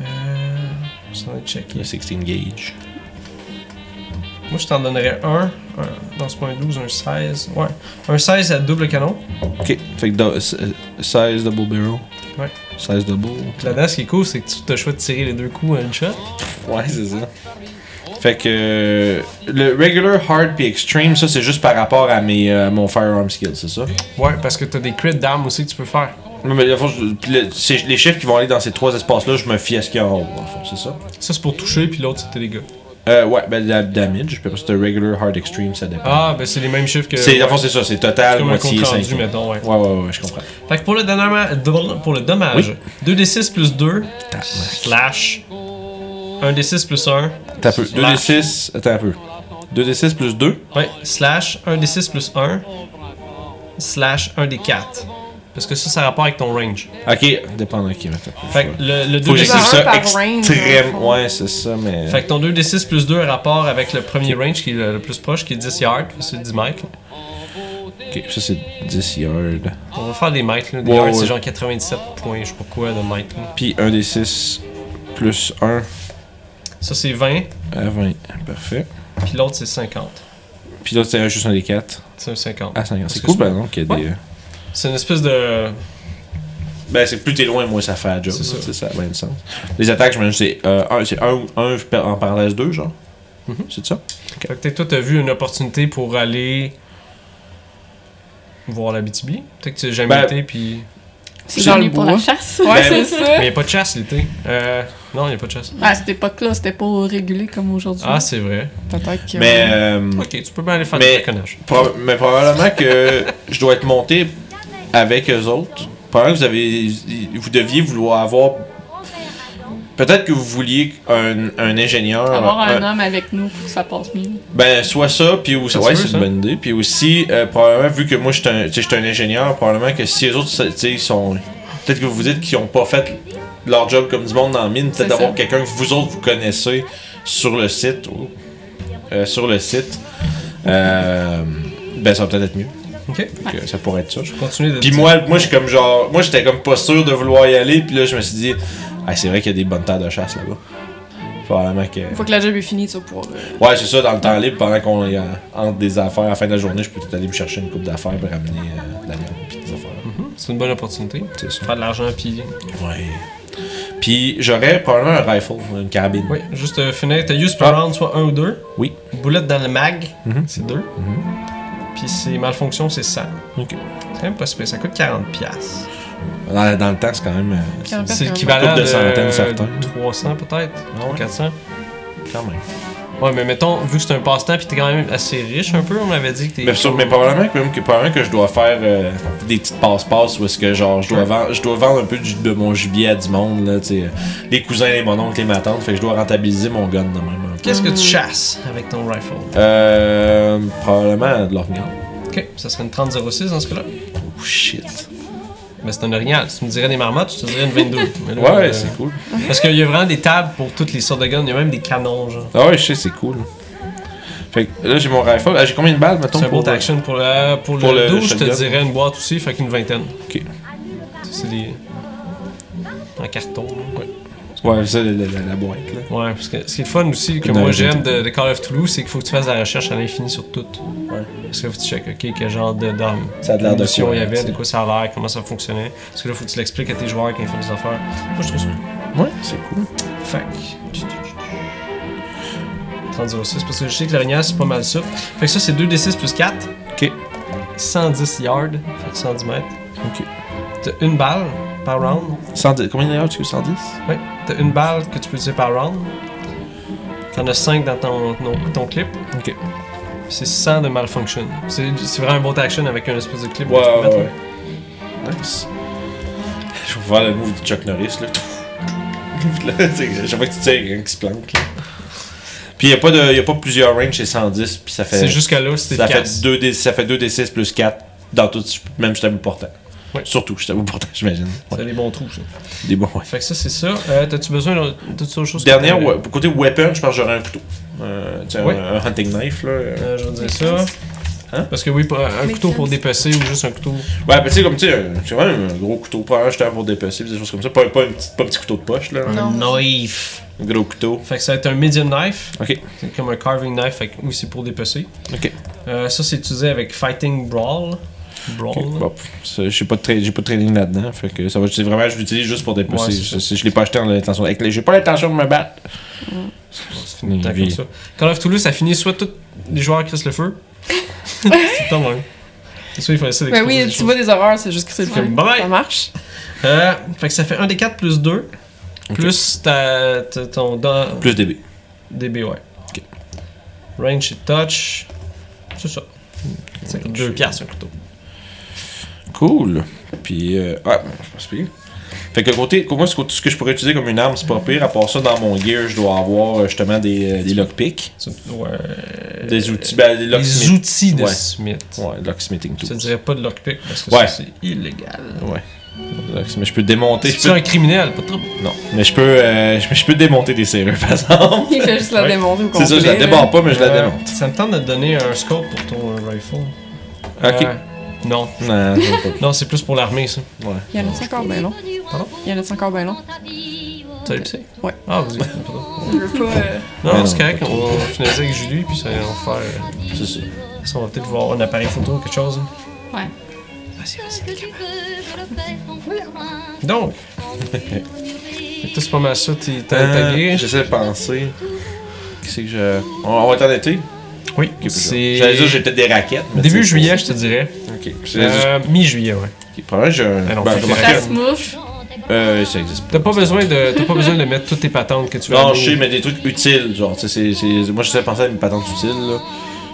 Speaker 1: Euh. Je vais checker.
Speaker 2: Le 16 gauge.
Speaker 1: Moi, je t'en donnerais un. un- dans ce point 12, un 16. Ouais. Un 16 à double canon.
Speaker 2: Ok. Fait que do- s- euh, 16 double barrel.
Speaker 1: Ouais.
Speaker 2: 16 double.
Speaker 1: Puis là-dedans, ce qui est cool, c'est que tu as le choix de tirer les deux coups à une shot.
Speaker 2: [LAUGHS] Ouais, c'est ça. Fait que euh, le regular, hard puis extreme, ça c'est juste par rapport à mes, euh, mon firearm skill, c'est ça?
Speaker 1: Ouais, parce que t'as des crits d'armes aussi que tu peux faire.
Speaker 2: Mais, mais dans le fond, je- puis le- c'est les chiffres qui vont aller dans ces trois espaces-là, je me fie à ce qu'il y a en haut, dans le fond, c'est ça?
Speaker 1: Ça, c'est pour toucher, puis l'autre, c'était les gars.
Speaker 2: Euh, ouais, ben la damage, je sais pas si c'est regular, hard, extreme, ça dépend.
Speaker 1: Ah, ben c'est les mêmes chiffres que.
Speaker 2: c'est, dans le fond, c'est ça, c'est total,
Speaker 1: comme un compte
Speaker 2: moitié, 5.
Speaker 1: rendu, mettons, ouais.
Speaker 2: Ouais, ouais, ouais, je comprends.
Speaker 1: Fait que pour le, dommage- double- pour le dommage, 2d6 plus 2,
Speaker 2: Ah,
Speaker 1: slash. 1d6 plus 1,
Speaker 2: T'as peu. 2d6, attends un peu. 2d6 plus 2.
Speaker 1: ouais, slash. 1d6 plus 1, slash 1d4. Parce que ça, ça a rapport avec ton range.
Speaker 2: Ok, dépend de qui, mettons.
Speaker 1: Fait que le, le
Speaker 2: Faut
Speaker 1: 2d6.
Speaker 2: que j'écrive
Speaker 4: j'écrive
Speaker 2: ça
Speaker 4: par range, dans le
Speaker 2: extrême.
Speaker 4: fond.
Speaker 2: Ouais, c'est ça, mais.
Speaker 1: Fait que ton 2d6 plus 2 a rapport avec le premier range qui est le, le plus proche, qui est 10 yards, c'est 10 mètres.
Speaker 2: Ok, ça c'est 10 yards.
Speaker 1: On va faire des mètres, là. Des
Speaker 2: Ouais,
Speaker 1: yards,
Speaker 2: ouais.
Speaker 1: c'est genre 97 points, je sais pas quoi, de mètres. là.
Speaker 2: Puis 1d6 plus 1.
Speaker 1: Ça, c'est 20,
Speaker 2: À 20. Parfait.
Speaker 1: puis l'autre, c'est 50.
Speaker 2: Puis là, c'est juste un des 4.
Speaker 1: C'est un 50.
Speaker 2: Ah, 50.
Speaker 1: Parce
Speaker 2: C'est
Speaker 1: que
Speaker 2: cool,
Speaker 1: c'est-
Speaker 2: par exemple, qu'il y a
Speaker 1: Ouais.
Speaker 2: des. euh,
Speaker 1: C'est une espèce de.
Speaker 2: Ben, c'est plus t'es loin, moins ça fait la job.
Speaker 1: C'est ça.
Speaker 2: C'est ça, même sens. Les attaques, je me c'est euh, un, c'est un, ou- un en parenthèse 2, genre.
Speaker 1: Mhm.
Speaker 2: C'est ça?
Speaker 1: Fait que peut-être toi, t'as vu une opportunité pour aller. voir la BTB. Peut-être que tu n'as jamais
Speaker 2: Ben-
Speaker 1: été, puis.
Speaker 3: C'est
Speaker 5: Dans
Speaker 3: venu
Speaker 5: le
Speaker 3: pour
Speaker 5: bois.
Speaker 3: la chasse.
Speaker 2: Ben,
Speaker 4: Ah,
Speaker 3: Ouais, c'est ça.
Speaker 1: Mais il a pas de chasse l'été. Euh, non, il a pas de chasse.
Speaker 3: À cette époque-là, c'était pas régulé comme aujourd'hui.
Speaker 1: Ah, c'est vrai.
Speaker 5: Peut-être que.
Speaker 2: Mais, euh,
Speaker 1: Ok, tu peux bien aller faire du
Speaker 2: Mais-
Speaker 1: braconnage.
Speaker 2: prob- mais probablement que je dois être monté avec eux autres. Probablement que vous, avez, vous deviez vouloir avoir. Peut-être que vous vouliez un, un ingénieur.
Speaker 3: Avoir
Speaker 2: un-
Speaker 3: un homme avec nous pour que ça passe mieux.
Speaker 2: Ben, soit ça, puis aussi.
Speaker 1: Ça se
Speaker 2: Ouais,
Speaker 1: peut,
Speaker 2: c'est
Speaker 1: ça.
Speaker 2: une bonne idée. Puis aussi, euh, probablement, vu que moi, je suis un, tu sais, je suis un ingénieur, probablement que si les autres, tu sais, ils sont. Peut-être que vous vous dites qu'ils ont pas fait leur job comme du monde dans la mine,
Speaker 3: C'est
Speaker 2: peut-être d'avoir
Speaker 3: ça.
Speaker 2: quelqu'un que vous autres vous connaissez sur le site. ou- euh, sur le site. euh, ben, ça va peut-être être mieux.
Speaker 1: Ok,
Speaker 2: Fait que ça pourrait être ça, je crois.
Speaker 1: continue de.
Speaker 2: Puis moi, moi, je suis comme genre. Moi, j'étais comme pas sûr de vouloir y aller, puis là, je me suis dit, ah, c'est vrai qu'il y a des bonnes terres de chasse là-bas. Probablement que.
Speaker 5: Une fois que la job est finie, tu vas pouvoir. euh,
Speaker 2: Ouais, c'est ça, dans le temps libre, pendant qu'on est euh, entre des affaires, à la fin de la journée, je peux peut-être aller me chercher une coupe d'affaires et ramener euh, de la viande pis des affaires.
Speaker 1: Mhm, C'est une bonne opportunité.
Speaker 2: C'est ça.
Speaker 1: Faire de l'argent, puis.
Speaker 2: Ouais. Puis j'aurais probablement un rifle, une carabine.
Speaker 1: Oui, juste euh, finir. T'as use per
Speaker 2: Ah.
Speaker 1: round, soit un ou deux.
Speaker 2: Oui.
Speaker 1: Boulette dans le mag,
Speaker 2: Mhm.
Speaker 1: c'est deux. Puis c'est malfonction, c'est 100.
Speaker 2: Ok.
Speaker 1: C'est même pas super. Ça coûte 40$. piastres.
Speaker 2: Dans, dans le temps, c'est quand même. euh, c'est-
Speaker 5: Parce
Speaker 1: C'est
Speaker 5: que-
Speaker 1: l'équivalent
Speaker 2: Couple
Speaker 1: de,
Speaker 2: de centaines, certains.
Speaker 1: 300 peut-être,
Speaker 2: Ah ouais?
Speaker 1: 400.
Speaker 2: quand même.
Speaker 1: Ouais, mais mettons, vu que c'est un passe-temps, puis t'es quand même assez riche un peu, on avait dit que t'es.
Speaker 2: Mais, sur- mais probablement, que, même que, probablement que je dois faire euh, des petites passe-passe où est-ce que genre je dois, vendre, je dois vendre un peu du- de mon gibier à du monde, là, tu sais. euh, Les cousins, les mon oncle, les ma tante, fait que je dois rentabiliser mon gun de même. un peu.
Speaker 1: Qu'est-ce que tu chasses avec ton rifle
Speaker 2: Euh. Probablement de l'organe.
Speaker 1: Ok, ça serait une 30-06 dans ce cas-là.
Speaker 2: Oh shit.
Speaker 1: Mais c'est un orignal. Si tu me dirais des marmottes, je te dirais une 22.
Speaker 2: [LAUGHS]
Speaker 1: Mais là,
Speaker 2: Ouais, ouais,
Speaker 1: euh,
Speaker 2: c'est cool.
Speaker 1: Parce qu'il y a vraiment des tables pour toutes les sortes de guns, il y a même des canons, genre.
Speaker 2: Ah ouais, je sais, c'est cool. Fait que là, j'ai mon rifle. Ah, J'ai combien de balles, mettons?
Speaker 1: C'est un bon
Speaker 2: pour-
Speaker 1: action pour, la, pour,
Speaker 2: Pour
Speaker 1: le,
Speaker 2: le
Speaker 1: 12, je te
Speaker 2: shotgun.
Speaker 1: dirais une boîte aussi, fait qu'une vingtaine.
Speaker 2: euh, Ok.
Speaker 1: C'est des. En carton. là. Ouais.
Speaker 2: Ouais, ça, la, la- la boîte, là.
Speaker 1: Ouais, parce que ce qui est le fun aussi, que
Speaker 2: Une
Speaker 1: moi
Speaker 2: vingtaine.
Speaker 1: j'aime de, de Call of Toulouse, c'est qu'il faut que tu fasses de la recherche à l'infini sur tout.
Speaker 2: Ouais.
Speaker 1: Parce que faut que tu check, ok, quel genre de d'armes,
Speaker 2: Ça a de l'air de
Speaker 1: munitions
Speaker 2: quoi,
Speaker 1: il y avait,
Speaker 2: t'sais.
Speaker 1: de quoi ça a l'air, comment ça fonctionnait. Parce que là, faut que tu l'expliques à tes joueurs quand ils font des affaires. Moi, je trouve ça.
Speaker 2: Ouais, c'est cool.
Speaker 1: Fait que- 30-06, parce que je sais que l'orignal, c'est pas mal ça. Fait que ça, c'est 2d6 plus 4.
Speaker 2: Ok.
Speaker 1: 110 yards, fait que 110 mètres.
Speaker 2: Ok.
Speaker 1: T'as une balle par round.
Speaker 2: 110. Combien d'ailleurs tu veux 110
Speaker 1: Ouais, t'as une balle que tu peux utiliser par round. T'en as 5 dans ton, ton, ton clip.
Speaker 2: Ok.
Speaker 1: C'est 100 de malfunction. C'est c'est vraiment un bon action avec un espèce de clip. que
Speaker 2: Ouais,
Speaker 1: tu peux
Speaker 2: ouais,
Speaker 1: mettre,
Speaker 2: ouais. Nice. Je vais voir le move de Chuck Norris, là. [LAUGHS] Là, tu sais, Chaque fois que tu tires, il y a quelqu'un qui se planque, là. Puis il n'y a, pas de- y a pas plusieurs ranges, c'est 110, puis ça
Speaker 1: là. C'est
Speaker 2: fait.
Speaker 1: jusqu'à là, c'est
Speaker 2: Ça fait,
Speaker 1: efficace.
Speaker 2: 2D, ça fait 2d6 plus 4 dans tout, même si je t'avoue portant.
Speaker 1: Ouais.
Speaker 2: Surtout, je t'avoue portant, [LAUGHS] j'imagine.
Speaker 1: T'as des bons trous, ça.
Speaker 2: Des bons, ouais.
Speaker 1: Fait que ça, c'est ça. Euh, T'as-tu besoin de toute autre chose que
Speaker 2: Dernière,
Speaker 1: t'avais?
Speaker 2: ouais, côté weapon, je pense que j'aurais un couteau. Euh, tu sais,
Speaker 1: Ouais.
Speaker 2: un, un hunting knife, là. euh.
Speaker 1: Euh, je vais dire ça.
Speaker 2: Hein?
Speaker 1: Parce que oui, pas- un
Speaker 4: Make
Speaker 1: couteau pour
Speaker 4: sense.
Speaker 1: dépecer ou juste un couteau.
Speaker 2: Ouais, ben, tu sais, comme, tu sais, un- c'est vraiment un gros couteau, pas un jeteur pour dépecer, des choses comme ça. Pas, pas, un petit, pas un petit couteau de poche, là.
Speaker 1: Un
Speaker 4: Non.
Speaker 1: knife.
Speaker 2: Un gros couteau.
Speaker 1: Fait que ça va être un medium knife.
Speaker 2: Ok,
Speaker 1: C'est comme un carving knife, fait que oui, c'est pour dépecer.
Speaker 2: ok.
Speaker 1: Euh, ça, c'est utilisé avec Fighting Brawl. Brawl.
Speaker 2: Ok, Bon, pff, ça, j'ai pas de tra- j'ai pas de training là-dedans, hein, fait que ça va, c'est vraiment, je l'utilise juste pour dépecer.
Speaker 1: Ouais, c'est
Speaker 2: je, je l'ai pas acheté en l'intention. avec les- J'ai pas l'intention de me battre.
Speaker 1: C'est fini,
Speaker 2: Oui,
Speaker 1: tant
Speaker 2: oui.
Speaker 1: comme ça. Call of Toulouse, ça finit soit tous les joueurs crissent le feu. c'est pas mal. C'est ça, il faut essayer
Speaker 5: Ben
Speaker 1: d'exploser
Speaker 5: oui,
Speaker 1: les
Speaker 5: tu
Speaker 1: choses.
Speaker 5: vois des horreurs, c'est juste que c'est le
Speaker 1: Fait que
Speaker 5: film.
Speaker 1: bye bye.
Speaker 4: [LAUGHS]
Speaker 5: Ça marche.
Speaker 1: Euh, fait que ça fait 1 des 4 plus 2. Plus ta, ta- ton dan-
Speaker 2: Plus DB.
Speaker 1: DB, ouais.
Speaker 2: Ok.
Speaker 1: Range et touch. C'est ça. Ça coûte 2 piastres un couteau.
Speaker 2: Cool. Puis, euh, ouais, je pense pire. Fait que côté, pour moi, ce que- ce que je pourrais utiliser comme une arme, c'est pas pire. À part ça, dans mon gear, je dois avoir euh, justement des, euh, des lockpicks.
Speaker 1: C'est- Ouais.
Speaker 2: Des outils, ben, des
Speaker 1: Les
Speaker 2: locksmith.
Speaker 1: Euh, outils de
Speaker 2: Ouais.
Speaker 1: Smith.
Speaker 2: Ouais, locksmithing tools.
Speaker 1: Je te dirais pas de lockpick parce que
Speaker 2: Ouais.
Speaker 1: ça, c'est illégal.
Speaker 2: Ouais. Locksmith, je peux démonter.
Speaker 1: Si
Speaker 2: Je
Speaker 1: tu es
Speaker 2: peux...
Speaker 1: un criminel, pas de trouble.
Speaker 2: Non, mais je peux, euh, je, je peux démonter des serrures, [LAUGHS] par exemple.
Speaker 5: Il fait juste la
Speaker 1: Ouais.
Speaker 5: démonter au complet.
Speaker 2: C'est ça, je la
Speaker 5: là.
Speaker 2: démonte pas, mais je la
Speaker 1: Euh,
Speaker 2: démonte.
Speaker 1: Ça me tente de te donner un scope pour ton euh, rifle.
Speaker 2: Ok.
Speaker 1: Euh, non.
Speaker 2: Non, je veux
Speaker 1: Non, c'est plus pour l'armée, ça.
Speaker 2: pas. Ouais.
Speaker 5: Il y en a encore bien long.
Speaker 6: Pardon?
Speaker 5: Il y en a encore bien long.
Speaker 1: T'as épicé?
Speaker 5: Ouais.
Speaker 1: Ah, vas-y.
Speaker 3: Je veux pas. euh,
Speaker 1: Non,
Speaker 2: Mais non,
Speaker 1: c'est correct,
Speaker 2: pas
Speaker 1: on va finir avec Julie, puis ça, on va faire. euh,
Speaker 2: C'est ça.
Speaker 1: Ça, on va peut-être voir un appareil photo ou quelque chose. hein.
Speaker 3: Ouais.
Speaker 1: Donc,
Speaker 2: [LAUGHS]
Speaker 1: tout c'est pas mal ça, t'es t'as
Speaker 2: Euh,
Speaker 1: tagué.
Speaker 2: J'essaie de penser. Qu'est-ce que je. On, on va être en été?
Speaker 1: Oui,
Speaker 2: Ok,
Speaker 1: c'est.
Speaker 2: J'allais dire, j'ai peut-être des raquettes. mais
Speaker 1: Début
Speaker 2: c'est-
Speaker 1: juillet, je te dirais.
Speaker 2: Ok. C'est
Speaker 1: Euh, Mi-juillet, ouais.
Speaker 2: ok, Probablement, j'ai un.
Speaker 1: Ah non,
Speaker 2: ben,
Speaker 1: faut que
Speaker 2: remarque-
Speaker 3: Ça se mouffe.
Speaker 2: Euh, ça existe
Speaker 1: T'as pas besoin de, t'as pas besoin de mettre toutes tes patentes que tu as.
Speaker 2: Non, je sais, mais des trucs utiles, genre, tu sais, c'est- c'est- moi j'essaie de penser à mes patentes utiles, là.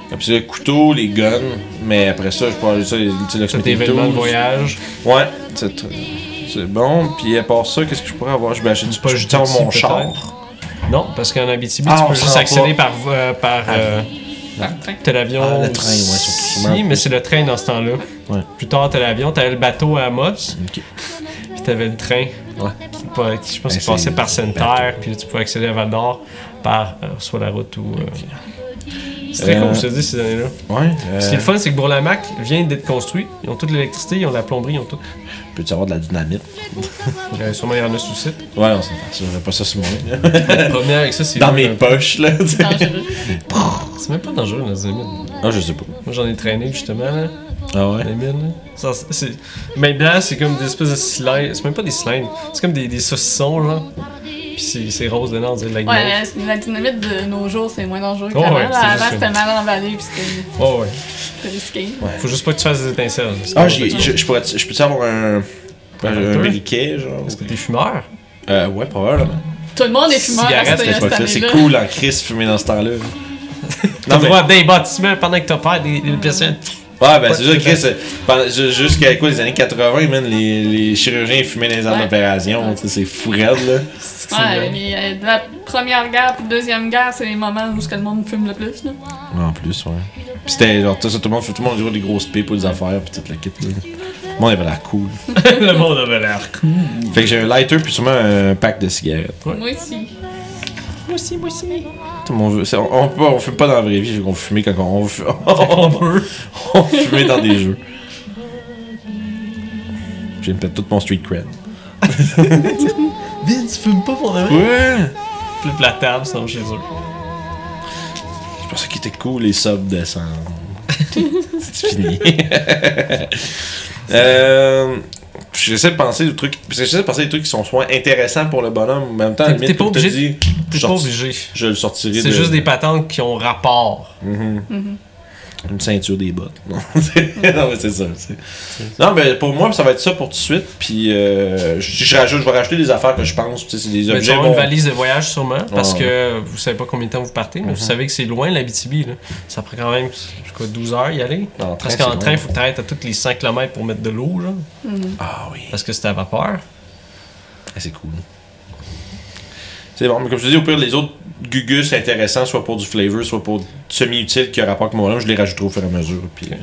Speaker 2: Comme c'est le couteau, les guns, mais après ça, je peux aller ça, les utiles
Speaker 1: T'as tes événements de voyage.
Speaker 2: Ouais, c'est tr- c'est bon. Puis à part ça, qu'est-ce que je pourrais avoir Je m'achète du
Speaker 1: Pas
Speaker 2: je
Speaker 1: juste
Speaker 2: tiens
Speaker 1: ici,
Speaker 2: mon
Speaker 1: peut-être.
Speaker 2: char.
Speaker 1: Non, parce qu'en Abitibi,
Speaker 2: Ah,
Speaker 1: tu
Speaker 2: on
Speaker 1: peux
Speaker 2: se
Speaker 1: juste
Speaker 2: rend
Speaker 1: accéder par, euh, par
Speaker 2: Ah,
Speaker 1: euh, t'as l'avion.
Speaker 2: Ah, le train, ouais,
Speaker 1: aussi,
Speaker 2: surtout, sûrement.
Speaker 1: mais c'est le train dans ce temps-là.
Speaker 2: Ouais.
Speaker 1: Plus tard, t'as l'avion, t'avais le bateau à Amos,
Speaker 2: Ok.
Speaker 1: puis t'avais le train.
Speaker 2: Ouais.
Speaker 1: Qui, pa- qui, je pense
Speaker 2: Ben,
Speaker 1: qu'il passait
Speaker 2: c'est-
Speaker 1: par
Speaker 2: c'est le
Speaker 1: Sainte-Terre, puis là, tu pouvais accéder à Val-d'Or par euh, soit la route ou. euh, C'est très
Speaker 2: Euh,
Speaker 1: cool, je te dis, ces années-là.
Speaker 2: Ouais. euh,
Speaker 1: Ce qui est le fun, c'est que Bourlamac vient d'être construit. Ils ont toute l'électricité, ils ont de la plomberie, ils ont tout.
Speaker 2: Peux-tu avoir de la dynamite
Speaker 1: Euh, sûrement, il y en a sous site.
Speaker 2: [COUGHS] Ouais, non, c'est ça. J'aurais pas ça sur mon lit.
Speaker 1: Le premier avec ça, c'est.
Speaker 2: Dans mes poches, là. tu sais.
Speaker 3: dangereux.
Speaker 1: C'est même pas dangereux dans les mines. Moi,
Speaker 2: Ah, je sais pas.
Speaker 1: j'en ai traîné, justement, là,
Speaker 2: Ah
Speaker 1: dans
Speaker 2: ouais
Speaker 1: les mines. là. Ça, c'est- c'est- Maintenant, c'est comme des espèces de cylindres. C'est même pas des cylindres. C'est comme des, des saucissons, genre. Puis c'est c'est rose dedans, on dirait de la guimauve.
Speaker 3: Ouais, mais la- la dynamite de nos jours, c'est moins dangereux
Speaker 1: Oh,
Speaker 3: qu'avant.
Speaker 1: ouais,
Speaker 3: là.
Speaker 1: c'est juste
Speaker 3: Avant,
Speaker 1: ça.
Speaker 3: c'était mal emballé puis c'était
Speaker 1: Oh, ouais.
Speaker 3: c'était risqué.
Speaker 1: Faut juste pas que tu fasses des étincelles.
Speaker 2: Ah, j'ai- je je pourrais- je peux-tu avoir un. Un
Speaker 1: Toi?
Speaker 2: briquet, genre
Speaker 1: Est-ce que t'es fumeur?
Speaker 2: Euh, ouais, probablement.
Speaker 3: Tout le monde est fumeur à
Speaker 1: Cigarette,
Speaker 3: cette,
Speaker 1: c'est
Speaker 2: Cette
Speaker 3: cette
Speaker 2: époque-là, C'est
Speaker 3: année-là.
Speaker 2: cool en crise fumer dans ce temps-là.
Speaker 1: T'as le droit à des bâtiments pendant que t'as peur des, des personnes.
Speaker 2: Ouais, ben c'est
Speaker 1: de
Speaker 2: ça, Chris. euh, pendant- ju- Jusqu'à quoi, les années 80, man, les, les chirurgiens fumaient dans les armes
Speaker 3: Ouais.
Speaker 2: d'opération. tu sais, C'est fou raide, là.
Speaker 3: Ouais, mais euh, de la première guerre puis deuxième guerre, c'est les moments où ce que le monde fume le plus. Là.
Speaker 2: En plus, ouais. Pis c'était genre, tout ça, tout le monde, tout le monde jouait des grosses pipes ou des affaires, pis toute la kit, là. Le monde avait l'air cool.
Speaker 1: [LAUGHS] le monde avait l'air cool.
Speaker 2: Fait que j'ai un lighter, puis sûrement un pack de cigarettes.
Speaker 1: Ouais.
Speaker 3: Moi aussi.
Speaker 1: Moi aussi, moi aussi.
Speaker 2: Tout le monde veut- c'est- on, on, peut pas- on fume pas dans la vraie vie, fait qu'on fumait quand on, on, fu-
Speaker 1: On
Speaker 2: [LAUGHS] on,
Speaker 1: peut.
Speaker 2: fumait dans des jeux. J'ai peut-être tout mon street cred.
Speaker 1: Vince, tu fumes pas pour de vrai?
Speaker 2: Ouais!
Speaker 1: Plus de la table, sinon chez eux.
Speaker 2: Je pensais qu'il était cool les subs
Speaker 1: [LAUGHS]
Speaker 2: descendent. C'est fini. [LAUGHS] euh, j'essaie de penser des trucs. parce que J'essaie de penser des trucs qui sont soit intéressants pour le bonhomme, mais en même temps, à la
Speaker 1: T'es-
Speaker 2: limite,
Speaker 1: t'es pas
Speaker 2: comme t'as
Speaker 1: obligé-
Speaker 2: dit,
Speaker 1: T'es
Speaker 2: je
Speaker 1: pas
Speaker 2: sorti-
Speaker 1: obligé.
Speaker 2: Je le sortirai
Speaker 1: C'est
Speaker 2: de-
Speaker 1: juste des patentes qui ont rapport.
Speaker 2: Mhm. Une ceinture des bottes. [LAUGHS] Non, c'est- non, mais c'est ça. c'est- Non, mais pour moi, ça va être ça pour tout de suite. Puis euh, je, je rajoute, je vais rajouter des affaires que je pense. tu sais, C'est des
Speaker 1: Mais tu
Speaker 2: objets.
Speaker 1: vas avoir
Speaker 2: bon,
Speaker 1: une valise de voyage sûrement, parce
Speaker 2: Ouais. Mhm.
Speaker 1: que vous savez pas combien de temps vous partez, mais vous savez que c'est loin l'Abitibi. là. Ça prend quand même jusqu'à 12 heures y aller.
Speaker 2: en train,
Speaker 1: Parce
Speaker 2: c'est
Speaker 1: qu'en train,
Speaker 2: bon.
Speaker 1: il faut que t'arrêtes à toutes les 5 km pour mettre de l'eau, genre,
Speaker 2: Ah oui.
Speaker 1: parce que c'est à vapeur.
Speaker 2: Ah, c'est cool. C'est bon, mais comme je te dis, au pire, les autres gugus intéressants, soit pour du flavor, soit pour semi-utile qui a rapport avec mon homme, je les rajouterai au fur et à mesure. Puis, euh,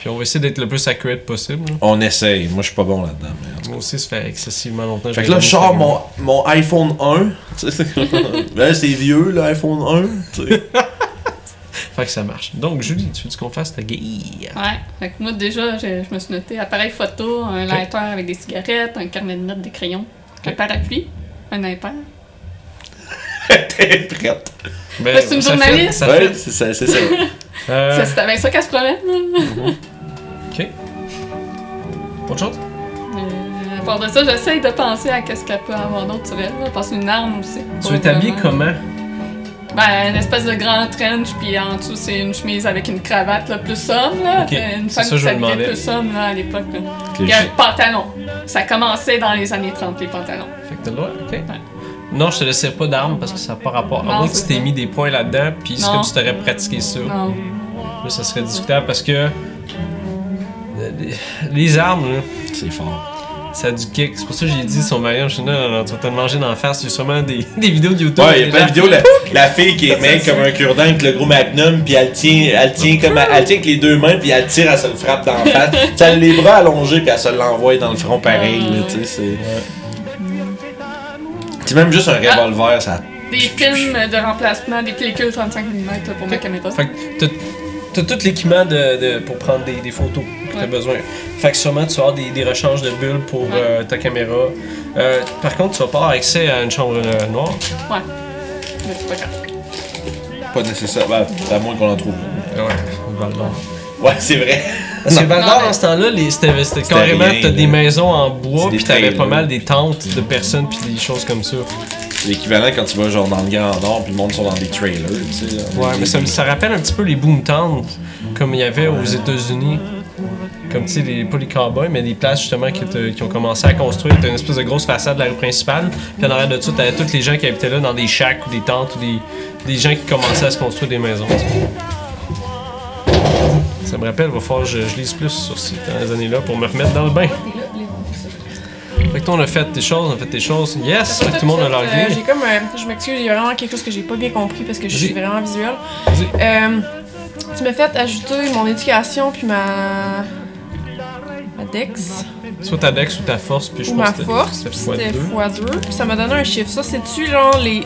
Speaker 1: Puis on va essayer d'être le plus accurate possible. là.
Speaker 2: on essaye. Moi, je suis pas bon là-dedans. mais en tout
Speaker 1: Moi aussi, ça fait excessivement longtemps.
Speaker 2: cas. Fait que là, je sors mon, mon iPhone 1. [LAUGHS] tu sais. là, c'est vieux, l'iPhone 1.
Speaker 1: [LAUGHS]
Speaker 2: tu sais.
Speaker 1: Fait que ça marche. Donc, Julie, tu veux qu'on fasse ta guille?
Speaker 3: Ouais. Fait que moi, déjà, je, je me suis noté appareil photo, un
Speaker 1: Ok.
Speaker 3: lighter avec des cigarettes, un carnet de notes, des crayons, un
Speaker 1: Ok.
Speaker 3: parapluie, un iPad.
Speaker 2: T'es prête.
Speaker 1: Ben,
Speaker 3: Là, c'est une
Speaker 1: ça fait-
Speaker 3: journaliste.
Speaker 1: ça
Speaker 2: Ouais,
Speaker 1: fait.
Speaker 2: c'est ça. C'est ça.
Speaker 1: Euh,
Speaker 3: Ça, c'est avec ça qu'elle se promène. là.
Speaker 1: ok. Autre chose?
Speaker 3: Euh, à part de ça, j'essaye de penser à qu'est-ce qu'elle peut avoir d'autre sur elle. là, Parce qu'une arme aussi.
Speaker 1: Tu veux t'habiller comment?
Speaker 3: Ben, une espèce de grand trench, puis en dessous, c'est une chemise avec une cravate, là, plus homme, là.
Speaker 1: Ok,
Speaker 3: Fait Une
Speaker 1: c'est ça,
Speaker 3: femme qui
Speaker 1: je me
Speaker 3: s'habillait
Speaker 1: demandais.
Speaker 3: plus homme, là, à l'époque, là.
Speaker 2: Les
Speaker 3: Puis un pantalon. Ça commençait dans les années 30, les pantalons.
Speaker 1: Fait que t'as le droit, ok. Non, je te laisserai pas d'armes parce que ça n'a pas rapport.
Speaker 3: Non,
Speaker 1: À moins que
Speaker 3: c'est
Speaker 1: tu t'es
Speaker 3: ça.
Speaker 1: mis des points là-dedans, puis c'est
Speaker 3: Non.
Speaker 1: comme si t'aurais pratiqué
Speaker 2: Oh.
Speaker 1: ça.
Speaker 3: Non.
Speaker 1: Là, ça serait discutable parce que. les- Les armes, là,
Speaker 2: C'est fort.
Speaker 1: ça a du kick. C'est pour ça que j'ai dit son mariage. Je dis, non, non, non, tu vas te le manger dans la face. Il y a sûrement des, [LAUGHS] des vidéos de YouTube.
Speaker 2: Ouais, il y a
Speaker 1: des
Speaker 2: plein de
Speaker 1: gens-
Speaker 2: vidéos. La, la fille qui est mec comme un cure-dent avec le gros magnum, puis elle tient, elle tient comme elle, elle tient avec les deux mains, puis elle tire, elle se le frappe dans la
Speaker 1: [LAUGHS]
Speaker 2: face. Tu sais, elle a les bras allongés, puis elle se l'envoie dans le front pareil. Là, tu sais, c'est. C'est même juste un
Speaker 1: Ah!
Speaker 2: revolver, ça.
Speaker 3: Des films de remplacement, des pellicules 35 mm, là, pour ma caméra.
Speaker 1: Fait que t'as- T'as tout l'équipement de, de- pour prendre des, des photos que t'as
Speaker 3: Ouais.
Speaker 1: besoin. Fait que sûrement tu vas avoir des, des rechanges de bulles pour euh, ta caméra. Euh, par contre, tu vas pas avoir accès à une chambre euh, noire.
Speaker 3: Ouais. Mais c'est pas grave.
Speaker 2: Pas nécessaire. Bah, à moins qu'on en trouve.
Speaker 1: Ouais, Val d'Or.
Speaker 2: Ouais,
Speaker 1: [LAUGHS]
Speaker 2: c'est vrai.
Speaker 1: Parce que Val
Speaker 3: Non,
Speaker 1: d'Or,
Speaker 3: mais-
Speaker 1: dans ce temps-là, les- c'était c'était carrément,
Speaker 2: rien,
Speaker 1: t'as des
Speaker 2: là.
Speaker 1: maisons en
Speaker 2: C'est
Speaker 1: bois,
Speaker 2: des
Speaker 1: puis t'avais
Speaker 2: trails,
Speaker 1: pas
Speaker 2: là.
Speaker 1: mal des tentes de personnes, puis des choses comme ça.
Speaker 2: C'est l'équivalent quand tu vas genre dans le Grand Nord, puis le monde sont dans des trailers, tu sais. dans
Speaker 1: Ouais,
Speaker 2: des-
Speaker 1: mais ça, me- ça rappelle un petit peu les boomtowns, comme il y avait aux États-Unis. Comme tu sais, les- pas les cowboys, mais des places justement qui, te- qui ont commencé à construire. T'as une espèce de grosse façade de la rue principale. Puis en arrière de ça, t'avais tous les gens qui habitaient là dans des shacks ou des tentes ou des, des gens qui commençaient à se construire des maisons. Ça me rappelle, va falloir que je, je lise plus sur ces ces années-là pour me remettre dans le bain. Fait que toi, on a fait des choses, on a fait des choses. Yes! Fait que tout le monde a leur
Speaker 4: Euh,
Speaker 1: vie.
Speaker 4: J'ai comme. euh, je m'excuse, il y a vraiment quelque chose que j'ai pas bien compris parce que je suis
Speaker 1: Vas-y.
Speaker 4: vraiment visuelle.
Speaker 1: Vas-y.
Speaker 4: Euh, tu m'as fait ajouter mon éducation puis ma. ma dex
Speaker 1: Soit ta dex ou ta force, puis je
Speaker 4: euh, ou
Speaker 1: pense
Speaker 4: ma
Speaker 1: que
Speaker 4: force.
Speaker 1: c'était
Speaker 4: puis
Speaker 1: fois
Speaker 4: C'était
Speaker 1: deux.
Speaker 4: x2. Puis ça m'a donné un chiffre. Ça, c'est-tu genre les,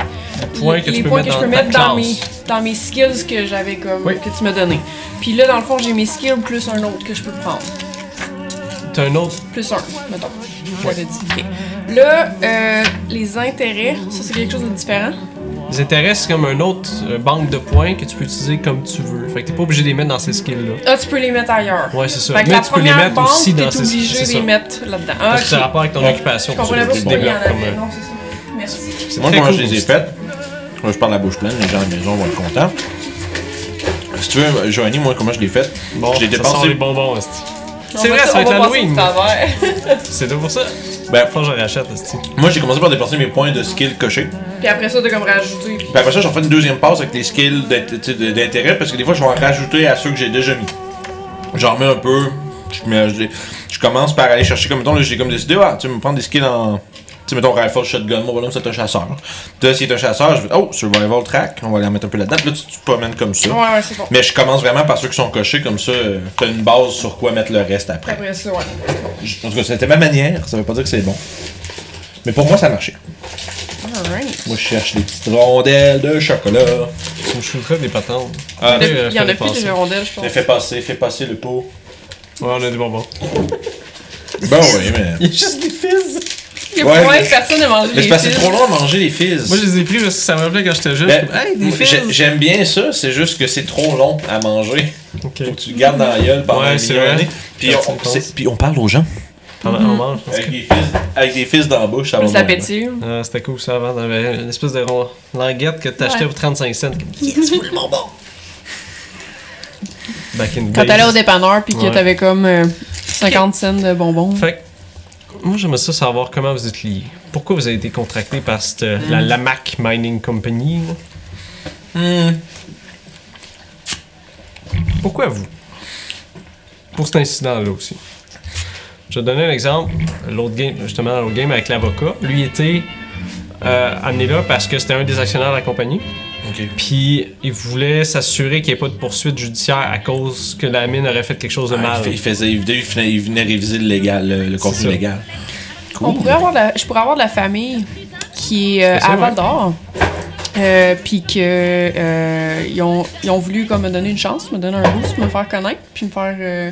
Speaker 1: points que
Speaker 4: les
Speaker 1: tu peux
Speaker 4: points
Speaker 1: mettre
Speaker 4: que je peux
Speaker 1: dans ta
Speaker 4: mettre dans mes,
Speaker 1: classe.
Speaker 4: dans mes skills que j'avais comme.
Speaker 1: Oui.
Speaker 4: que tu m'as donné. Puis là, dans le fond, j'ai mes skills plus un autre que je peux prendre.
Speaker 1: T'as un autre.
Speaker 4: Plus un, mettons. J'avais dit. Ok. Là, euh, les intérêts, ça c'est quelque chose de différent.
Speaker 1: Les intérêts, c'est comme un autre euh, banque de points que tu peux utiliser comme tu veux. Fait que t'es pas obligé de les mettre dans ces skills-là.
Speaker 4: Ah, tu peux les mettre ailleurs.
Speaker 1: Ouais, c'est ça.
Speaker 4: Fait que la
Speaker 1: tu peux les
Speaker 4: première
Speaker 1: mettre
Speaker 4: banque,
Speaker 1: aussi
Speaker 4: t'es
Speaker 1: dans ces
Speaker 4: obligé de
Speaker 1: C'est
Speaker 4: les
Speaker 1: ça.
Speaker 4: mettre là-dedans. Ah,
Speaker 1: Parce que ça a
Speaker 4: ok.
Speaker 1: rapport avec ton occupation.
Speaker 4: Je comprenais
Speaker 1: tu
Speaker 4: pas
Speaker 1: sais, tu
Speaker 4: pourquoi il y en
Speaker 1: développes comme,
Speaker 4: avait.
Speaker 1: euh,
Speaker 4: Non, c'est ça. Merci.
Speaker 1: c'est
Speaker 2: Moi,
Speaker 1: très
Speaker 2: quand
Speaker 1: cool.
Speaker 2: je les ai faites, moi, je parle la bouche pleine, les gens à la maison vont être contents. Si tu veux, Joanie, moi, comment je l'ai faite?
Speaker 1: Bon,
Speaker 2: je l'ai
Speaker 1: ça sort
Speaker 2: dépensé.
Speaker 1: les bonbons, esti.
Speaker 4: On
Speaker 1: C'est vrai, ça va
Speaker 4: on
Speaker 1: être
Speaker 4: passer
Speaker 1: l'Halloween.
Speaker 4: au travers.
Speaker 1: C'est tout pour ça.
Speaker 2: Ben,
Speaker 1: Faut que je rachète, esti.
Speaker 2: moi, j'ai commencé par dépenser mes points de skill cochés.
Speaker 4: Puis après ça, t'as comme rajouté. puis-
Speaker 2: Puis après ça, j'en fais une deuxième passe avec les skills d'int- tu sais, de- d'intérêt parce que des fois, je vais en rajouter à ceux que j'ai déjà mis. J'en remets un peu. Je, mets- je- je commence par aller chercher, comme mettons, là, j'ai comme décidé, ah, tu sais, me prendre des skills en. Tu sais, mettons, rifle, shotgun, mon bonhomme, c'est un chasseur. Puis là, si c'est un chasseur, je vais, oh, survival track, on va aller en mettre un peu là-dedans. Puis là, tu, tu te promènes comme ça.
Speaker 4: Ouais, ouais, c'est bon.
Speaker 2: Mais je commence vraiment par ceux qui sont cochés, comme ça, euh, t'as une base sur quoi mettre le reste
Speaker 4: Puis
Speaker 2: après.
Speaker 4: Après ça, ouais.
Speaker 2: Je- En tout cas, c'était ma manière, ça veut pas dire que c'est bon. Mais pour moi, ça marchait.
Speaker 4: Alright.
Speaker 2: Moi, je cherche des petites rondelles de chocolat.
Speaker 1: Tu me shooterais des patentes.
Speaker 2: Ah,
Speaker 1: Allez, euh,
Speaker 4: Il y en
Speaker 1: fais-les
Speaker 4: a plus
Speaker 1: passer.
Speaker 4: de rondelles, je pense.
Speaker 2: Mais fais passer, fais passer le pot.
Speaker 1: Ouais, on a des bonbons.
Speaker 2: Ben oui, mais.
Speaker 1: Il y a juste des fils.
Speaker 4: Il y a
Speaker 2: Ouais,
Speaker 4: pas
Speaker 2: mais-
Speaker 4: personne n'a mangé
Speaker 2: Mais c'est
Speaker 4: les
Speaker 2: parce que c'est
Speaker 4: fils.
Speaker 2: trop long à manger les fils.
Speaker 1: Moi, je les ai pris parce que ça me rappelait quand j'étais jeune.
Speaker 2: Ben,
Speaker 1: Comme, hey, des
Speaker 2: moi, j'ai-
Speaker 1: fils.
Speaker 2: J'aime bien ça, c'est juste que c'est trop long à manger.
Speaker 1: Ok.
Speaker 2: Faut que tu le gardes dans la gueule pendant
Speaker 1: Ouais,
Speaker 2: une
Speaker 1: c'est
Speaker 2: million
Speaker 1: vrai.
Speaker 2: d'années. Puis
Speaker 1: Quand
Speaker 2: on,
Speaker 1: tu le
Speaker 2: c'est-
Speaker 1: penses.
Speaker 2: puis on parle aux gens.
Speaker 1: Pendant- On mange.
Speaker 2: Avec des fils, avec des fils dans la bouche, ça va
Speaker 4: Plus
Speaker 2: bien.
Speaker 4: d'appétit.
Speaker 1: Ah, C'était cool ça avant. On avait une espèce de ron- languette que t'achetais pour 35 cents. Back in
Speaker 3: Quand
Speaker 1: days.
Speaker 3: t'allais au dépanneur puis que
Speaker 1: Ben, Ouais.
Speaker 3: t'avais comme euh, 50 cents de bonbons.
Speaker 1: Fait que, moi, j'aimerais ça savoir comment vous êtes liés. Pourquoi vous avez été contracté par cette, la
Speaker 2: Hmm.
Speaker 1: Lamac Mining Company? là?
Speaker 2: Hmm.
Speaker 1: Pourquoi vous? Pour cet incident-là aussi. Je vais te donner un exemple. L'autre game, justement, dans l'autre game avec l'avocat, lui était euh, amené là parce que c'était un des actionnaires de la compagnie.
Speaker 2: Ok.
Speaker 1: Puis il voulait s'assurer qu'il n'y ait pas de poursuite judiciaire à cause que la mine aurait fait quelque chose de
Speaker 2: Ah,
Speaker 1: mal.
Speaker 2: il, fait- il faisait, il venait, il venait- il venait réviser le, légal, le, le contenu
Speaker 1: ça.
Speaker 2: légal.
Speaker 4: On
Speaker 2: Cool.
Speaker 4: pourrait avoir de la- je pourrais avoir de la famille qui est euh,
Speaker 1: C'est ça,
Speaker 4: à
Speaker 1: ouais.
Speaker 4: Val d'Or. Euh, puis que euh, ils, ont, ils ont voulu comme me donner une chance, me donner un boost, me faire connaître, puis me faire euh,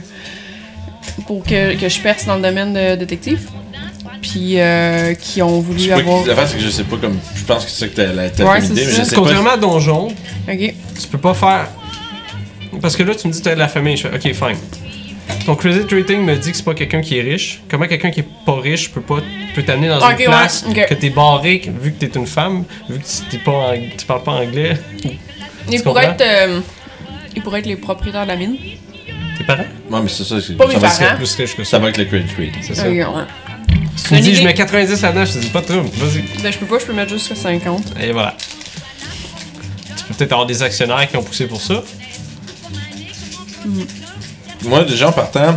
Speaker 4: pour que, que je perce dans le domaine de détective. Puis euh, qui ont
Speaker 2: Je
Speaker 4: voulu
Speaker 2: sais pas,
Speaker 4: avoir.
Speaker 2: qui- l'affaire, c'est que je sais pas comme. Je pense que c'est ça que t'as la t'as
Speaker 4: Ouais,
Speaker 2: comme
Speaker 4: c'est
Speaker 2: idée, mais
Speaker 4: ça.
Speaker 2: je sais pas.
Speaker 1: Contrairement à Donjon,
Speaker 4: Ok.
Speaker 1: tu peux pas faire. Parce que là, tu me dis que t'as de la famille. Je fais, ok, fine. Ton credit rating me dit que c'est pas quelqu'un qui est riche. Comment quelqu'un qui est pas riche peut pas peut t'amener dans
Speaker 4: Ok,
Speaker 1: une place
Speaker 4: ouais, ok.
Speaker 1: que t'es barré, que- vu que t'es une femme, vu que tu, t'es pas en- tu parles pas anglais.
Speaker 4: Ils
Speaker 1: Tu
Speaker 4: pourraient
Speaker 1: comprends?
Speaker 4: être. euh, ils pourraient être les propriétaires de la mine.
Speaker 1: Tes parents
Speaker 2: Ouais, mais c'est ça, c'est-
Speaker 4: Pas mes
Speaker 2: ça, va,
Speaker 4: parents.
Speaker 1: C'est plus riche que
Speaker 2: ça
Speaker 1: ça.
Speaker 2: va avec le credit rating.
Speaker 1: C'est ça.
Speaker 4: Ok, ouais.
Speaker 1: Si tu me
Speaker 4: Une
Speaker 1: dis, je
Speaker 4: idée.
Speaker 1: mets 90 là-dedans, je te dis pas de trouble. Vas-y.
Speaker 4: Ben, je peux pas, je peux mettre jusqu'à 50.
Speaker 1: Et voilà. Tu peux peut-être avoir des actionnaires qui ont poussé pour ça.
Speaker 2: Moi, déjà en partant,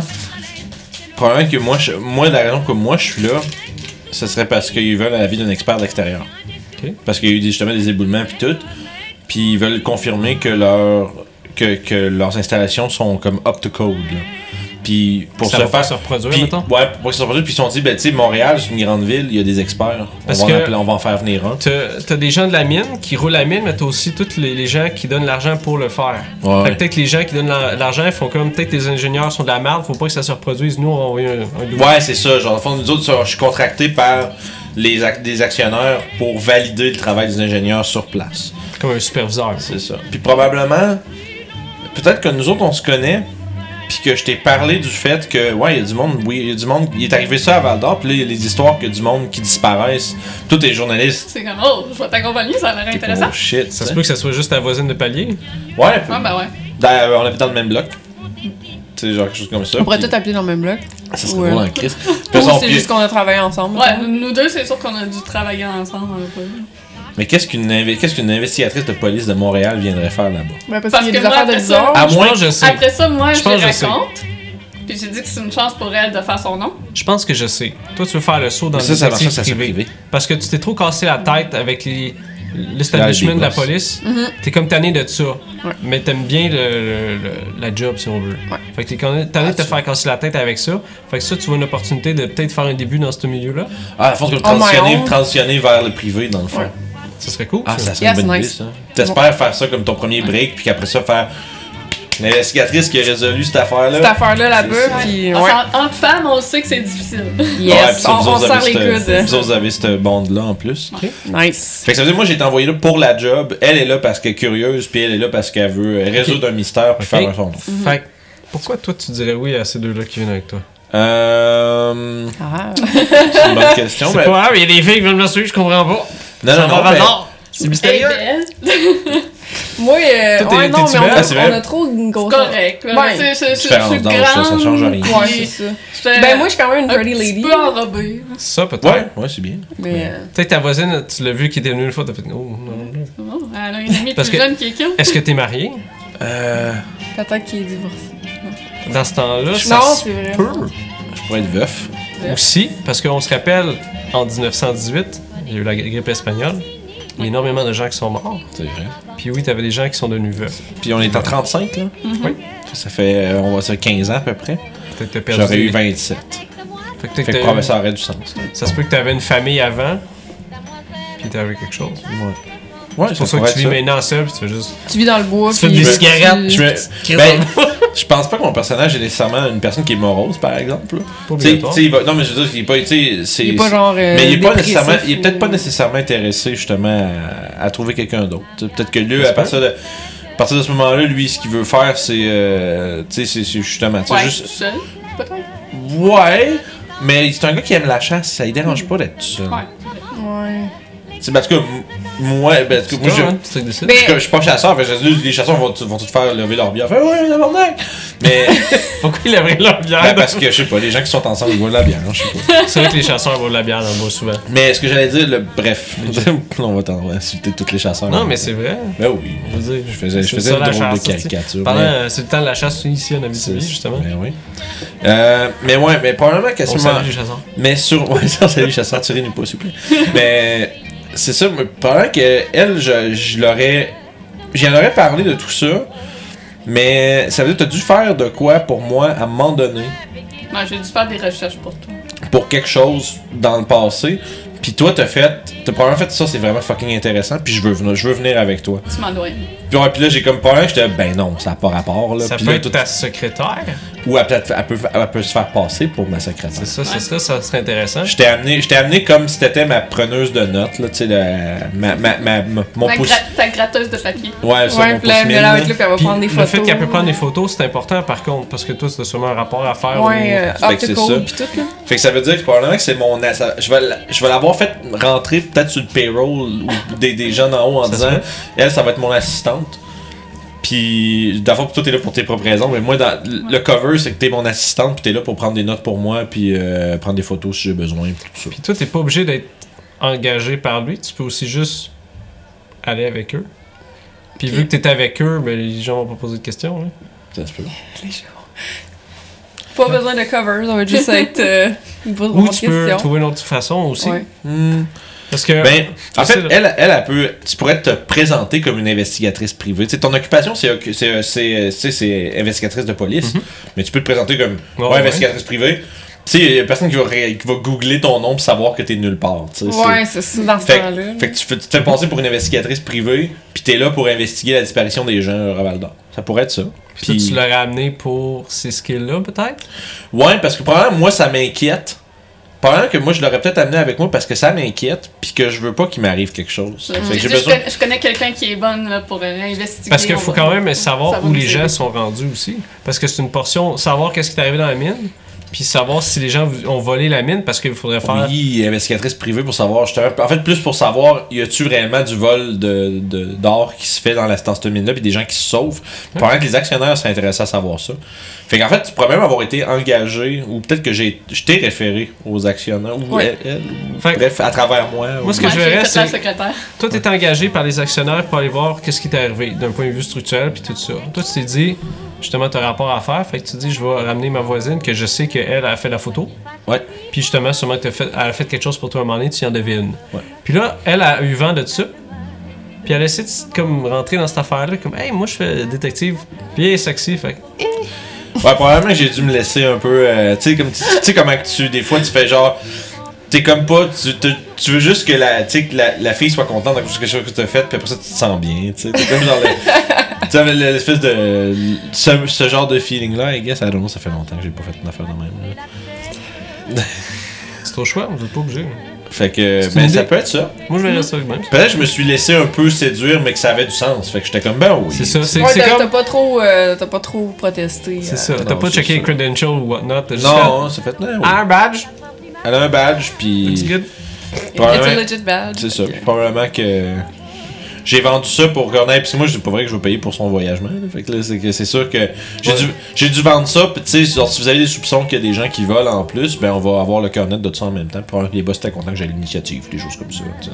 Speaker 2: probablement que moi, je- moi la raison que moi je suis là, ce serait parce qu'ils veulent la vie d'un expert de l'extérieur.
Speaker 1: Ok.
Speaker 2: Parce qu'il y a eu des- justement des éboulements puis tout. Puis ils veulent confirmer que, leur, que, que leurs installations sont comme up to code. là. Puis pour
Speaker 1: ça
Speaker 2: se
Speaker 1: va pas
Speaker 2: faire.
Speaker 1: se reproduire,
Speaker 2: Puis,
Speaker 1: mettons.
Speaker 2: ouais, pour se reproduire. Puis ils se sont dit, ben, tu sais, Montréal, c'est une grande ville, il y a des experts.
Speaker 1: Parce
Speaker 2: on, va en
Speaker 1: que-
Speaker 2: appeler- on va en faire venir un.
Speaker 1: T'as t'as des gens de la mine qui roulent la mine, mais t'as aussi tous les, les gens qui donnent l'argent pour le faire.
Speaker 2: Ouais,
Speaker 1: Fait
Speaker 2: Ah ouais.
Speaker 1: que peut-être que les gens qui donnent la- l'argent font comme peut-être que les ingénieurs sont de la merde, faut pas que ça se reproduise. Nous, on veut un, un double.
Speaker 2: Ouais, c'est ça. Genre, au fond, nous autres, ça, je suis contracté par les ac- des actionnaires pour valider le travail des ingénieurs sur place.
Speaker 1: Comme un superviseur.
Speaker 2: C'est ça. Puis probablement, peut-être que nous autres, on se connaît, puis que je t'ai parlé du fait que, ouais, il y a du monde, oui, il y a du monde, il est arrivé ça à Val d'Or, puis là, il y a les histoires que du monde qui disparaissent. Tous les journalistes.
Speaker 3: C'est comme, oh, je vais t'accompagner, ça a l'air
Speaker 2: t'es comme,
Speaker 3: intéressant.
Speaker 2: Oh
Speaker 1: Ça
Speaker 2: shit. tu
Speaker 1: se
Speaker 2: sais.
Speaker 1: peut que ça soit juste ta voisine de palier.
Speaker 2: Ouais, puis-
Speaker 3: Ah, ben ouais.
Speaker 2: dans- on habite dans le même bloc. Tu sais, genre quelque chose comme ça.
Speaker 4: On pourrait
Speaker 2: puis-
Speaker 4: tout appeler dans le même bloc.
Speaker 2: Ça serait
Speaker 4: Ouais.
Speaker 2: drôle en
Speaker 4: [LAUGHS]
Speaker 2: crise.
Speaker 4: Ou c'est juste qu'on a travaillé ensemble.
Speaker 3: Ouais,
Speaker 4: mettons.
Speaker 3: nous deux, c'est sûr qu'on a dû travailler ensemble. un peu.
Speaker 2: Mais qu'est-ce qu'une inve- qu'est-ce qu'une investigatrice de police de Montréal viendrait faire là-bas?
Speaker 4: Ouais, parce,
Speaker 3: Parce
Speaker 4: qu'il y
Speaker 3: que
Speaker 4: a des
Speaker 3: moi,
Speaker 4: affaires de
Speaker 3: après ça-
Speaker 4: bizarre.
Speaker 2: À
Speaker 1: Ah, je
Speaker 2: moins
Speaker 1: pense que je sais.
Speaker 3: Après ça, moi,
Speaker 1: Je
Speaker 3: je,
Speaker 1: pense que je sais.
Speaker 3: raconte. Puis j'ai dit que c'est une chance pour elle de faire son nom.
Speaker 1: Je pense que je sais. Toi, tu veux faire le saut dans
Speaker 2: Mais ça,
Speaker 1: le
Speaker 2: ça marche,
Speaker 1: détective
Speaker 2: ça, c'est
Speaker 1: privé.
Speaker 2: privé.
Speaker 1: Parce que tu t'es trop cassé la tête avec les- l'establishment
Speaker 2: Des
Speaker 1: de la
Speaker 2: boss.
Speaker 1: police. T'es comme tanné de ça. Mais t'aimes bien le- le- le- la job, si on veut.
Speaker 4: Ouais.
Speaker 1: Fait que t'es tanné tanné
Speaker 2: Ah,
Speaker 1: de te faire casser la tête avec ça. Fait que ça, tu vois une opportunité de peut-être faire un début dans ce milieu-là.
Speaker 2: Ah, à force que
Speaker 4: On my
Speaker 2: transitionner,
Speaker 4: own.
Speaker 2: transitionner vers le privé, dans le fond.
Speaker 4: Ouais.
Speaker 1: Ça serait cool.
Speaker 2: Ah,
Speaker 1: ça.
Speaker 2: ça serait
Speaker 4: Yes,
Speaker 2: une bonne
Speaker 4: nice.
Speaker 2: idée, ça. T'espères faire ça comme ton premier break, puis qu'après ça, faire l'investigatrice qui a résolu cette affaire-là.
Speaker 4: Cette affaire-là
Speaker 2: C'est
Speaker 4: là-bas,
Speaker 2: ça.
Speaker 4: puis
Speaker 3: Parce
Speaker 4: ouais.
Speaker 3: qu'en- Entre femmes, on sait que c'est difficile.
Speaker 2: Ouais, puis
Speaker 4: Yes,
Speaker 2: ça,
Speaker 4: on,
Speaker 2: vous
Speaker 4: on
Speaker 2: autres
Speaker 4: sert
Speaker 2: avez
Speaker 4: les
Speaker 2: cette-
Speaker 4: coudes.
Speaker 2: Vous autres avez cette bande-là en plus.
Speaker 4: Nice.
Speaker 2: Fait que ça veut dire, moi, j'ai été envoyé là pour la job. Elle est là parce qu'elle est curieuse, puis elle est là parce qu'elle veut résoudre un mystère, puis
Speaker 1: Ok. Mhm.
Speaker 2: faire un son.
Speaker 1: Fait que pourquoi toi, tu dirais oui à ces deux-là qui viennent avec toi?
Speaker 2: Euh.
Speaker 4: Ah.
Speaker 2: C'est une
Speaker 4: [LAUGHS]
Speaker 2: bonne question. mais-
Speaker 1: grave, il y a des filles qui veulent me suivre, je comprends pas. Eh
Speaker 2: Non, non, non. mais-
Speaker 1: C'est
Speaker 3: Elle est
Speaker 1: mystérieux.
Speaker 3: belle,
Speaker 4: Moi, euh,
Speaker 1: Toi, t'es-
Speaker 4: ouais, non,
Speaker 1: t'es-tu
Speaker 4: mais
Speaker 1: belle?
Speaker 4: on
Speaker 2: Ah,
Speaker 4: a,
Speaker 2: c'est vrai.
Speaker 4: on a trop une grosse.
Speaker 3: correct. là.
Speaker 4: Ouais.
Speaker 3: C'est- c'est- c'est- Je
Speaker 2: Différence
Speaker 3: suis
Speaker 2: d'âge, ça, ça
Speaker 3: grande.
Speaker 2: change rien.
Speaker 4: Ouais, c'est ça.
Speaker 3: j'étais
Speaker 4: Ben, moi, je suis quand même une
Speaker 3: un
Speaker 4: pretty
Speaker 3: petit
Speaker 4: lady.
Speaker 3: peu enrobée.
Speaker 1: ben, Ça, peut-être.
Speaker 2: Ouais, ouais, c'est bien.
Speaker 4: Mais euh,
Speaker 1: Peut-être ta voisine, tu l'as vu qui était venue une fois, t'as fait. Oh, non, non.
Speaker 3: Oh, elle a une amie
Speaker 1: Parce
Speaker 3: plus
Speaker 1: que-
Speaker 3: jeune qui est cute.
Speaker 1: Est-ce que t'es marié?
Speaker 2: Euh.
Speaker 4: peut-être qu'il est divorcé.
Speaker 1: Dans ce temps-là, ça
Speaker 4: Non,
Speaker 1: se
Speaker 4: c'est vrai.
Speaker 1: peut
Speaker 2: Je pourrais être veuf.
Speaker 1: aussi, parce qu'on se rappelle, en 1918, il y a eu la grippe espagnole. Il y a énormément de gens qui sont morts.
Speaker 2: C'est vrai.
Speaker 1: Puis oui, t'avais des gens qui sont devenus veufs.
Speaker 2: Puis on est en 35, là.
Speaker 1: Oui.
Speaker 2: Ça fait, euh, on va dire, 15 ans à peu près.
Speaker 1: Peut-être t'as perdu.
Speaker 2: J'aurais eu
Speaker 1: des-
Speaker 2: 27.
Speaker 1: Fait que peut-être
Speaker 2: Fait que
Speaker 1: t'as eu-
Speaker 2: probablement, ça aurait du sens. là.
Speaker 1: Ça se peut que t'avais une famille avant, puis t'avais quelque chose.
Speaker 2: Ouais,
Speaker 1: C'est pour ça
Speaker 2: pourrait
Speaker 1: que tu
Speaker 2: être
Speaker 1: vis maintenant seul, puis tu fais juste.
Speaker 4: Tu vis dans le bois.
Speaker 1: Tu fais
Speaker 4: puis
Speaker 1: des
Speaker 4: tu-
Speaker 1: cigarettes,
Speaker 2: Je,
Speaker 1: Chris,
Speaker 2: me- ben, je pense pas que mon personnage est nécessairement une personne qui est morose, par exemple. là.
Speaker 1: Pas
Speaker 2: Tu sais-
Speaker 1: obligatoire.
Speaker 2: tu sais, il va- non, mais je veux dire, il est pas, tu sais, c'est-
Speaker 4: Il est pas genre. euh,
Speaker 2: mais il est, pas
Speaker 4: dépressif
Speaker 2: nécessairement, il est
Speaker 4: ou-
Speaker 2: peut-être pas nécessairement intéressé justement à, à trouver quelqu'un d'autre. Tu sais, Peut-être que lui, à partir de, à partir de ce moment-là, lui, ce qu'il veut faire, c'est, euh, tu sais, c'est c'est justement, tu sais,
Speaker 3: Ouais,
Speaker 2: juste,
Speaker 3: tout seul, peut-être.
Speaker 2: ouais, mais c'est un gars qui aime la chasse, ça lui dérange pas d'être tout seul.
Speaker 3: Ouais.
Speaker 4: Ouais.
Speaker 2: Tu sais, parce que m- moi, ben, parce que moi, je,
Speaker 1: Hein, c'est décide.
Speaker 2: Parce que je suis pas chasseur, fait que je dis, les chasseurs vont, vont tout faire lever leur bière. Fait ouais, tabarnak!
Speaker 1: [LAUGHS]
Speaker 2: Mais
Speaker 1: Pourquoi il avait leur
Speaker 2: ben,
Speaker 1: bière?
Speaker 2: parce que je sais pas, les gens qui sont ensemble, ils boivent de la bière, hein, je sais pas.
Speaker 1: C'est vrai que les chasseurs boivent de la bière dans le bois souvent.
Speaker 2: Mais ce que j'allais dire, le
Speaker 1: [LAUGHS]
Speaker 2: bref, on va t'en insulter tous les chasseurs.
Speaker 1: Non, mais c'est vrai.
Speaker 2: Ben oui.
Speaker 1: Je veux dire,
Speaker 2: Je faisais, je
Speaker 1: C'est
Speaker 2: faisais
Speaker 1: ça,
Speaker 2: une
Speaker 1: la
Speaker 2: drôle
Speaker 1: chasse,
Speaker 2: de caricature.
Speaker 1: pendant,
Speaker 2: mais-
Speaker 1: euh, c'est le temps de la chasse ici en Abitibi, justement.
Speaker 2: Ben oui. Euh, mais ouais, mais probablement qu'à
Speaker 1: On
Speaker 2: ce moment.
Speaker 1: salue les chasseurs.
Speaker 2: Mais sur. [LAUGHS] Ouais, ça, salut, chasseur, tirez-nous pas, s'il vous plaît. Mais. C'est ça, mais probablement que elle, je, je l'aurais. J'en aurais parlé de tout ça. Mais ça veut dire que t'as dû faire de quoi pour moi à un moment donné,
Speaker 3: Ouais, Ben, j'ai dû faire des recherches pour toi.
Speaker 2: pour quelque chose dans le passé. Puis toi, t'as fait. T'as probablement fait ça, c'est vraiment fucking intéressant. Puis je veux venir, je veux venir avec toi.
Speaker 3: Tu m'éloignes.
Speaker 2: Puis, ouais, puis là, j'ai comme peur, j'étais, ben non, ça n'a pas rapport. Là.
Speaker 1: Ça
Speaker 2: Bah, Puis
Speaker 1: peut
Speaker 2: là,
Speaker 1: être
Speaker 2: tout-
Speaker 1: ta secrétaire.
Speaker 2: Ou elle peut, elle peut- elle peut se faire passer pour ma secrétaire.
Speaker 1: C'est ça, c'est ça, ça serait intéressant.
Speaker 2: Je t'ai amené, je t'ai amené comme si t'étais ma preneuse de notes, là, tu sais, la- ma, ma, ma, ma- mon
Speaker 3: Ta,
Speaker 2: pouce.
Speaker 3: gra- ta gratteuse de papier.
Speaker 2: Ouais, ça,
Speaker 4: Ouais,
Speaker 2: mon
Speaker 4: puis là,
Speaker 2: pouce
Speaker 4: elle
Speaker 2: mine,
Speaker 4: là
Speaker 2: là.
Speaker 4: avec lui, puis elle va
Speaker 1: Puis
Speaker 4: prendre des
Speaker 1: le
Speaker 4: photos.
Speaker 1: fait qu'elle peut prendre des photos, c'est important par contre, parce que toi, c'est sûrement un rapport à faire.
Speaker 4: Ouais,
Speaker 2: Fait
Speaker 4: euh,
Speaker 2: que c'est
Speaker 4: optical, puis
Speaker 2: ça.
Speaker 4: tout, là.
Speaker 2: Fait que ça veut dire que probablement que c'est mon. ass- Je vais, la- je vais l'avoir fait rentrer peut-être sur le payroll ou des, des jeunes en haut en disant elle, ça va être mon assistante. Puis d'abord, toi, t'es là pour tes propres raisons. Mais moi, dans, le cover, c'est que t'es mon assistante, puis t'es là pour prendre des notes pour moi, puis euh, prendre des photos si j'ai besoin, puis tout ça.
Speaker 1: Puis toi, t'es pas obligé d'être engagé par lui, tu peux aussi juste aller avec eux. Puis vu que t'es avec eux, ben, les gens vont pas poser de questions. hein.
Speaker 2: Ça se peut.
Speaker 4: Pas besoin de cover, ça va juste être. euh, une bonne
Speaker 1: Ou
Speaker 4: bonne
Speaker 1: tu peux
Speaker 4: question.
Speaker 1: trouver une autre façon aussi.
Speaker 4: Ouais.
Speaker 2: Hmm.
Speaker 1: Parce que.
Speaker 2: Ben, en
Speaker 1: c'est
Speaker 2: fait,
Speaker 1: le-
Speaker 2: elle, elle, elle peut, tu pourrais te présenter comme une investigatrice privée. Tu sais, ton occupation, c'est, occu- c'est, euh, c'est, c'est, c'est investigatrice de police, mais tu peux te présenter comme
Speaker 1: Mhm. Ouais,
Speaker 2: ouais,
Speaker 1: ouais.
Speaker 2: investigatrice privée. Tu sais, il y a personne qui va, ré- qui va googler ton nom pour savoir que t'es nulle part. tu sais, c'est-
Speaker 4: Ouais, c'est ça, dans ce
Speaker 2: Fait,
Speaker 4: temps-là.
Speaker 2: fait que tu, fais- tu te fais passer pour une investigatrice privée, puis t'es là pour investiguer la disparition des gens à Val d'Or. Ça pourrait être ça.
Speaker 1: Puis toi, tu l'aurais amené pour ces skills-là, peut-être
Speaker 2: Ouais, parce que probablement, moi, ça m'inquiète. Probablement que moi, je l'aurais peut-être amené avec moi parce que ça m'inquiète, puis que je veux pas qu'il m'arrive quelque chose. Fait que
Speaker 3: Je,
Speaker 2: j'ai
Speaker 3: je
Speaker 2: besoin.
Speaker 3: connais, je connais quelqu'un qui est bonne là, pour euh, investiguer.
Speaker 1: Parce qu'il
Speaker 3: on
Speaker 1: faut
Speaker 3: va-
Speaker 1: quand même
Speaker 3: ça
Speaker 1: savoir
Speaker 3: va
Speaker 1: où
Speaker 3: nous
Speaker 1: les gens
Speaker 3: aider.
Speaker 1: sont rendus aussi. Parce que c'est une portion. Savoir qu'est-ce qui est arrivé dans la mine, puis savoir si les gens ont volé la mine, parce qu'il faudrait faire.
Speaker 2: Oui, euh, investigatrice privée pour savoir. justement- En fait, plus pour savoir, y a-tu réellement du vol de, de- d'or qui se fait dans la station mine-là, puis des gens qui se sauvent. Pendant que les actionnaires seraient intéressés à savoir ça. Fait qu'en fait, tu pourrais même avoir été engagé, ou peut-être que j'ai, je t'ai référé aux actionnaires, ou
Speaker 3: Ouais.
Speaker 2: elle- elle, ou-
Speaker 1: Fait que-
Speaker 2: bref, à travers moi.
Speaker 1: Moi,
Speaker 2: ou-
Speaker 1: ce que
Speaker 3: Ouais,
Speaker 1: je
Speaker 3: j'ai
Speaker 1: verrais,
Speaker 3: fait la
Speaker 1: c'est-
Speaker 3: secrétaire.
Speaker 1: Toi, t'es engagé par les actionnaires pour aller voir qu'est-ce qui t'est arrivé d'un point de vue structurel puis tout ça. Toi, tu t'es dit, justement, t'as un rapport à faire, fait que tu dis, je vais ramener ma voisine que je sais qu'elle a fait la photo.
Speaker 2: Ouais.
Speaker 1: Puis justement, sûrement que t'as fait, elle a fait quelque chose pour toi à un moment donné, tu y en devais une.
Speaker 2: Ouais.
Speaker 1: Puis là, elle a eu vent de ça. Puis elle a essayé de s- comme rentrer dans cette affaire-là, comme, hey, moi, je fais détective. Puis elle est sexy, fait que,
Speaker 2: Ouais, probablement que j'ai dû me laisser un peu. euh, tu sais, comme tu tu sais comment que tu. Des fois, tu fais genre. T'es comme pas. Tu, te- tu veux juste que la, tu sais, que la, la fille soit contente de quelque chose que t'as fait, puis après ça, tu te sens bien. Tu sais, t'es comme genre. le-
Speaker 4: [LAUGHS]
Speaker 2: Tu sais, avec l'espèce de. Ce, ce genre de feeling-là, I guess, I don't know, ça fait longtemps que j'ai pas fait une affaire de même. là.
Speaker 1: c'est trop choix, vous êtes pas obligé.
Speaker 2: Fait que.
Speaker 1: C'est
Speaker 2: Ben,
Speaker 1: une
Speaker 2: ça
Speaker 1: idée.
Speaker 2: peut être ça.
Speaker 1: Moi, je verrais ça de même.
Speaker 2: Peut-être que je me suis laissé un peu séduire, mais que ça avait du sens. Fait que j'étais comme, ben oui.
Speaker 1: C'est ça, c'est
Speaker 4: Ouais,
Speaker 1: c'est
Speaker 4: t'as
Speaker 1: comme.
Speaker 4: t'as pas trop, euh, t'as pas trop protesté. euh.
Speaker 1: C'est ça, t'as
Speaker 2: Non,
Speaker 1: pas
Speaker 2: c'est
Speaker 1: checké les
Speaker 2: ça.
Speaker 1: credentials ou whatnot, t'as juste fait,
Speaker 2: Non, ça fait. Non, oui.
Speaker 1: ah, un badge,
Speaker 2: Elle a un badge,
Speaker 1: it's
Speaker 2: puis.
Speaker 1: good.
Speaker 4: It's a
Speaker 2: probablement-
Speaker 4: legit badge.
Speaker 2: C'est ça. Probablement que j'ai vendu ça pour qu'on aille. Puis moi, c'est pas vrai que je veux payer pour son voyagement. là. Fait que là, c'est que c'est sûr que j'ai dû, j'ai dû vendre ça. Puis tu sais, genre, si vous avez des soupçons qu'il y a des gens qui volent en plus, ben on va avoir le cœur net de tout ça en même temps. Puis probablement que les boss étaient contents que j'ai l'initiative, des choses comme ça. tu sais,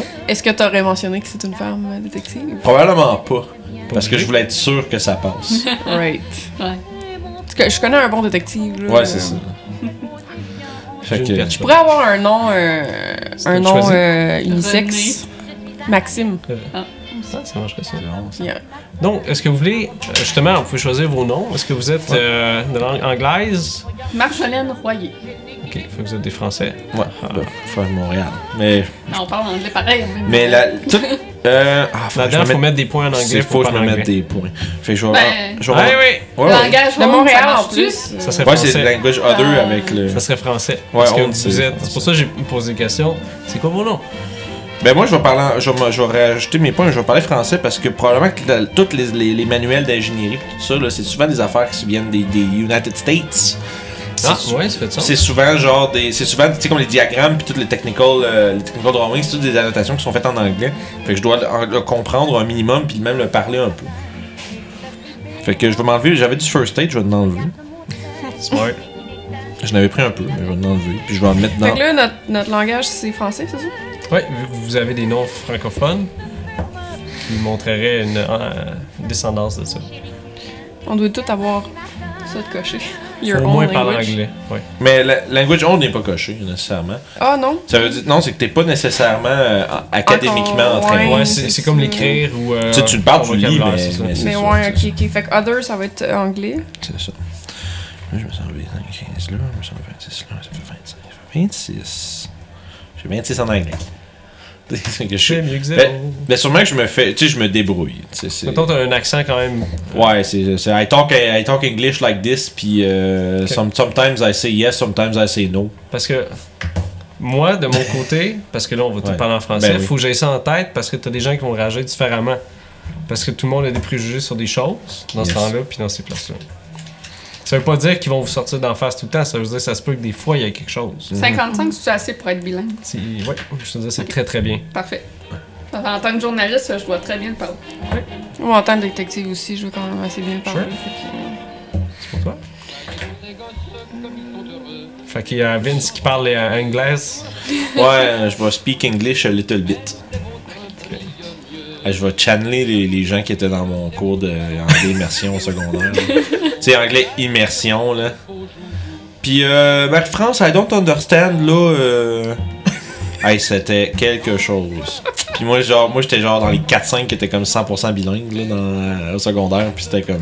Speaker 2: c'est-
Speaker 4: Est-ce que t'aurais mentionné que c'est une femme euh, détective?
Speaker 2: Probablement pas. Parce que je voulais être sûr que ça
Speaker 1: [LAUGHS]
Speaker 2: passe.
Speaker 4: Right.
Speaker 3: Ouais.
Speaker 4: En tout cas, je connais un bon détective. Là.
Speaker 2: Ouais,
Speaker 1: [LAUGHS]
Speaker 2: c'est ça.
Speaker 1: J'ai
Speaker 2: Fait
Speaker 1: une
Speaker 2: que.
Speaker 1: perche.
Speaker 4: Je pourrais avoir un nom, euh, un
Speaker 1: une
Speaker 4: nom
Speaker 1: choisie.
Speaker 4: euh, unisexe. Maxime.
Speaker 1: Ah, ça marcherait ça.
Speaker 4: Yeah.
Speaker 1: Donc, est-ce que vous voulez, euh, justement, vous pouvez choisir vos noms. Est-ce que vous êtes euh, de langue anglaise
Speaker 3: Marjolaine Royer.
Speaker 1: Ok, faut que vous êtes des Français.
Speaker 2: Ouais,
Speaker 1: Ah.
Speaker 2: ben, faire Montréal. Mais.
Speaker 3: Ah, On parle anglais pareil. mais-
Speaker 2: Mais la. tout- euh, ah, faut que je me
Speaker 1: Là-dedans, faut
Speaker 2: mette-
Speaker 1: mettre des points en anglais.
Speaker 2: c'est
Speaker 1: pour
Speaker 2: faut que je
Speaker 1: parler
Speaker 2: me mette
Speaker 1: anglais.
Speaker 2: des points. Fait que je vais.
Speaker 3: Ben,
Speaker 2: je vais-
Speaker 1: Ah oui,
Speaker 2: Ouais, ouais.
Speaker 3: Langage
Speaker 4: De
Speaker 3: home,
Speaker 4: Montréal
Speaker 3: ça
Speaker 4: en
Speaker 3: marche-tu?
Speaker 4: plus.
Speaker 1: ça serait
Speaker 2: Ouais, c'est
Speaker 1: français.
Speaker 2: le language other
Speaker 3: Ah.
Speaker 2: avec le.
Speaker 1: Ça serait français.
Speaker 2: Ouais,
Speaker 1: parce que
Speaker 2: on
Speaker 1: vous
Speaker 2: le sait,
Speaker 1: êtes. C'est pour ça que j'ai posé la question. C'est quoi vos noms
Speaker 2: Ben moi, je vais parler, en- je vais, me- je vais rajouter mes points, je vais parler français parce que probablement que la- tous les, les- les manuels d'ingénierie pis tout ça, là, c'est souvent des affaires qui viennent des, des United States.
Speaker 1: Ah,
Speaker 2: C'est-
Speaker 1: ouais, ça fait de
Speaker 2: C'est
Speaker 1: sens.
Speaker 2: souvent genre des. C'est souvent, tu sais, comme les diagrammes puis toutes les technical, euh, les technical drawings, c'est toutes des annotations qui sont faites en anglais. Fait que je dois le, en- le comprendre un minimum puis même le parler un peu. Fait que je vais m'enlever, j'avais du first aid, je vais l'enlever.
Speaker 1: Smart.
Speaker 2: Je n'avais pris un peu, mais je vais l'enlever. Puis je vais en mettre
Speaker 4: Fait
Speaker 2: dans.
Speaker 4: que là, notre, notre langage, c'est français, c'est ça?
Speaker 1: Ouais, vu que vous avez des noms francophones qui montreraient une euh, descendance de ça.
Speaker 4: On doit tout avoir ça de coché. Your
Speaker 1: Au
Speaker 4: own
Speaker 1: moins parler
Speaker 4: language.
Speaker 1: anglais. Ouais.
Speaker 2: Mais la language on n'est pas coché nécessairement.
Speaker 4: Ah non?
Speaker 2: Ça veut dire, non, c'est que t'es pas nécessairement euh, académiquement
Speaker 4: Encore,
Speaker 2: entraîné.
Speaker 4: Ouais,
Speaker 1: Ouais, c'est c'est comme l'écrire ou. euh,
Speaker 2: Tu sais, tu le parles,
Speaker 1: ton
Speaker 2: tu le lis,
Speaker 1: vocabulaire,
Speaker 2: mais-
Speaker 1: c'est ça.
Speaker 2: mais c'est
Speaker 4: Mais
Speaker 2: ça,
Speaker 4: ouais,
Speaker 2: c'est
Speaker 4: ok, ok. Fait que other, ça va être euh, anglais.
Speaker 2: C'est ça. Là, je me sens 15 là, je me sens 26 là, ça fait 25, ça fait 26. J'ai 26 en anglais. [LAUGHS] C'est que je
Speaker 1: Je
Speaker 2: suis.
Speaker 1: fais mieux que zéro.
Speaker 2: Ben, ben sûrement que je me fais, tu sais, je me débrouille. tu sais, c'est-
Speaker 1: Mettons, t'as un accent quand même.
Speaker 2: Ouais, c'est, c'est I talk, I talk English like this, puis euh, some- sometimes I say yes, sometimes I say no.
Speaker 1: Parce que moi, de mon côté, parce que là, on va tout
Speaker 2: Ouais.
Speaker 1: parler en français,
Speaker 2: Ben oui.
Speaker 1: faut que j'aie ça en tête parce que t'as des gens qui vont réagir différemment. Parce que tout le monde a des préjugés sur des choses dans ce
Speaker 2: Yes.
Speaker 1: temps-là puis dans ces places-là. Ça veut pas dire qu'ils vont vous sortir d'en face tout le temps, ça veut dire que ça se peut que des fois il y a quelque
Speaker 2: Mm.
Speaker 1: chose.
Speaker 3: 55, c'est assez pour être bilingue.
Speaker 1: C'est- Ouais, je te dis, c'est très très bien.
Speaker 3: Parfait. En tant que journaliste, je dois très bien le parler.
Speaker 4: Ou en tant que détective aussi, je veux quand même assez bien parler.
Speaker 1: Sure.
Speaker 4: fait que-
Speaker 1: C'est pour toi. Fait qu'il y a Vince qui parle euh, anglais.
Speaker 2: Ouais, je vais speak English a little bit. Euh, Je vais channeler les, les gens qui étaient dans mon cours d'anglais immersion au secondaire. là. tu sais, anglais immersion, là. Puis, euh, Marie-France, I don't understand, là. euh, Hey, c'était quelque chose. Puis moi, genre, moi j'étais genre dans les 4-5 qui étaient comme 100% bilingue là, dans, euh, au secondaire. Puis c'était comme.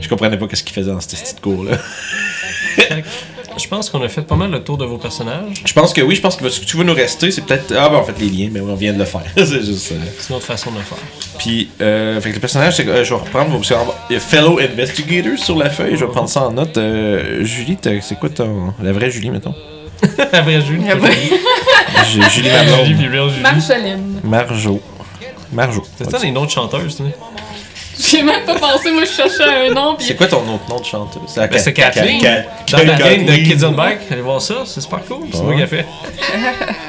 Speaker 2: Je comprenais pas qu'est-ce qu'ils faisaient dans cette petite cours-là.
Speaker 1: Je pense qu'on a fait pas mal le tour de vos personnages.
Speaker 2: [LAUGHS] Je pense que oui, je pense que ce que tu veux nous rester, c'est peut-être. Ah, ben en fait, les liens, mais oui, on vient de le faire. [LAUGHS] c'est juste. euh,
Speaker 1: C'est notre façon de le faire. [LAUGHS]
Speaker 2: Puis, euh, fait que le personnage, c'est que euh, je vais reprendre vos il y a Fellow Investigators sur la feuille, je vais prendre ça en note. Euh, Julie, t'as- c'est quoi ton. La vraie Julie, mettons
Speaker 1: La vraie Julie.
Speaker 2: [LAUGHS]
Speaker 4: La vraie-
Speaker 1: [LAUGHS]
Speaker 2: Ju- Julie
Speaker 1: Julie,
Speaker 2: Marlon.
Speaker 1: puis Real Julie.
Speaker 3: Marceline.
Speaker 2: Marjo. Marjo.
Speaker 1: C'est ça les noms de chanteuses, tu sais.
Speaker 3: J'ai même pas pensé, moi je cherchais un nom, puis
Speaker 2: C'est quoi ton autre nom de chanteuse C'est
Speaker 1: Ben, c'est Kathleen. Dans la game de Kids on Bike, allez voir ça, c'est super cool. C'est moi qui a fait.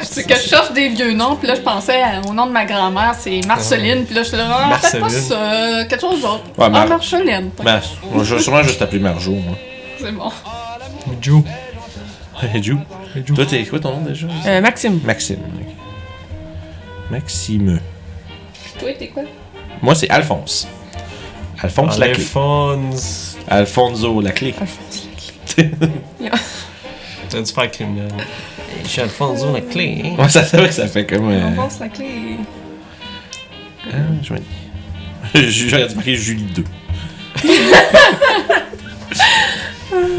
Speaker 3: c'est que je cherche des vieux noms, puis là je pensais à- au nom de ma grand-mère, c'est Marceline, puis là je suis là, ah, peut-être pas
Speaker 1: Marceline.
Speaker 3: ça, quelque chose d'autre.
Speaker 2: Ouais,
Speaker 3: ah,
Speaker 2: Mar-
Speaker 3: Marceline,
Speaker 2: Ben, moi, je vais sûrement juste t'appeler
Speaker 1: [LAUGHS]
Speaker 2: Marjo, moi.
Speaker 3: c'est bon.
Speaker 1: Joe.
Speaker 2: Hey, Jou. Toi, t'es quoi ton nom déjà
Speaker 4: Euh, Maxime.
Speaker 2: Maxime. ok. Maxime.
Speaker 3: Toi, t'es quoi?
Speaker 2: Moi, c'est Alphonse. Alphonse Laclé.
Speaker 1: Alphonse.
Speaker 2: Alfonso Laclé.
Speaker 4: Ah,
Speaker 1: T'as dû faire criminel. Je suis Alfonso la clé, hein.
Speaker 2: Ouais, [LAUGHS] ça, c'est vrai que ça fait comme. euh,
Speaker 4: On pense la clé.
Speaker 2: Ah, Joanie. [LAUGHS] J'aurais dû marquer Julie 2.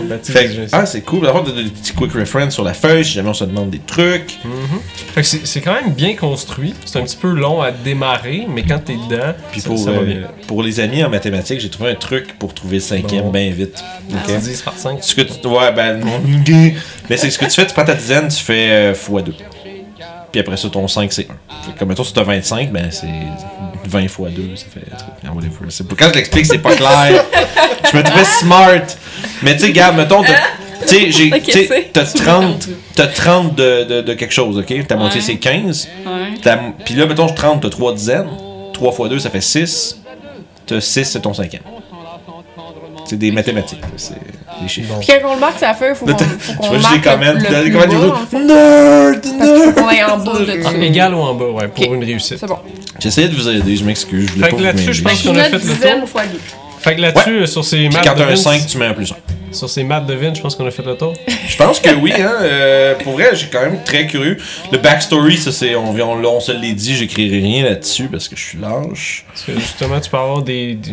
Speaker 1: Baptiste
Speaker 2: Fait
Speaker 1: Desjardins.
Speaker 2: que, ah, c'est cool d'avoir des, des petits quick reference sur la feuille si jamais on se demande des trucs.
Speaker 1: Mm, Fait que c'est c'est quand même bien construit. C'est un petit peu long à démarrer, mais quand t'es dedans,
Speaker 2: Puis
Speaker 1: ça,
Speaker 2: pour,
Speaker 1: ça va
Speaker 2: euh,
Speaker 1: bien.
Speaker 2: pour les amis en mathématiques, j'ai trouvé un truc pour trouver le cinquième
Speaker 1: Bon. Ah,
Speaker 2: bien vite. Ok.
Speaker 1: 10 par 5.
Speaker 2: Ce que tu, ouais, ben, mon idée. Mais c'est ce que tu fais, tu prends ta dizaine, tu fais x2. Puis après ça, ton 5, c'est 1. Fait que, comme mettons, si t'as 25, ben, c'est 20 x 2, ça fait. Ah, whatever. C'est pour- Quand je l'explique, c'est pas clair. je me trouvais smart. Mais tu sais, regarde, mettons, t'as- tu sais, j'ai-
Speaker 3: Ok,
Speaker 2: tu sais,
Speaker 3: c'est-
Speaker 2: t'as 30, t'as 30 de, de, de quelque chose, ok? Ta moitié,
Speaker 3: Ouais.
Speaker 2: c'est 15.
Speaker 3: Ouais.
Speaker 2: Ta- Puis là, mettons, 30, t'as 3 dizaines. 3 x 2, ça fait 6. T'as 6, c'est ton cinquième. C'est des mathématiques, là, c'est des chiffres.
Speaker 4: Puis quand on le marque sa feuille, faut qu'on faut
Speaker 2: Tu
Speaker 4: qu'on
Speaker 2: vois
Speaker 4: le
Speaker 2: juste les
Speaker 4: marque
Speaker 2: comments,
Speaker 4: le,
Speaker 2: dans
Speaker 4: le
Speaker 2: les
Speaker 4: plus
Speaker 2: comments,
Speaker 4: bas,
Speaker 2: il y a Nerd, nerd!
Speaker 4: Faut qu'on est en bas de
Speaker 1: Ah,
Speaker 4: dessus.
Speaker 1: égal ou en bas, ouais, pour
Speaker 4: Ok.
Speaker 1: une réussite.
Speaker 4: C'est bon.
Speaker 2: J'essayais de vous aider, je m'excuse. je voulais
Speaker 1: Fait
Speaker 2: pas
Speaker 1: que
Speaker 2: vous
Speaker 1: là-dessus,
Speaker 2: mêler.
Speaker 1: je pense qu'on a
Speaker 3: Notre
Speaker 1: fait le
Speaker 3: dizaine
Speaker 1: tour.
Speaker 3: au foyer.
Speaker 1: Fait que là-dessus, euh, sur ces
Speaker 2: Puis
Speaker 1: maps
Speaker 2: quand
Speaker 1: de
Speaker 2: t'as un
Speaker 1: Vince,
Speaker 2: 5, tu mets un plus 1.
Speaker 1: sur ces maps de Vince, je pense qu'on a fait le tour.
Speaker 2: Je pense que oui, hein. euh, pour vrai, j'ai quand même très curieux. Le backstory, ça c'est. On, on, on se l'est dit, j'écrirai rien là-dessus parce que je suis lâche.
Speaker 1: Parce que justement, tu peux avoir des, des,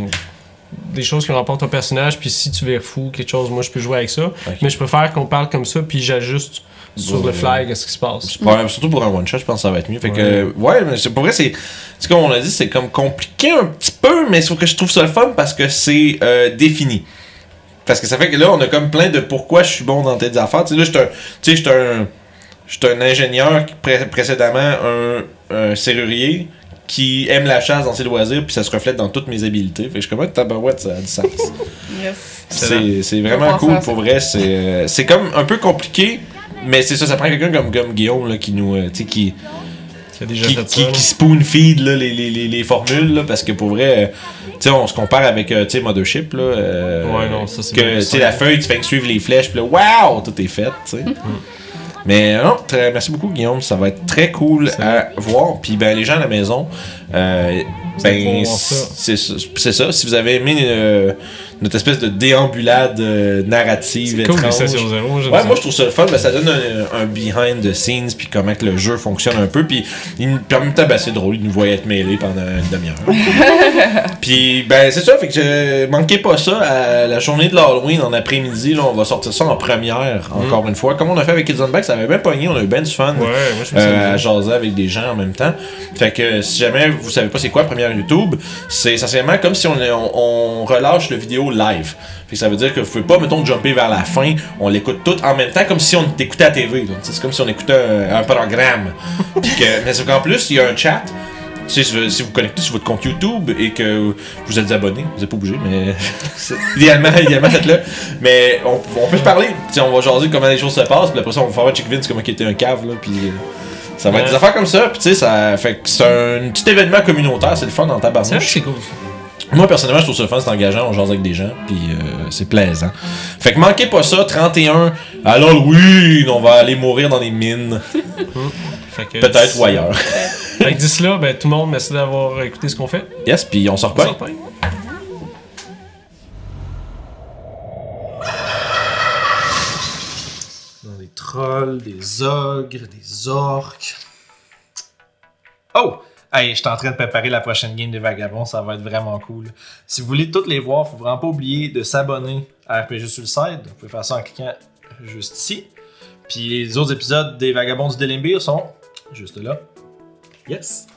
Speaker 1: des choses qui rapportent au personnage, puis si tu vires fou, quelque chose, moi je peux jouer avec ça. Mais je préfère qu'on parle comme ça, puis j'ajuste sur
Speaker 2: Ouais.
Speaker 1: le fly qu'est-ce qui se passe.
Speaker 2: C'est pas- surtout pour un one shot, je pense que ça va être mieux. Fait que, ouais, mais c'est- pour vrai, c'est. C'est comme on l'a dit, c'est comme compliqué un petit peu, mais sauf que je trouve ça le fun parce que c'est euh, défini. Parce que ça fait que là, on a comme plein de pourquoi je suis bon dans telles affaires. Tu sais, là, je suis un- tu sais, je suis un. Je suis un ingénieur qui pré- précédemment un, un serrurier qui aime la chasse dans ses loisirs, puis ça se reflète dans toutes mes habiletés. Fait que je suis comme, ah, tabarouette, ça a du sens.
Speaker 4: Yes.
Speaker 2: C'est c'est
Speaker 4: On
Speaker 2: vraiment
Speaker 4: pense
Speaker 2: cool
Speaker 4: à ça.
Speaker 2: pour vrai. C'est euh, c'est comme un peu compliqué, mais c'est ça. Ça prend quelqu'un comme, comme Guillaume là, qui nous. euh, tu sais, qui,
Speaker 1: Tu as déjà
Speaker 2: qui,
Speaker 1: fait
Speaker 2: qui,
Speaker 1: ça.
Speaker 2: qui spoon feed là, les, les, les, les formules là, parce que pour vrai, euh, tu sais, on se compare avec euh, tu sais, Mothership. Là, euh,
Speaker 1: Ouais, non, ça, c'est bien
Speaker 2: Que tu sais,
Speaker 1: ça. Mm.
Speaker 2: la feuille, tu fais que suivre les flèches, puis là, waouh, tout est fait, tu sais. Mais euh, non, très- merci beaucoup Guillaume, ça va être très cool à voir. Puis ben les gens à la maison, euh,
Speaker 1: C'est pour
Speaker 2: ben
Speaker 1: voir ça.
Speaker 2: c'est ça. c'est ça. Si vous avez aimé euh, notre espèce de déambulade euh, narrative
Speaker 1: C'est cool les
Speaker 2: étrange,
Speaker 1: sessions zéro, j'aime
Speaker 2: Ouais,
Speaker 1: ça.
Speaker 2: moi je trouve ça le fun, ben, ça donne un, un behind the scenes puis comment que le jeu fonctionne un peu puis il nous permet de ben, c'est drôle, il nous voyait être mêlés pendant une demi-heure. puis ben c'est ça, fait que euh, manquez pas ça à la journée de l'Halloween en après-midi, là on va sortir ça en première encore une fois. Comme on a fait avec Kids on Back, ça avait bien pogné, on a eu ben du fun.
Speaker 1: Mhm. Ouais, moi je me
Speaker 2: euh, à
Speaker 1: suis
Speaker 2: jaser avec des gens en même temps. Fait que si jamais vous savez pas c'est quoi première YouTube, c'est essentiellement comme si on, on, on relâche le vidéo live. Fait que ça veut dire que vous pouvez pas, mettons, jumper vers la fin, on l'écoute tout en même temps, comme si on t'écoutait à TV. là. C'est comme si on écoutait un,
Speaker 1: [LAUGHS]
Speaker 2: un programme. Puis que- mais c'est qu'en plus, il y a un chat. Tu sais, si vous- si vous connectez sur votre compte YouTube et que vous êtes abonné, vous n'êtes pas obligé, mais [LAUGHS] c'est- idéalement, idéalement faites-le. Mais on, on peut se parler. Tu sais, on va jaser comment les choses se passent, puis après ça, on va faire voir Chick Vince comment il était un cave, là, puis euh, ça va être
Speaker 1: Ouais.
Speaker 2: des affaires comme ça. Puis tu sais, ça fait que c'est un petit événement communautaire, c'est le fun dans ta
Speaker 1: C'est vrai que
Speaker 2: tabarnouche.
Speaker 1: c'est cool.
Speaker 2: Moi, personnellement, je trouve ça le fun, c'est engageant, on jase avec des gens, puis euh, c'est plaisant. Fait que manquez pas ça, 31, alors oui, on va aller mourir dans les mines,
Speaker 1: Fait que
Speaker 2: peut-être ou ailleurs.
Speaker 1: Fait que d'ici là, ben, tout le monde, merci d'avoir écouté ce qu'on fait.
Speaker 2: Yes, puis on sort
Speaker 1: On
Speaker 2: pas.
Speaker 1: s'en reparle.
Speaker 2: Dans les trucks.
Speaker 7: trolls, des ogres, des orques. Oh! Hey, je suis en train de préparer la prochaine game des Vagabonds, ça va être vraiment cool. Si vous voulez toutes les voir, faut vraiment pas oublier de s'abonner à RPG Suicide. Vous pouvez faire ça en cliquant juste ici. Puis les autres épisodes des Vagabonds du Delimbir sont juste là. Yes!